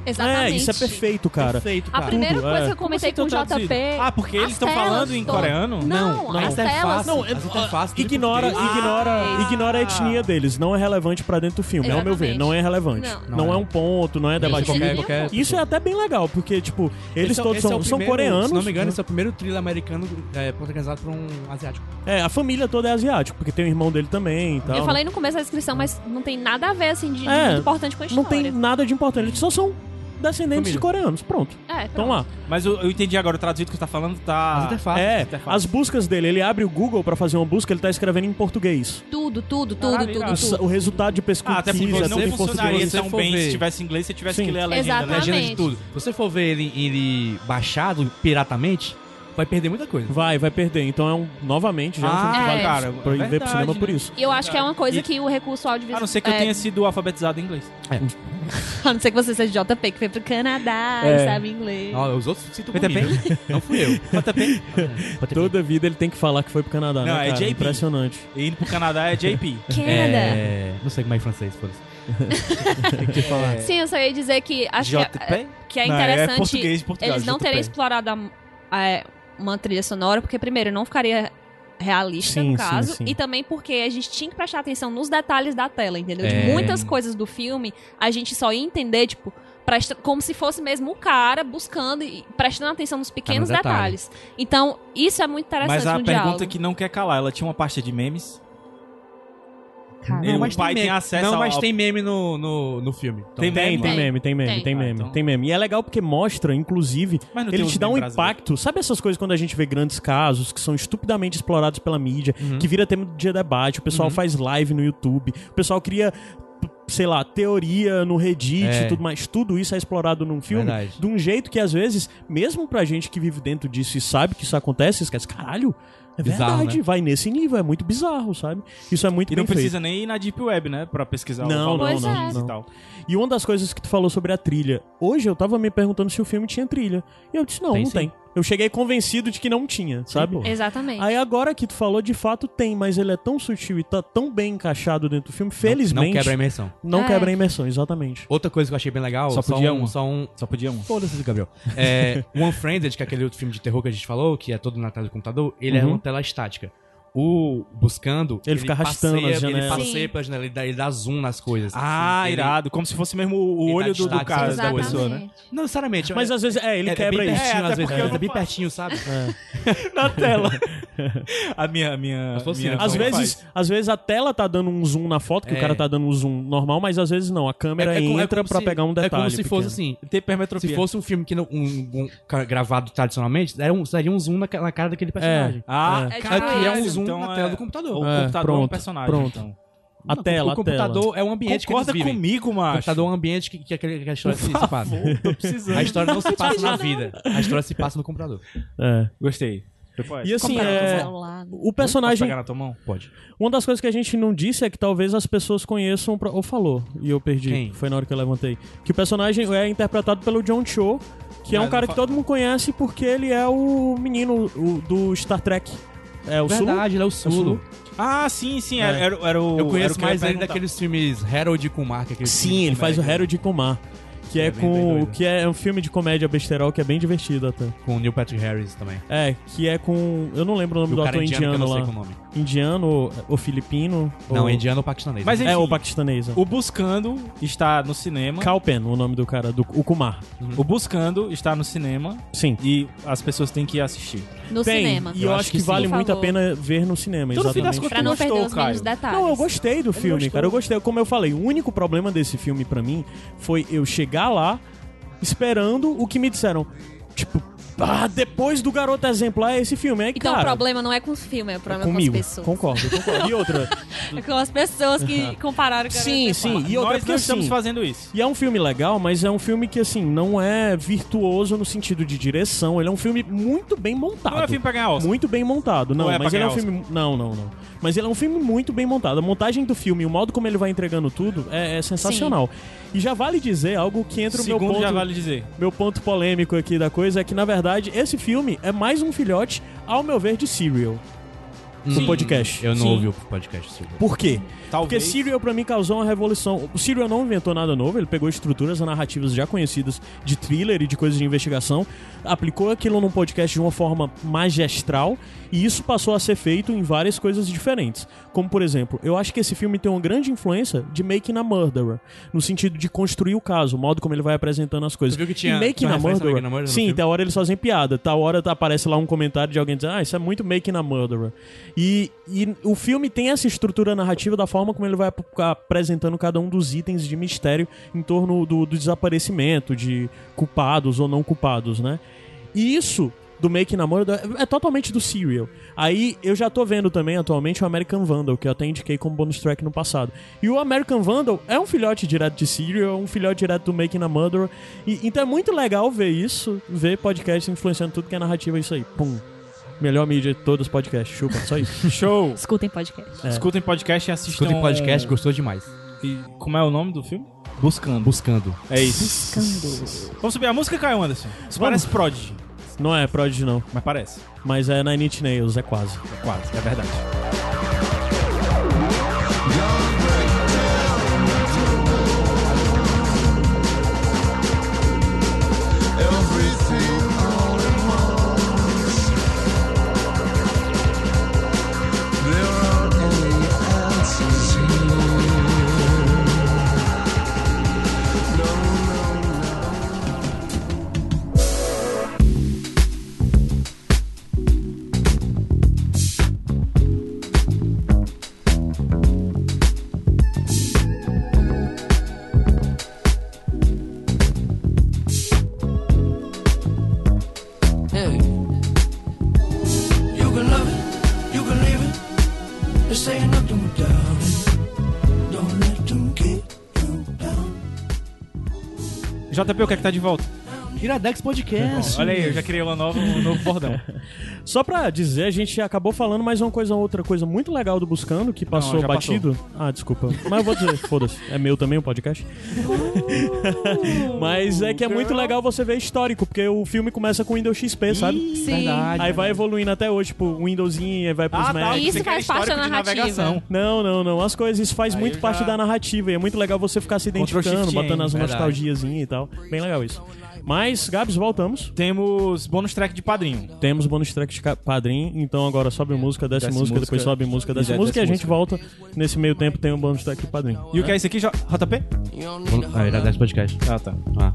[SPEAKER 5] Exatamente.
[SPEAKER 2] É, isso é perfeito, cara.
[SPEAKER 3] Perfeito,
[SPEAKER 5] A
[SPEAKER 3] cara.
[SPEAKER 5] primeira
[SPEAKER 2] tudo,
[SPEAKER 5] coisa
[SPEAKER 2] é.
[SPEAKER 5] que eu comentei com
[SPEAKER 1] Como
[SPEAKER 5] o JP.
[SPEAKER 1] assim tá traduzido? Ah, porque eles
[SPEAKER 5] as
[SPEAKER 1] estão
[SPEAKER 5] telas
[SPEAKER 1] falando em
[SPEAKER 5] todas.
[SPEAKER 1] coreano?
[SPEAKER 5] Não,
[SPEAKER 3] Não,
[SPEAKER 5] as telas.
[SPEAKER 3] Não,
[SPEAKER 2] é-
[SPEAKER 3] as interfaces, tudo em
[SPEAKER 2] Ignora,
[SPEAKER 3] português.
[SPEAKER 2] ignora,
[SPEAKER 5] Ah.
[SPEAKER 2] ignora a etnia deles, não é relevante pra dentro do filme, ao meu ver,
[SPEAKER 5] Exatamente.
[SPEAKER 2] não é relevante.
[SPEAKER 5] Não.
[SPEAKER 2] Não, é um ponto, não é debate
[SPEAKER 5] Isso,
[SPEAKER 3] Ah, qualquer,
[SPEAKER 5] nenhum.
[SPEAKER 3] qualquer
[SPEAKER 2] Isso é até bem legal, porque tipo, eles
[SPEAKER 3] Esse é-
[SPEAKER 2] todos
[SPEAKER 3] esse é
[SPEAKER 2] são,
[SPEAKER 3] o
[SPEAKER 2] são
[SPEAKER 3] primeiro-
[SPEAKER 2] coreanos.
[SPEAKER 3] Se não me engano,
[SPEAKER 2] né?
[SPEAKER 3] esse é o primeiro thriller americano é, protagonizado por um asiático.
[SPEAKER 2] É, a família toda é asiática, porque tem o irmão dele também e tal.
[SPEAKER 5] Eu falei no começo da descrição, mas não tem nada a ver, assim, de, de
[SPEAKER 2] É,
[SPEAKER 5] muito importante com a
[SPEAKER 2] Não
[SPEAKER 5] história.
[SPEAKER 2] tem nada de importante, eles só são descendentes
[SPEAKER 3] Família.
[SPEAKER 2] de coreanos, pronto.
[SPEAKER 5] É,
[SPEAKER 2] Então
[SPEAKER 5] pronto.
[SPEAKER 2] lá.
[SPEAKER 1] Mas eu, eu entendi agora, o traduzido que tu tá falando
[SPEAKER 3] As
[SPEAKER 1] tá.
[SPEAKER 3] interfaces.
[SPEAKER 2] é,
[SPEAKER 1] interface.
[SPEAKER 2] as buscas dele, ele abre o Google pra fazer uma busca, ele tá escrevendo em português.
[SPEAKER 5] Tudo, tudo, tudo,
[SPEAKER 1] Caralho,
[SPEAKER 5] tudo,
[SPEAKER 1] irado.
[SPEAKER 2] O,
[SPEAKER 5] tudo.
[SPEAKER 2] o resultado de pesquisa
[SPEAKER 1] Ah, até porque
[SPEAKER 2] é
[SPEAKER 1] não
[SPEAKER 2] tudo em
[SPEAKER 1] funcionaria
[SPEAKER 2] português.
[SPEAKER 3] se
[SPEAKER 1] tão
[SPEAKER 3] for
[SPEAKER 1] bem
[SPEAKER 3] ver.
[SPEAKER 1] se tivesse inglês, se tivesse
[SPEAKER 2] Sim.
[SPEAKER 1] que ler a legenda. né?
[SPEAKER 5] Exatamente.
[SPEAKER 3] legenda de tudo. Se você for ver ele, ele baixado piratamente, vai perder muita coisa.
[SPEAKER 2] Vai, vai perder. Então é um, novamente, já é um filme que
[SPEAKER 5] Ah,
[SPEAKER 2] vale
[SPEAKER 5] cara,
[SPEAKER 2] pra ir ver pro
[SPEAKER 1] verdade,
[SPEAKER 2] cinema por
[SPEAKER 1] né?
[SPEAKER 2] isso.
[SPEAKER 5] E eu acho que é uma coisa
[SPEAKER 1] E-
[SPEAKER 5] que o recurso audiovisual. é,
[SPEAKER 1] A não ser que eu tenha sido alfabetizado em inglês.
[SPEAKER 5] A não ser que você seja JP, que foi pro Canadá
[SPEAKER 1] É.
[SPEAKER 5] e sabe inglês.
[SPEAKER 3] Ó, os outros sinto
[SPEAKER 1] Mas também-
[SPEAKER 3] comigo. Não fui eu.
[SPEAKER 2] Toda vida ele tem que falar que foi pro Canadá,
[SPEAKER 1] Não, é
[SPEAKER 2] né, cara?
[SPEAKER 1] JP.
[SPEAKER 2] Impressionante.
[SPEAKER 1] E indo pro Canadá é JP.
[SPEAKER 5] Canadá.
[SPEAKER 3] É, não sei como é em francês, por isso.
[SPEAKER 1] É.
[SPEAKER 5] Sim, eu só ia dizer que acho que é,
[SPEAKER 1] JP?
[SPEAKER 5] que é
[SPEAKER 1] Não,
[SPEAKER 5] interessante
[SPEAKER 1] é português de Portugal,
[SPEAKER 5] eles não
[SPEAKER 1] JP.
[SPEAKER 5] terem explorado a- a- uma trilha sonora, porque primeiro não ficaria realista
[SPEAKER 2] Sim,
[SPEAKER 5] no
[SPEAKER 2] sim,
[SPEAKER 5] caso,
[SPEAKER 2] sim.
[SPEAKER 5] e também porque a gente tinha que prestar atenção nos detalhes da tela, entendeu? De
[SPEAKER 3] É.
[SPEAKER 5] muitas coisas do filme a gente só ia entender, tipo, presta- como se fosse mesmo o cara buscando e prestando atenção nos pequenos
[SPEAKER 3] detalhe.
[SPEAKER 5] detalhes. Então, isso é muito interessante
[SPEAKER 1] Mas a
[SPEAKER 5] no
[SPEAKER 1] pergunta
[SPEAKER 5] diálogo.
[SPEAKER 1] que não quer calar, ela tinha uma pasta de memes.
[SPEAKER 5] Cara.
[SPEAKER 1] Não, mas tem meme.
[SPEAKER 3] Não,
[SPEAKER 1] Não,
[SPEAKER 3] mas
[SPEAKER 1] mas
[SPEAKER 3] tem meme no, no, filme. Então,
[SPEAKER 1] Tem meme?
[SPEAKER 2] Tem, tem
[SPEAKER 5] Tem.
[SPEAKER 2] meme, tem meme,
[SPEAKER 5] Tem.
[SPEAKER 2] tem meme,
[SPEAKER 1] Ah, então-
[SPEAKER 2] tem meme. E é legal porque mostra, inclusive,
[SPEAKER 1] Mas não tem
[SPEAKER 2] ele
[SPEAKER 1] os
[SPEAKER 2] te dá um
[SPEAKER 1] memes brasileiros.
[SPEAKER 2] impacto. Sabe essas coisas quando a gente vê grandes casos que são estupidamente explorados pela mídia,
[SPEAKER 3] Uhum.
[SPEAKER 2] que vira tema de debate, o pessoal faz live no YouTube, o pessoal cria, p- sei lá, teoria no Reddit
[SPEAKER 3] É.
[SPEAKER 2] e tudo mais. Tudo isso é explorado num filme
[SPEAKER 3] Verdade.
[SPEAKER 2] de um jeito que, às vezes, mesmo pra gente que vive dentro disso e sabe que isso acontece, esquece, caralho, é
[SPEAKER 3] Bizarro,
[SPEAKER 2] verdade,
[SPEAKER 3] né?
[SPEAKER 2] vai nesse nível, é muito bizarro, sabe? Isso é muito
[SPEAKER 1] E
[SPEAKER 2] bem
[SPEAKER 1] não
[SPEAKER 2] feito.
[SPEAKER 1] precisa nem ir na Deep Web, né? Pra pesquisar o
[SPEAKER 2] Não,
[SPEAKER 1] valor
[SPEAKER 5] Pois
[SPEAKER 1] dos
[SPEAKER 5] é.
[SPEAKER 1] memes
[SPEAKER 2] não.
[SPEAKER 1] e tal.
[SPEAKER 2] E uma das coisas que tu falou sobre a trilha. Hoje eu tava me perguntando se o filme tinha trilha. E eu disse, não,
[SPEAKER 3] Tem
[SPEAKER 2] não
[SPEAKER 3] sim.
[SPEAKER 2] tem. Eu cheguei convencido de que não tinha, sabe?
[SPEAKER 3] pô.
[SPEAKER 5] Exatamente.
[SPEAKER 2] Aí agora que tu falou, de fato tem, mas ele é tão sutil e tá tão bem encaixado dentro do filme, felizmente.
[SPEAKER 3] Não quebra a imersão.
[SPEAKER 2] não
[SPEAKER 5] É.
[SPEAKER 2] quebra a imersão, exatamente.
[SPEAKER 3] Outra coisa que eu achei bem legal,
[SPEAKER 1] Só podia
[SPEAKER 3] um,
[SPEAKER 1] uma.
[SPEAKER 3] só um,
[SPEAKER 1] Só podia um.
[SPEAKER 3] Foda-se, Gabriel. É, o Unfriended, que é aquele outro filme de terror que a gente falou, que é todo na tela do computador, ele é
[SPEAKER 2] Uhum.
[SPEAKER 3] uma tela estática. O Buscando.
[SPEAKER 2] Ele fica arrastando
[SPEAKER 3] passeia,
[SPEAKER 2] as
[SPEAKER 3] Ele
[SPEAKER 2] janelas.
[SPEAKER 3] passeia
[SPEAKER 5] Sim.
[SPEAKER 3] pela janela, ele dá, ele dá zoom nas coisas.
[SPEAKER 1] Ah,
[SPEAKER 3] Ele-
[SPEAKER 1] irado. Como se fosse mesmo o
[SPEAKER 3] Ele
[SPEAKER 1] olho
[SPEAKER 3] dá
[SPEAKER 1] do, do
[SPEAKER 3] destaque,
[SPEAKER 1] cara, da
[SPEAKER 5] Exatamente.
[SPEAKER 1] pessoa, né?
[SPEAKER 3] Não necessariamente.
[SPEAKER 2] Mas
[SPEAKER 3] é,
[SPEAKER 2] às vezes, é, ele
[SPEAKER 3] é
[SPEAKER 2] quebra
[SPEAKER 3] bem
[SPEAKER 2] isso.
[SPEAKER 3] pertinho,
[SPEAKER 1] É, até
[SPEAKER 3] às vezes.
[SPEAKER 1] porque eu
[SPEAKER 3] É,
[SPEAKER 1] não
[SPEAKER 3] bem
[SPEAKER 1] faço.
[SPEAKER 3] pertinho, sabe?
[SPEAKER 2] Na tela.
[SPEAKER 1] A minha. A minha,
[SPEAKER 3] Mas fosse
[SPEAKER 1] minha
[SPEAKER 3] assim,
[SPEAKER 2] às,
[SPEAKER 3] Como
[SPEAKER 1] avó
[SPEAKER 2] vezes, às vezes a tela tá dando um zoom na foto, que
[SPEAKER 3] É.
[SPEAKER 2] o cara tá dando um zoom normal, mas às vezes não. A câmera
[SPEAKER 3] como-
[SPEAKER 2] entra
[SPEAKER 3] como
[SPEAKER 2] pra
[SPEAKER 3] se-
[SPEAKER 2] pegar um
[SPEAKER 3] É
[SPEAKER 2] detalhe.
[SPEAKER 3] como se
[SPEAKER 2] pequeno.
[SPEAKER 3] fosse assim.
[SPEAKER 1] faz. Tem hipermetropia.
[SPEAKER 3] Se fosse um filme que não, um, um ca- gravado tradicionalmente, era um- seria um zoom na, ca- na cara daquele personagem.
[SPEAKER 1] Ah, então
[SPEAKER 5] É.
[SPEAKER 1] cara,
[SPEAKER 5] Aqui é um
[SPEAKER 3] tipo, zoom na tela do computador.
[SPEAKER 1] O
[SPEAKER 2] É,
[SPEAKER 1] computador é um
[SPEAKER 2] pronto,
[SPEAKER 1] personagem.
[SPEAKER 2] pronto.
[SPEAKER 1] Então.
[SPEAKER 2] A
[SPEAKER 3] Não,
[SPEAKER 2] tela,
[SPEAKER 3] O
[SPEAKER 2] a
[SPEAKER 3] computador é um ambiente
[SPEAKER 1] Concorda
[SPEAKER 3] que eles vivem.
[SPEAKER 1] comigo,
[SPEAKER 3] O
[SPEAKER 1] macho.
[SPEAKER 3] computador um é um ambiente que, que, aquele- que a história se, se passa.
[SPEAKER 1] Tô precisando.
[SPEAKER 3] A história não se passa na vida. A história se passa no computador.
[SPEAKER 2] tela.
[SPEAKER 1] Gostei.
[SPEAKER 2] É. E assim,
[SPEAKER 5] Comparado com o
[SPEAKER 2] é,
[SPEAKER 5] celular, né?
[SPEAKER 2] o personagem
[SPEAKER 1] pegar na tua mão?
[SPEAKER 3] Pode.
[SPEAKER 2] Uma das coisas que a gente não disse é que talvez as pessoas conheçam. o pro- Ou falou, e eu perdi.
[SPEAKER 3] Quem?
[SPEAKER 2] Foi na hora que eu levantei. Que o personagem é interpretado pelo John Cho, que é
[SPEAKER 1] Mas
[SPEAKER 3] Ah,
[SPEAKER 2] um cara
[SPEAKER 1] não
[SPEAKER 2] que
[SPEAKER 1] fa-
[SPEAKER 2] todo mundo conhece porque ele é o menino o- do Star Trek. É o Sulu?
[SPEAKER 3] Verdade, ele é
[SPEAKER 2] É
[SPEAKER 3] o
[SPEAKER 2] o
[SPEAKER 3] Sulu.
[SPEAKER 1] Ah, sim, sim. Era,
[SPEAKER 2] É.
[SPEAKER 1] era, o- era o.
[SPEAKER 3] Eu
[SPEAKER 1] era o
[SPEAKER 3] conheço
[SPEAKER 1] que eu ia
[SPEAKER 3] mais ele
[SPEAKER 1] perguntar.
[SPEAKER 3] daqueles filmes Harold e Kumar. aqueles
[SPEAKER 2] Sim,
[SPEAKER 3] filmes
[SPEAKER 2] ele faz o
[SPEAKER 3] comédia
[SPEAKER 2] Harold Kumar. Que é,
[SPEAKER 3] É bem- bem
[SPEAKER 2] com.
[SPEAKER 3] doido.
[SPEAKER 2] que é um filme de comédia besterol que é bem divertido até.
[SPEAKER 3] Com o Neil Patrick Harris também.
[SPEAKER 2] É, que é com. Eu não lembro o nome
[SPEAKER 3] E
[SPEAKER 2] do
[SPEAKER 3] o cara é
[SPEAKER 2] ator
[SPEAKER 3] indiano,
[SPEAKER 2] indiano,
[SPEAKER 3] que eu não sei
[SPEAKER 2] lá.
[SPEAKER 3] qual o nome.
[SPEAKER 2] Indiano ou, ou filipino?
[SPEAKER 3] Não,
[SPEAKER 2] ou...
[SPEAKER 3] é indiano ou paquistanês.
[SPEAKER 1] Mas
[SPEAKER 3] né?
[SPEAKER 1] enfim,
[SPEAKER 2] É, ou paquistanês. né?
[SPEAKER 1] O Buscando está no cinema.
[SPEAKER 2] Kalpen, o nome do cara, do o Kumar.
[SPEAKER 1] O Buscando está no cinema
[SPEAKER 2] Sim.
[SPEAKER 1] e as pessoas têm que ir assistir.
[SPEAKER 5] No
[SPEAKER 2] Tem,
[SPEAKER 5] cinema.
[SPEAKER 2] E eu, acho que,
[SPEAKER 5] sim.
[SPEAKER 2] vale
[SPEAKER 5] Por
[SPEAKER 2] muito a
[SPEAKER 5] favor.
[SPEAKER 2] pena ver no cinema,
[SPEAKER 1] Então, no fim das
[SPEAKER 2] exatamente.
[SPEAKER 1] contas,
[SPEAKER 5] Pra não
[SPEAKER 1] Gostou,
[SPEAKER 5] perder os mínimos
[SPEAKER 1] Caio?
[SPEAKER 5] detalhes.
[SPEAKER 2] Não, eu gostei do filme,
[SPEAKER 1] gostou.
[SPEAKER 2] cara. Eu gostei. Como eu falei, o único problema desse filme pra mim foi eu chegar lá esperando o que me disseram. Tipo, ah, depois do Garoto Exemplar é esse filme. Aí,
[SPEAKER 5] Então
[SPEAKER 2] cara,
[SPEAKER 5] o problema não é com o filme, é o problema
[SPEAKER 2] comigo.
[SPEAKER 5] com as pessoas.
[SPEAKER 2] Concordo, concordo. E outra.
[SPEAKER 5] É com as pessoas que compararam com a
[SPEAKER 2] sim,
[SPEAKER 5] Garota
[SPEAKER 2] sim. E outra
[SPEAKER 1] Nós
[SPEAKER 2] porque
[SPEAKER 1] não estamos
[SPEAKER 2] assim,
[SPEAKER 1] fazendo isso.
[SPEAKER 2] E é um filme legal, mas é um filme que, assim, não é virtuoso no sentido de direção. Ele é um filme muito bem montado.
[SPEAKER 1] Não é filme pra ganhar Oscar.
[SPEAKER 2] Muito bem montado. Não,
[SPEAKER 1] Não é pra
[SPEAKER 2] mas ele é um
[SPEAKER 1] ganhar Oscar.
[SPEAKER 2] filme. Não, não, não. Mas ele é um filme muito bem montado. A montagem do filme, o modo como ele vai entregando tudo é, é sensacional. E já vale dizer algo que entra o meu
[SPEAKER 1] Segundo
[SPEAKER 2] ponto.
[SPEAKER 1] já vale dizer.
[SPEAKER 2] Meu ponto polêmico aqui da coisa é que, na verdade, esse filme é mais um filhote, ao meu ver, de Serial.
[SPEAKER 3] Sim.
[SPEAKER 2] podcast.
[SPEAKER 3] Eu não
[SPEAKER 2] Sim.
[SPEAKER 3] ouvi o podcast. Silvio.
[SPEAKER 2] Por quê? Porque
[SPEAKER 1] Talvez.
[SPEAKER 2] Serial pra mim causou uma revolução. O Serial não inventou nada novo, ele pegou estruturas narrativas já conhecidas de thriller e de coisas de investigação, aplicou aquilo num podcast de uma forma magistral e isso passou a ser feito em várias coisas diferentes. Como por exemplo, eu acho que esse filme tem uma grande influência de Making a Murderer, no sentido de construir o caso, o modo como ele vai apresentando as coisas.
[SPEAKER 3] Tu viu que tinha-
[SPEAKER 2] e Making
[SPEAKER 3] tinha
[SPEAKER 2] a
[SPEAKER 3] referência a
[SPEAKER 2] Murderer.
[SPEAKER 3] Making a Murderer no
[SPEAKER 2] sim,
[SPEAKER 3] filme?
[SPEAKER 2] tal hora eles fazem piada, tal hora tá- aparece lá um comentário de alguém dizendo, ah, isso é muito Making a Murderer. E, e o filme tem essa estrutura narrativa da forma como ele vai ap- apresentando cada um dos itens de mistério em torno do, do desaparecimento, de culpados ou não culpados, né? E isso do Making a Murderer é totalmente do Serial. Aí eu já tô vendo também atualmente o American Vandal, que eu até indiquei como bonus track no passado. E o American Vandal é um filhote direto de Serial, é um filhote direto do Making a Murderer. E- então é muito legal ver isso, ver podcast influenciando tudo que é narrativa, é isso aí. Pum. Melhor mídia de todos os podcasts. Chupa, só isso.
[SPEAKER 1] Show!
[SPEAKER 5] Escutem podcast.
[SPEAKER 2] É.
[SPEAKER 1] Escutem podcast e assistam. é,
[SPEAKER 3] Escutem podcast, gostou demais.
[SPEAKER 1] E como é o nome do filme? Buscando.
[SPEAKER 3] Buscando.
[SPEAKER 1] É isso. Vamos subir a música, Caio Anderson. Isso parece Prodigy,
[SPEAKER 2] Não é Prodigy, não.
[SPEAKER 1] mas parece.
[SPEAKER 2] Mas é Nine Inch Nails, é quase.
[SPEAKER 1] Quase, é verdade.
[SPEAKER 6] Everything all at once. There aren't any answers here. No, no, no.
[SPEAKER 7] Hey. You can love it, you can leave it. This ain't nothing without it. Don't let them get you down.
[SPEAKER 1] JP, o que é que tá de volta?
[SPEAKER 3] Iradex Podcast.
[SPEAKER 1] Olha aí, eu já criei uma nova, um novo bordão.
[SPEAKER 2] Só pra dizer, a gente acabou falando mais uma coisa, outra coisa muito legal do Buscando, que passou
[SPEAKER 1] já passou.
[SPEAKER 2] batido. Ah, desculpa. Mas eu vou dizer, foda-se. É meu também o podcast. Mas é que é muito legal você ver histórico, porque o filme começa com o Windows XP, sabe?
[SPEAKER 5] Sim.
[SPEAKER 3] Verdade.
[SPEAKER 2] Aí vai evoluindo até hoje, tipo, Windowsinho, aí vai pros
[SPEAKER 1] Ah, tá.
[SPEAKER 2] Macs.
[SPEAKER 5] Isso
[SPEAKER 1] Você quer
[SPEAKER 5] faz parte da
[SPEAKER 1] histórico de
[SPEAKER 5] narrativa.
[SPEAKER 1] navegação.
[SPEAKER 2] Não, não, não. As coisas, isso faz muito
[SPEAKER 1] eu
[SPEAKER 2] parte
[SPEAKER 1] já-
[SPEAKER 2] da narrativa. E é muito legal você ficar se
[SPEAKER 1] Ctrl Shift
[SPEAKER 2] identificando,
[SPEAKER 1] N,
[SPEAKER 2] botando as
[SPEAKER 3] verdade.
[SPEAKER 2] nostalgias e tal. Bem legal isso. Mas, Gabs, voltamos.
[SPEAKER 1] Temos bônus track de padrinho.
[SPEAKER 2] Temos bonus track de ca- Padrim, então agora sobe música, desce,
[SPEAKER 1] Desce
[SPEAKER 2] música,
[SPEAKER 1] música,
[SPEAKER 2] depois sobe música, desce
[SPEAKER 1] e desce
[SPEAKER 2] música e a gente
[SPEAKER 1] música.
[SPEAKER 2] volta. Nesse meio tempo tem um bonus track de Padrim.
[SPEAKER 1] E o que é isso aqui, J- JP?
[SPEAKER 7] You don't need a
[SPEAKER 3] Ah,
[SPEAKER 7] whole lot.
[SPEAKER 3] Iradex Podcast.
[SPEAKER 1] Ah, tá.
[SPEAKER 3] Ah.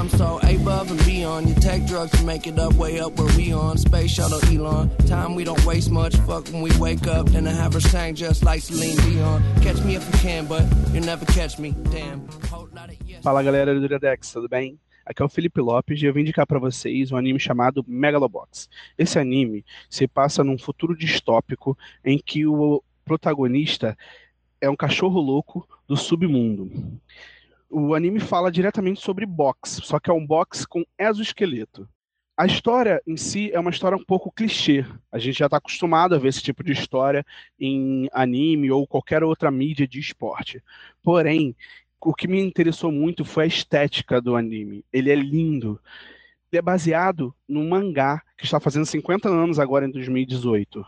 [SPEAKER 7] I'm so above and beyond. You take drugs to make it up, way up where we on. Space shuttle Elon. Time we don't waste much. Fuck when we wake up. Then I have her sang just like Celine Dion. Catch me if you can, but you'll never catch me. Damn. Whole lot of yes.
[SPEAKER 8] Fala galera do Iradex, tudo bem? Aqui é o Felipe Lopes e eu vim indicar pra vocês um anime chamado Megalobox. Esse anime se passa num futuro distópico em que o protagonista é um cachorro louco do submundo. O anime fala diretamente sobre boxe, só que é um boxe com exoesqueleto. A história em si é uma história um pouco clichê. A gente já está acostumado a ver esse tipo de história em anime ou qualquer outra mídia de esporte. Porém, o que me interessou muito foi a estética do anime. Ele é lindo. Ele é baseado num mangá que está fazendo 50 anos agora em 2018.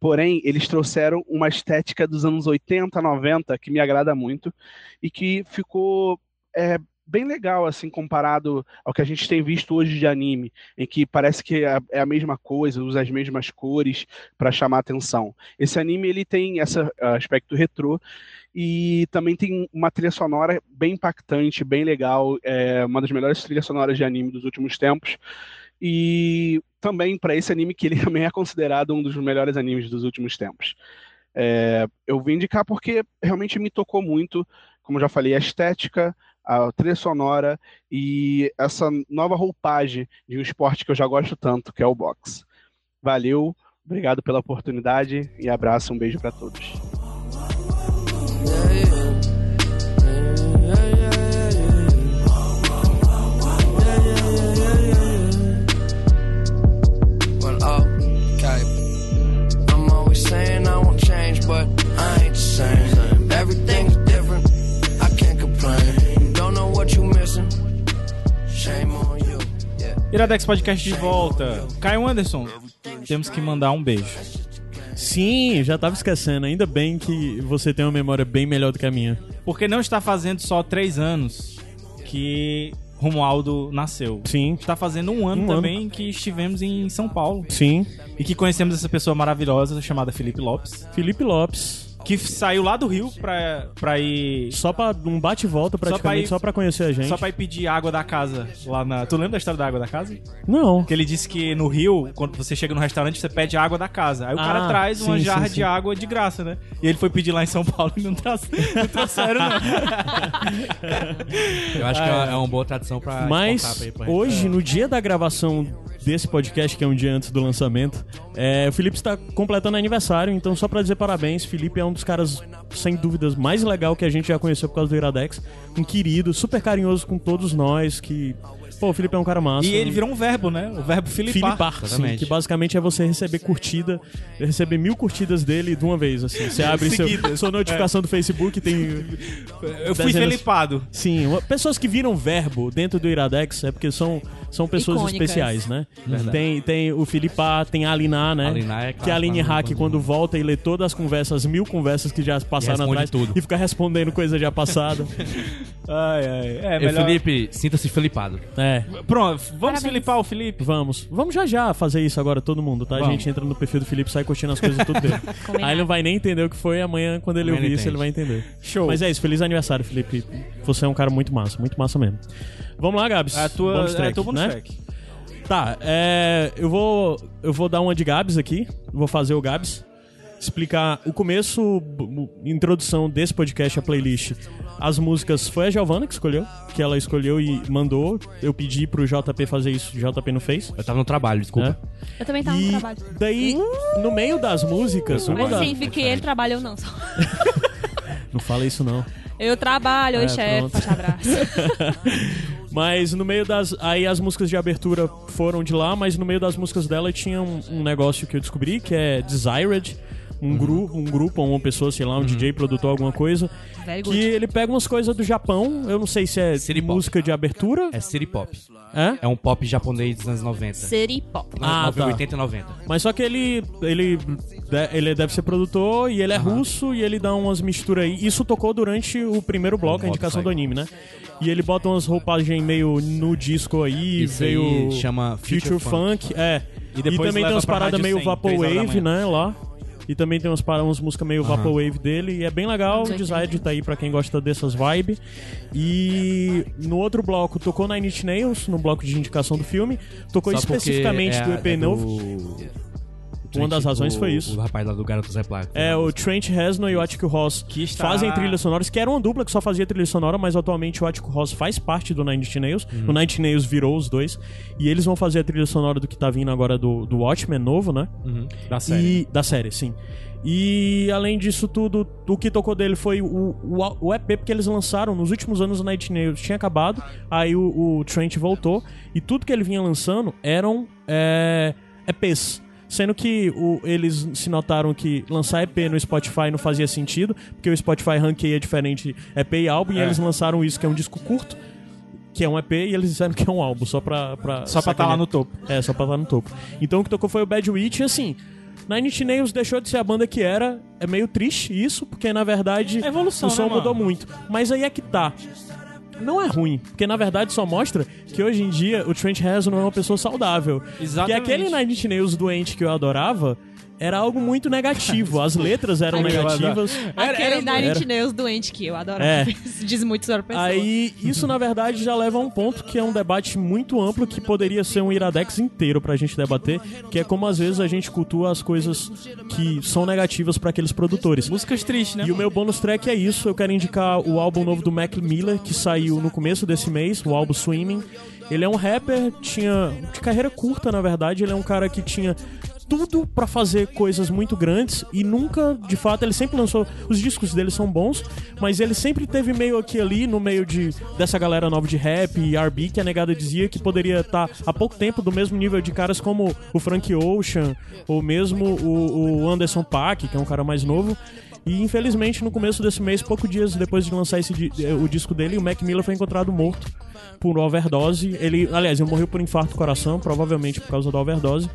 [SPEAKER 8] Porém, eles trouxeram uma estética dos anos 80, 90 que me agrada muito e que ficou é, bem legal assim comparado ao que a gente tem visto hoje de anime, em que parece que é a- é a mesma coisa, usa as mesmas cores para chamar atenção. Esse anime ele tem esse aspecto retrô e também tem uma trilha sonora bem impactante, bem legal, é uma das melhores trilhas sonoras de anime dos últimos tempos. E também para esse anime que ele também é considerado um dos melhores animes dos últimos tempos. É, eu vim indicar porque realmente me tocou muito, como eu já falei, a estética, a trilha sonora e essa nova roupagem de um esporte que eu já gosto tanto, que é o boxe. Valeu, obrigado pela oportunidade e abraço, um beijo para todos.
[SPEAKER 7] Well, oh, okay. I'm always saying I won't change, but I ain't the same. Everything's different. I can't complain. Don't know what you missing. Shame on you. Yeah.
[SPEAKER 1] Iradex Podcast de volta. Caio Anderson, temos que mandar um beijo.
[SPEAKER 2] Sim, já tava esquecendo. Ainda bem que você tem uma memória bem melhor do que a minha.
[SPEAKER 1] Porque não está fazendo só três anos que Romualdo nasceu.
[SPEAKER 2] Sim,
[SPEAKER 1] Está fazendo um ano
[SPEAKER 2] Um ano.
[SPEAKER 1] também que estivemos em São Paulo
[SPEAKER 2] sim.
[SPEAKER 1] e que conhecemos essa pessoa maravilhosa chamada Felipe Lopes,
[SPEAKER 2] Felipe Lopes.
[SPEAKER 1] que f- saiu lá do Rio pra, pra ir.
[SPEAKER 2] Só pra um bate-volta praticamente,
[SPEAKER 1] pra
[SPEAKER 2] só
[SPEAKER 1] ir-
[SPEAKER 2] pra conhecer a gente.
[SPEAKER 1] Só pra ir pedir água da casa lá na. Tu lembra da história da água da casa?
[SPEAKER 2] Não.
[SPEAKER 1] Que ele disse que no Rio, quando você chega no restaurante, você pede água da casa. Aí o
[SPEAKER 2] Ah,
[SPEAKER 1] cara traz uma
[SPEAKER 2] sim,
[SPEAKER 1] jarra
[SPEAKER 2] sim,
[SPEAKER 1] de
[SPEAKER 2] sim.
[SPEAKER 1] água de graça, né? E ele foi pedir lá em São Paulo e não, tra- não trouxeram,
[SPEAKER 3] Eu acho
[SPEAKER 2] Ah,
[SPEAKER 3] que é é uma boa tradição pra exportar
[SPEAKER 2] Mas
[SPEAKER 3] pra aí, pra gente.
[SPEAKER 2] hoje, no dia da gravação desse podcast, que é um dia antes do lançamento, é, o Felipe está completando aniversário, então só pra dizer parabéns, Felipe é um dos caras, sem dúvidas, mais legal que a gente já conheceu por causa do Iradex. Um querido, super carinhoso com todos nós, que... Pô, o Felipe é um cara massa.
[SPEAKER 1] E ele virou um verbo, né? O verbo filipar.
[SPEAKER 2] Filipar, sim,
[SPEAKER 3] Exatamente.
[SPEAKER 2] que basicamente é você receber curtida, receber mil curtidas dele de uma vez, assim. Você abre seu,
[SPEAKER 1] Seguidas. É.
[SPEAKER 2] sua notificação do Facebook, tem
[SPEAKER 1] Eu fui
[SPEAKER 2] Dezenas.
[SPEAKER 1] felipado.
[SPEAKER 2] Sim, uma- pessoas que viram verbo dentro do Iradex é porque são, são pessoas
[SPEAKER 5] Icônicas.
[SPEAKER 2] especiais, né? Tem, tem o Filipá, tem a Aliná, né?
[SPEAKER 3] A Aliná é
[SPEAKER 2] que a Aline
[SPEAKER 3] clássica,
[SPEAKER 2] Hack,
[SPEAKER 3] né?
[SPEAKER 2] quando volta e lê todas as conversas, mil conversas que já passaram
[SPEAKER 3] responde
[SPEAKER 2] atrás
[SPEAKER 3] tudo.
[SPEAKER 2] e fica respondendo coisa já passada.
[SPEAKER 1] Ai, ai. É,
[SPEAKER 3] Ei,
[SPEAKER 1] melhor...
[SPEAKER 3] Felipe, sinta-se felipado.
[SPEAKER 2] é.
[SPEAKER 1] Pronto, vamos
[SPEAKER 4] Parabéns.
[SPEAKER 1] filipar o Felipe?
[SPEAKER 2] Vamos. Vamos já já fazer isso agora, todo mundo, tá? A
[SPEAKER 1] Vamos.
[SPEAKER 2] gente entra no perfil do Felipe, sai curtindo as coisas tudo dele. Aí ele não vai nem entender o que foi amanhã, quando ele
[SPEAKER 3] Amanhã
[SPEAKER 2] ouvir
[SPEAKER 3] ele
[SPEAKER 2] isso, ele vai entender.
[SPEAKER 1] Show.
[SPEAKER 2] Mas é isso, feliz aniversário, Felipe. Você é um cara muito massa, muito massa mesmo. Vamos lá, Gabs.
[SPEAKER 1] A tua,
[SPEAKER 2] bonus track,
[SPEAKER 1] é, teu bonus
[SPEAKER 2] né?
[SPEAKER 1] track.
[SPEAKER 2] Tá, é, eu vou eu vou dar uma de Gabs aqui, vou fazer o Gabs, explicar o começo, b- b- introdução desse podcast, a playlist. As músicas foi a Giovana que escolheu, que ela escolheu e mandou. Eu pedi pro JP fazer isso, o JP não fez.
[SPEAKER 3] Eu tava no trabalho, desculpa.
[SPEAKER 2] né?
[SPEAKER 5] Eu também tava Tá no
[SPEAKER 2] E
[SPEAKER 5] trabalho.
[SPEAKER 2] daí, no meio das músicas, uma
[SPEAKER 5] Mas
[SPEAKER 2] da-
[SPEAKER 5] significa que ele trabalha ou não. só.
[SPEAKER 2] não fala isso não.
[SPEAKER 5] Eu trabalho, oi,
[SPEAKER 2] É,
[SPEAKER 5] chefe,
[SPEAKER 2] pronto.
[SPEAKER 5] forte abraço.
[SPEAKER 2] Mas no meio das. Aí as músicas de abertura foram de lá, mas no meio das músicas dela tinha um, um negócio que eu descobri que é Desired. Um
[SPEAKER 3] Uhum.
[SPEAKER 2] grupo, um grupo, ou uma pessoa, sei lá, um DJ, produtor, alguma coisa.
[SPEAKER 5] Very
[SPEAKER 2] que
[SPEAKER 5] good.
[SPEAKER 2] ele pega umas coisas do Japão, eu não sei se é
[SPEAKER 3] City pop.
[SPEAKER 2] música de abertura.
[SPEAKER 3] É City Pop.
[SPEAKER 2] É?
[SPEAKER 3] É um pop japonês dos anos 90.
[SPEAKER 5] City Pop.
[SPEAKER 2] Ah,
[SPEAKER 3] Nove-
[SPEAKER 2] tá.
[SPEAKER 3] 80 e 90.
[SPEAKER 2] Mas só que ele. Ele, de- ele deve ser produtor e ele é russo e ele dá umas misturas aí. Isso tocou durante o primeiro bloco, a
[SPEAKER 3] Mob
[SPEAKER 2] indicação do
[SPEAKER 3] Psycho.
[SPEAKER 2] anime, né? E ele bota umas roupagens meio no disco aí,
[SPEAKER 3] Isso aí
[SPEAKER 2] veio.
[SPEAKER 3] chama
[SPEAKER 2] Future
[SPEAKER 3] Future
[SPEAKER 2] Funk, é.
[SPEAKER 1] E
[SPEAKER 2] E,
[SPEAKER 1] depois
[SPEAKER 2] também
[SPEAKER 1] leva
[SPEAKER 2] tem umas
[SPEAKER 1] pra
[SPEAKER 2] paradas
[SPEAKER 1] Rádio 100,
[SPEAKER 2] meio
[SPEAKER 1] três horas
[SPEAKER 2] Vaporwave,
[SPEAKER 1] da
[SPEAKER 2] né, lá. E também tem umas, para- umas músicas meio Vaporwave dele. E é bem legal, o design tá aí pra quem gosta dessas vibes. E no outro bloco, tocou Nine Inch Nails, no bloco de indicação do filme. Tocou
[SPEAKER 3] Só porque
[SPEAKER 2] especificamente
[SPEAKER 3] é a-
[SPEAKER 2] do EP
[SPEAKER 3] é
[SPEAKER 2] novo.
[SPEAKER 3] do-
[SPEAKER 2] Uma das razões
[SPEAKER 3] o-
[SPEAKER 2] foi isso.
[SPEAKER 3] O rapaz lá do Garoto Zé Placa.
[SPEAKER 2] É, o Trent Reznor e o Attic Ross
[SPEAKER 1] Que está-
[SPEAKER 2] fazem trilhas sonoras, que era uma dupla que só fazia trilha sonora, mas atualmente o Attic Ross faz parte do Nine Inch Nails.
[SPEAKER 3] Uhum.
[SPEAKER 2] O Nine Inch Nails virou os dois. E eles vão fazer a trilha sonora do que tá vindo agora do, do Watchmen novo, né?
[SPEAKER 1] Da
[SPEAKER 2] E, da série, sim. E além disso tudo, o que tocou dele foi o, o, o EP porque eles lançaram nos últimos anos o Night Nails tinha acabado, aí o, o Trent voltou e tudo que ele vinha lançando eram é, EPs. Sendo que o- eles se notaram que lançar EP no Spotify não fazia sentido, porque o Spotify ranqueia diferente EP e álbum, e eles lançaram isso, que é um disco curto, que é um EP, e eles disseram que é um álbum, só pra. pra
[SPEAKER 1] Só pra estar lá no topo.
[SPEAKER 2] É, só pra estar no topo. Então o que tocou foi o Bad Witch, e assim. Nine Inch Nails deixou de ser a banda que era. É meio triste isso, porque na verdade
[SPEAKER 1] É evolução,
[SPEAKER 2] o som
[SPEAKER 1] né,
[SPEAKER 2] mudou
[SPEAKER 1] mano?
[SPEAKER 2] muito. Mas aí é que tá. Não é ruim, porque na verdade só mostra que hoje em dia o Trent Reznor não é uma pessoa saudável. Que
[SPEAKER 1] Exatamente.
[SPEAKER 2] aquele Nine Inch Nails doente que eu adorava era algo muito negativo. As letras eram
[SPEAKER 1] Ai, eu
[SPEAKER 2] negativas.
[SPEAKER 5] Aquele é da
[SPEAKER 2] era-
[SPEAKER 5] Nine Inch Nails doente que eu adoro.
[SPEAKER 2] É.
[SPEAKER 5] Isso Diz muito sobre a pessoa.
[SPEAKER 2] Aí, isso na verdade já leva a um ponto que é um debate muito amplo que poderia ser um Iradex inteiro pra gente debater, que é como às vezes a gente cultua as coisas que são negativas pra aqueles produtores.
[SPEAKER 1] Músicas tristes, né?
[SPEAKER 2] E o meu bônus track é isso, eu quero indicar o álbum novo do Mac Miller, que saiu no começo desse mês, o álbum Swimming. Ele é um rapper, tinha de carreira curta, na verdade, ele é um cara que tinha tudo pra fazer coisas muito grandes e nunca, de fato, ele sempre lançou, os discos dele são bons, mas ele sempre teve meio aqui e ali no meio de dessa galera nova de rap e R&B que a negada dizia que poderia estar há pouco tempo do mesmo nível de caras como o Frank Ocean ou mesmo o, o Anderson Paak, que é um cara mais novo. E infelizmente no começo desse mês, poucos dias depois de lançar esse, di- eh, o disco dele, o Mac Miller foi encontrado morto por overdose. Ele, aliás, ele morreu por infarto do coração, provavelmente por causa da overdose.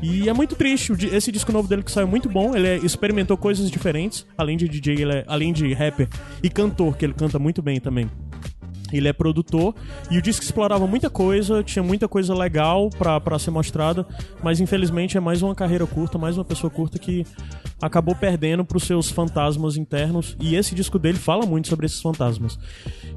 [SPEAKER 2] E é muito triste. o di- Esse disco novo dele que saiu é muito bom. Ele é- experimentou coisas diferentes, além de DJ, ele é- além de rapper e cantor, que ele canta muito bem também. Ele é produtor e o disco explorava muita coisa, tinha muita coisa legal pra pra ser mostrada, mas infelizmente é mais uma carreira curta, mais uma pessoa curta que acabou perdendo pros seus fantasmas internos. E esse disco dele fala muito sobre esses fantasmas.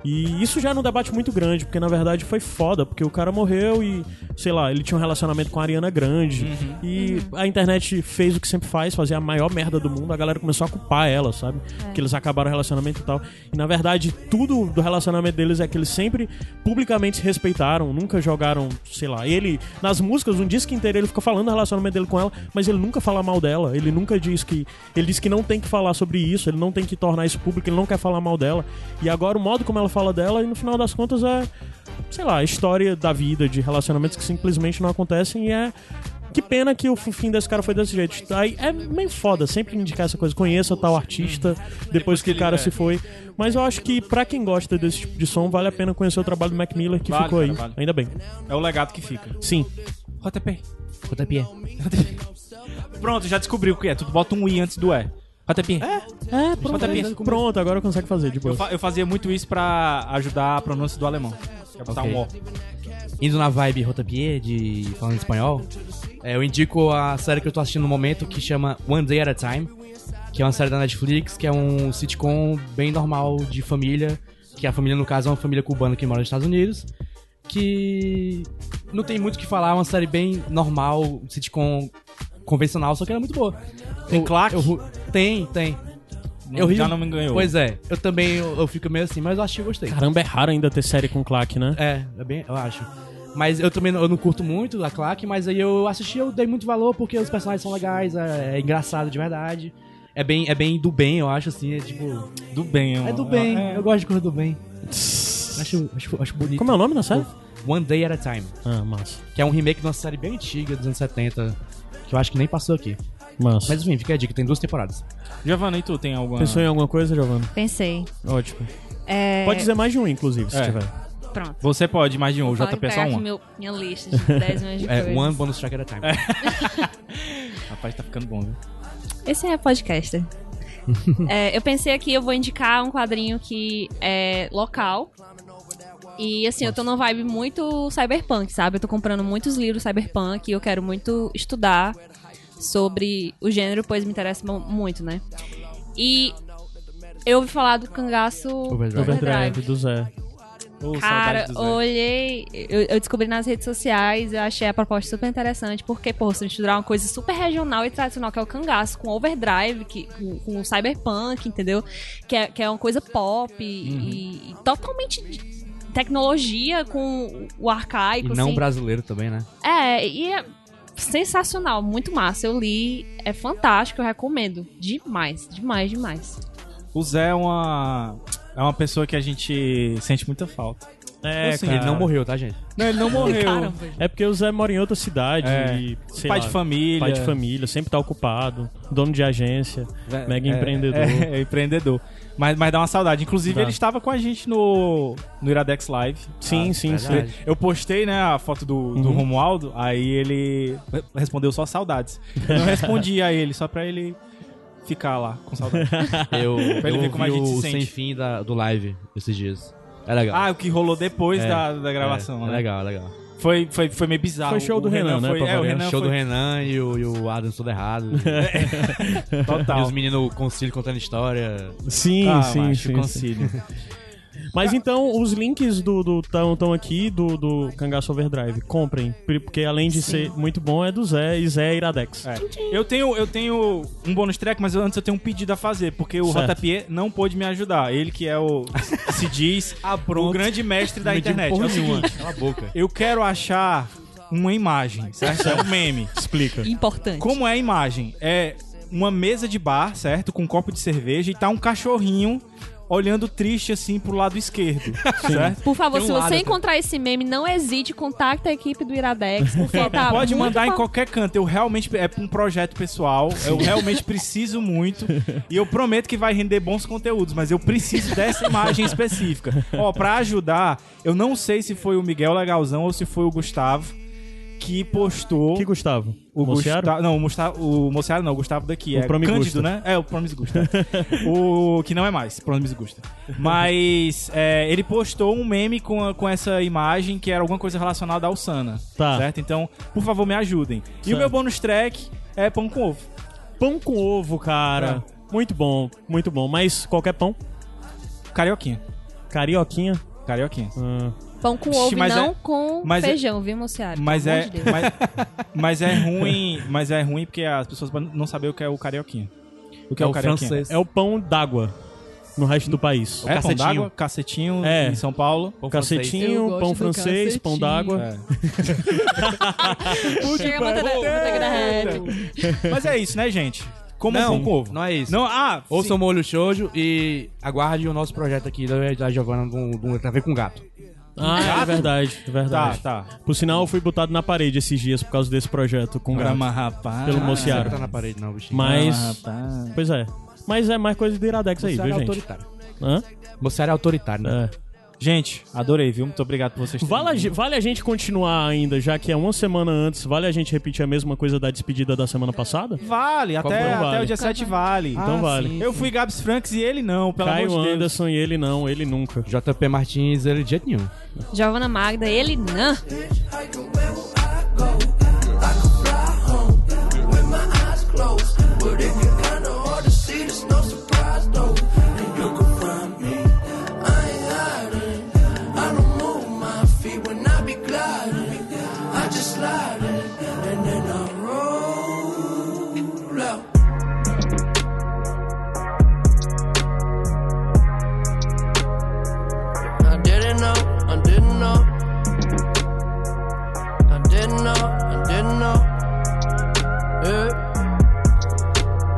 [SPEAKER 2] E isso já é um debate muito grande, porque na verdade foi foda, porque o cara morreu e, sei lá, ele tinha um relacionamento com a Ariana Grande. E a internet fez o que sempre faz, fazer a maior merda do mundo. A galera começou a culpar ela, sabe? Que eles acabaram o relacionamento e tal. E na verdade, tudo do relacionamento deles é que eles sempre publicamente se respeitaram, nunca jogaram, sei lá. Ele, nas músicas, um disco inteiro ele fica falando do relacionamento dele com ela, mas ele nunca fala mal dela. Ele nunca diz que. Ele diz que não tem que falar sobre isso, ele não tem que tornar isso público, ele não quer falar mal dela. E agora o modo como ela fala dela, e no final das contas é. Sei lá, a história da vida, de relacionamentos que simplesmente não acontecem e é que pena que o fim desse cara foi desse jeito. Aí é meio foda sempre indicar essa coisa. Conheça tal artista depois, que o
[SPEAKER 1] é.
[SPEAKER 2] cara se foi. Mas eu acho que pra quem gosta desse tipo de som, vale a pena conhecer o trabalho do Mac Miller que
[SPEAKER 1] Vale,
[SPEAKER 2] ficou
[SPEAKER 1] cara,
[SPEAKER 2] aí.
[SPEAKER 1] vale.
[SPEAKER 2] Ainda bem.
[SPEAKER 1] É o legado que fica.
[SPEAKER 2] Sim.
[SPEAKER 1] JP.
[SPEAKER 3] JP.
[SPEAKER 1] Pronto, já descobri o que é. Tu bota um i antes do e. JP. É?
[SPEAKER 2] É, pronto.
[SPEAKER 1] Pontapinha.
[SPEAKER 2] Pronto, agora consegue fazer de
[SPEAKER 1] Eu,
[SPEAKER 2] boa.
[SPEAKER 1] fa- eu fazia muito isso pra ajudar a pronúncia do alemão. Quer botar
[SPEAKER 3] Ok.
[SPEAKER 1] um o.
[SPEAKER 3] Indo na vibe Rotapier, de falando espanhol, é, eu indico a série que eu tô assistindo no momento, que chama One Day at a Time, que é uma série da Netflix, que é um sitcom bem normal de família, que a família, no caso, é uma família cubana que mora nos Estados Unidos, que não tem muito o que falar, é uma série bem normal, sitcom convencional, só que ela é muito boa.
[SPEAKER 1] Tem
[SPEAKER 3] Eu-
[SPEAKER 1] claque?
[SPEAKER 3] eu- tem, tem.
[SPEAKER 2] É
[SPEAKER 1] Não-
[SPEAKER 3] eu ri-
[SPEAKER 1] já não me ganhou.
[SPEAKER 3] Pois é, eu também, eu, eu fico meio assim, mas eu acho que eu gostei.
[SPEAKER 2] Caramba, é raro ainda ter série com claque, né?
[SPEAKER 3] É, é bem, eu acho. Mas eu também não, eu não curto muito da Claque, mas aí eu assisti, eu dei muito valor porque os personagens são legais, é, é engraçado de verdade. É bem, é bem do bem, eu acho, assim, é tipo.
[SPEAKER 1] Do bem,
[SPEAKER 3] É
[SPEAKER 1] eu-
[SPEAKER 3] do bem,
[SPEAKER 1] é.
[SPEAKER 3] eu gosto de coisa do bem. Acho, acho, acho bonito.
[SPEAKER 2] Como é o nome da série?
[SPEAKER 3] One Day at a Time,
[SPEAKER 2] Ah, massa.
[SPEAKER 3] que é um remake de uma série bem antiga, dos anos 70, que eu acho que nem passou aqui.
[SPEAKER 2] Massa.
[SPEAKER 3] Mas enfim, fica a dica, tem duas temporadas.
[SPEAKER 1] Giovanna, e tu tem alguma?
[SPEAKER 2] Pensou em alguma coisa, Giovanna?
[SPEAKER 5] Pensei.
[SPEAKER 2] Ótimo.
[SPEAKER 5] É,
[SPEAKER 2] Pode dizer mais de um, inclusive, se
[SPEAKER 1] É.
[SPEAKER 2] tiver.
[SPEAKER 5] Pronto.
[SPEAKER 1] Você pode, mais de um. O
[SPEAKER 5] Vou
[SPEAKER 1] JP é só
[SPEAKER 5] pegar aqui
[SPEAKER 1] uma.
[SPEAKER 5] meu- minha lista de 10 milhões de
[SPEAKER 3] É,
[SPEAKER 5] coisas.
[SPEAKER 3] One Bonus Track at a Time.
[SPEAKER 1] Rapaz, tá ficando bom, viu?
[SPEAKER 5] Esse é podcaster. É, eu pensei aqui, eu vou indicar um quadrinho que é local. E assim, eu tô numa vibe muito cyberpunk, sabe? Eu tô comprando muitos livros cyberpunk e eu quero muito estudar sobre o gênero, pois me interessa mu- muito, né? E eu ouvi falar do cangaço
[SPEAKER 3] Overdrive.
[SPEAKER 2] Overdrive, do Zé.
[SPEAKER 1] É Ô,
[SPEAKER 5] Cara,
[SPEAKER 1] saudade do Zé.
[SPEAKER 5] olhei, eu, eu descobri nas redes sociais, eu achei a proposta super interessante, porque, pô, você misturar uma coisa super regional e tradicional, que é o cangaço, com overdrive, que, com, com cyberpunk, entendeu? Que é, que é uma coisa pop e,
[SPEAKER 3] Uhum.
[SPEAKER 5] e totalmente de tecnologia com o
[SPEAKER 3] E
[SPEAKER 5] arcaico,
[SPEAKER 3] não
[SPEAKER 5] assim.
[SPEAKER 3] brasileiro também, né?
[SPEAKER 5] É, e é sensacional, muito massa. Eu li, é fantástico, eu recomendo. Demais, demais, demais.
[SPEAKER 1] O Zé é uma... É uma pessoa que a gente sente muita falta.
[SPEAKER 2] É,
[SPEAKER 1] Assim,
[SPEAKER 2] cara.
[SPEAKER 3] Ele não morreu, tá, gente?
[SPEAKER 1] Não, ele não morreu.
[SPEAKER 2] É porque o Zé mora em outra cidade
[SPEAKER 1] É.
[SPEAKER 2] e, sei
[SPEAKER 1] pai
[SPEAKER 2] lá,
[SPEAKER 1] de família.
[SPEAKER 2] Pai de família, sempre tá ocupado, dono de agência,
[SPEAKER 1] É,
[SPEAKER 2] mega
[SPEAKER 1] é,
[SPEAKER 2] empreendedor.
[SPEAKER 1] É, é, empreendedor. Mas, mas dá uma saudade. Inclusive,
[SPEAKER 2] Dá.
[SPEAKER 1] ele estava com a gente no, no Iradex Live. Ah,
[SPEAKER 2] Sim, sim, sim.
[SPEAKER 3] verdade.
[SPEAKER 1] Eu postei, né, a foto do, do
[SPEAKER 2] Uhum.
[SPEAKER 1] Romualdo, aí ele re- respondeu só saudades. Eu não respondi a ele, só pra ele ficar lá com saudade.
[SPEAKER 3] Eu,
[SPEAKER 1] Pra ele
[SPEAKER 3] eu
[SPEAKER 1] ver como a
[SPEAKER 3] ouvi
[SPEAKER 1] gente se
[SPEAKER 3] o
[SPEAKER 1] sente.
[SPEAKER 3] sem fim da- do live esses dias. É legal.
[SPEAKER 1] ah, o que rolou depois
[SPEAKER 3] É,
[SPEAKER 1] da, da gravação,
[SPEAKER 3] é,
[SPEAKER 1] né?
[SPEAKER 3] É legal, é legal.
[SPEAKER 1] Foi, foi, foi meio bizarro.
[SPEAKER 2] Foi show do
[SPEAKER 1] O
[SPEAKER 2] Renan, né,
[SPEAKER 1] foi-
[SPEAKER 2] pra
[SPEAKER 1] é, o
[SPEAKER 2] variar.
[SPEAKER 1] Renan
[SPEAKER 3] Show do
[SPEAKER 1] foi
[SPEAKER 3] Renan e o, e o Adam tudo errado. E
[SPEAKER 1] É, total.
[SPEAKER 3] os meninos concílio contando história.
[SPEAKER 2] Sim,
[SPEAKER 1] Ah,
[SPEAKER 2] sim,
[SPEAKER 1] macho,
[SPEAKER 2] sim, sim.
[SPEAKER 1] concílio.
[SPEAKER 2] Mas então, os links do estão tão, tão aqui do, do Cangaço Overdrive. Comprem, por- porque além de ser muito bom, é do Zé e Zé é Iradex.
[SPEAKER 1] É. Eu tenho, eu tenho um bônus track, mas eu- antes eu tenho um pedido a fazer, porque o
[SPEAKER 2] Certo.
[SPEAKER 1] Rotapier não pôde me ajudar. Ele que é o que se diz o grande mestre da
[SPEAKER 3] Não me digo
[SPEAKER 1] internet. É
[SPEAKER 3] porra
[SPEAKER 1] o seguinte,
[SPEAKER 3] nenhuma. Cala a boca.
[SPEAKER 1] eu quero achar uma imagem, certo? É um meme.
[SPEAKER 2] Explica.
[SPEAKER 5] Importante.
[SPEAKER 1] Como é a imagem? É uma mesa de bar, certo? Com um copo de cerveja e tá um cachorrinho olhando triste assim pro lado esquerdo, certo?
[SPEAKER 5] Por favor,
[SPEAKER 3] Tem um
[SPEAKER 5] se
[SPEAKER 3] lado,
[SPEAKER 5] você
[SPEAKER 3] tá?
[SPEAKER 5] encontrar esse meme, não hesite, contacta a equipe do Iradex, porque tá
[SPEAKER 1] Pode
[SPEAKER 5] muito
[SPEAKER 1] mandar em
[SPEAKER 5] mal-
[SPEAKER 1] qualquer canto. Eu realmente. É um projeto pessoal. Eu realmente preciso muito. E eu prometo que vai render bons conteúdos, mas eu preciso dessa imagem específica. Ó, pra ajudar, eu não sei se foi o Miguel Legalzão ou se foi o Gustavo que postou.
[SPEAKER 2] Que Gustavo?
[SPEAKER 1] O
[SPEAKER 2] Mociaro?
[SPEAKER 1] Gustavo, não, o Gustavo, o Mociaro não, o Gustavo daqui.
[SPEAKER 2] O
[SPEAKER 1] é
[SPEAKER 2] Promis
[SPEAKER 1] Cândido,
[SPEAKER 2] Gusta.
[SPEAKER 1] né? É, o Promis Gusta. o que não é mais, Promis Gusta. Mas é, ele postou um meme com, a- com essa imagem que era alguma coisa relacionada ao Sana.
[SPEAKER 2] Tá.
[SPEAKER 1] Certo? Então, por favor, me ajudem. E
[SPEAKER 2] Certo.
[SPEAKER 1] o meu bônus track é pão com ovo.
[SPEAKER 2] Pão com ovo, cara.
[SPEAKER 1] É.
[SPEAKER 2] Muito bom, muito bom. Mas qualquer pão.
[SPEAKER 1] Carioquinha.
[SPEAKER 2] Carioquinha.
[SPEAKER 1] Carioquinha.
[SPEAKER 2] Ah,
[SPEAKER 5] Pão com
[SPEAKER 1] Ixi,
[SPEAKER 5] ovo,
[SPEAKER 1] mas
[SPEAKER 5] não
[SPEAKER 1] é-
[SPEAKER 5] com
[SPEAKER 1] mas é-
[SPEAKER 5] feijão, viu, Mociário?
[SPEAKER 1] Mas
[SPEAKER 5] Pelo
[SPEAKER 1] é,
[SPEAKER 5] amor de Deus.
[SPEAKER 1] mas, mas é ruim, mas é ruim porque as pessoas podem não saber o que é o carioquinha. O que é,
[SPEAKER 3] É
[SPEAKER 1] o
[SPEAKER 3] o
[SPEAKER 1] carioquinha?
[SPEAKER 3] francês.
[SPEAKER 2] é o pão d'água no resto do país.
[SPEAKER 1] É pão
[SPEAKER 3] Cacetinho.
[SPEAKER 1] d'água, cacetinho
[SPEAKER 2] É.
[SPEAKER 1] em São Paulo.
[SPEAKER 3] Pão
[SPEAKER 2] Cacetinho,
[SPEAKER 9] Eu gosto
[SPEAKER 2] pão
[SPEAKER 9] do
[SPEAKER 2] francês,
[SPEAKER 9] cacetinho.
[SPEAKER 2] pão d'água.
[SPEAKER 1] É.
[SPEAKER 5] Chega, manda da- manda da greve.
[SPEAKER 1] Mas é isso, né, gente? Como
[SPEAKER 3] Não,
[SPEAKER 1] um pão com ovo.
[SPEAKER 3] não é isso.
[SPEAKER 1] Não, ah,
[SPEAKER 3] Ouça
[SPEAKER 1] sim.
[SPEAKER 3] o Molho Shoujo e aguarde o nosso projeto aqui da, da Giovana do, do TV com Gato.
[SPEAKER 2] Ah, é verdade,
[SPEAKER 1] Tá,
[SPEAKER 2] é verdade.
[SPEAKER 1] tá.
[SPEAKER 2] Por sinal, eu fui botado na parede esses dias por causa desse projeto com
[SPEAKER 1] Pra
[SPEAKER 2] gato.
[SPEAKER 1] amarrar, Um rapaz.
[SPEAKER 2] Pelo
[SPEAKER 3] Você
[SPEAKER 2] Mociaro.
[SPEAKER 3] não tá na parede, não, bichinho.
[SPEAKER 2] Mas.
[SPEAKER 1] Rapaz.
[SPEAKER 2] Pois é. Mas é mais coisa do Iradex aí,
[SPEAKER 3] Mociaro
[SPEAKER 2] viu,
[SPEAKER 3] é
[SPEAKER 2] gente?
[SPEAKER 3] autoritário.
[SPEAKER 2] Hã?
[SPEAKER 3] Mociaro é autoritário, né?
[SPEAKER 2] É.
[SPEAKER 1] Gente, adorei, viu? Muito obrigado por vocês
[SPEAKER 2] Vale, a ge- vale a gente continuar ainda, já que é uma semana antes, vale a gente repetir a mesma coisa da despedida da semana passada?
[SPEAKER 1] Vale, até,
[SPEAKER 2] Como
[SPEAKER 1] até
[SPEAKER 2] vale?
[SPEAKER 1] o dia 7 vale. Ah,
[SPEAKER 3] Ah,
[SPEAKER 2] Então vale.
[SPEAKER 1] Eu fui Gabs Franks e ele não, pelo
[SPEAKER 2] Caio
[SPEAKER 1] amor de Deus.
[SPEAKER 2] Anderson e ele não, ele nunca.
[SPEAKER 3] JP Martins, ele de jeito nenhum.
[SPEAKER 5] Giovana Magda, ele não.
[SPEAKER 7] I go where will I go? I could fly home with my eyes closed. But it can kinda hard to see, there's no surprise though. And you can find me. I ain't hiding. I don't move my feet when I be gliding. I just slide in and then I roll out. I didn't know, I didn't know. I didn't know, I didn't know. Yeah.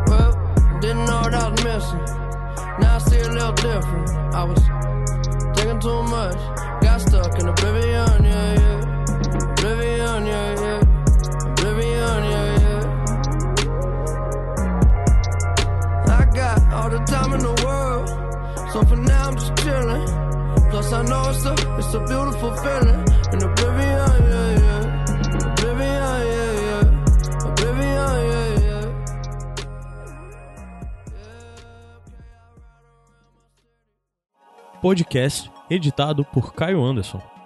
[SPEAKER 7] Well, I didn't know what I was missing. Now I see a little different. I was taking too much. Got stuck in oblivion, yeah, yeah. Oblivion, yeah, yeah. Oblivion, yeah, yeah. I got all the time in the world. So for now I'm just chillin'. Plus I know it's a, it's a beautiful feeling In oblivion, yeah, yeah Oblivion, yeah, yeah Oblivion, yeah, yeah
[SPEAKER 2] Podcast editado por Caio Anderson.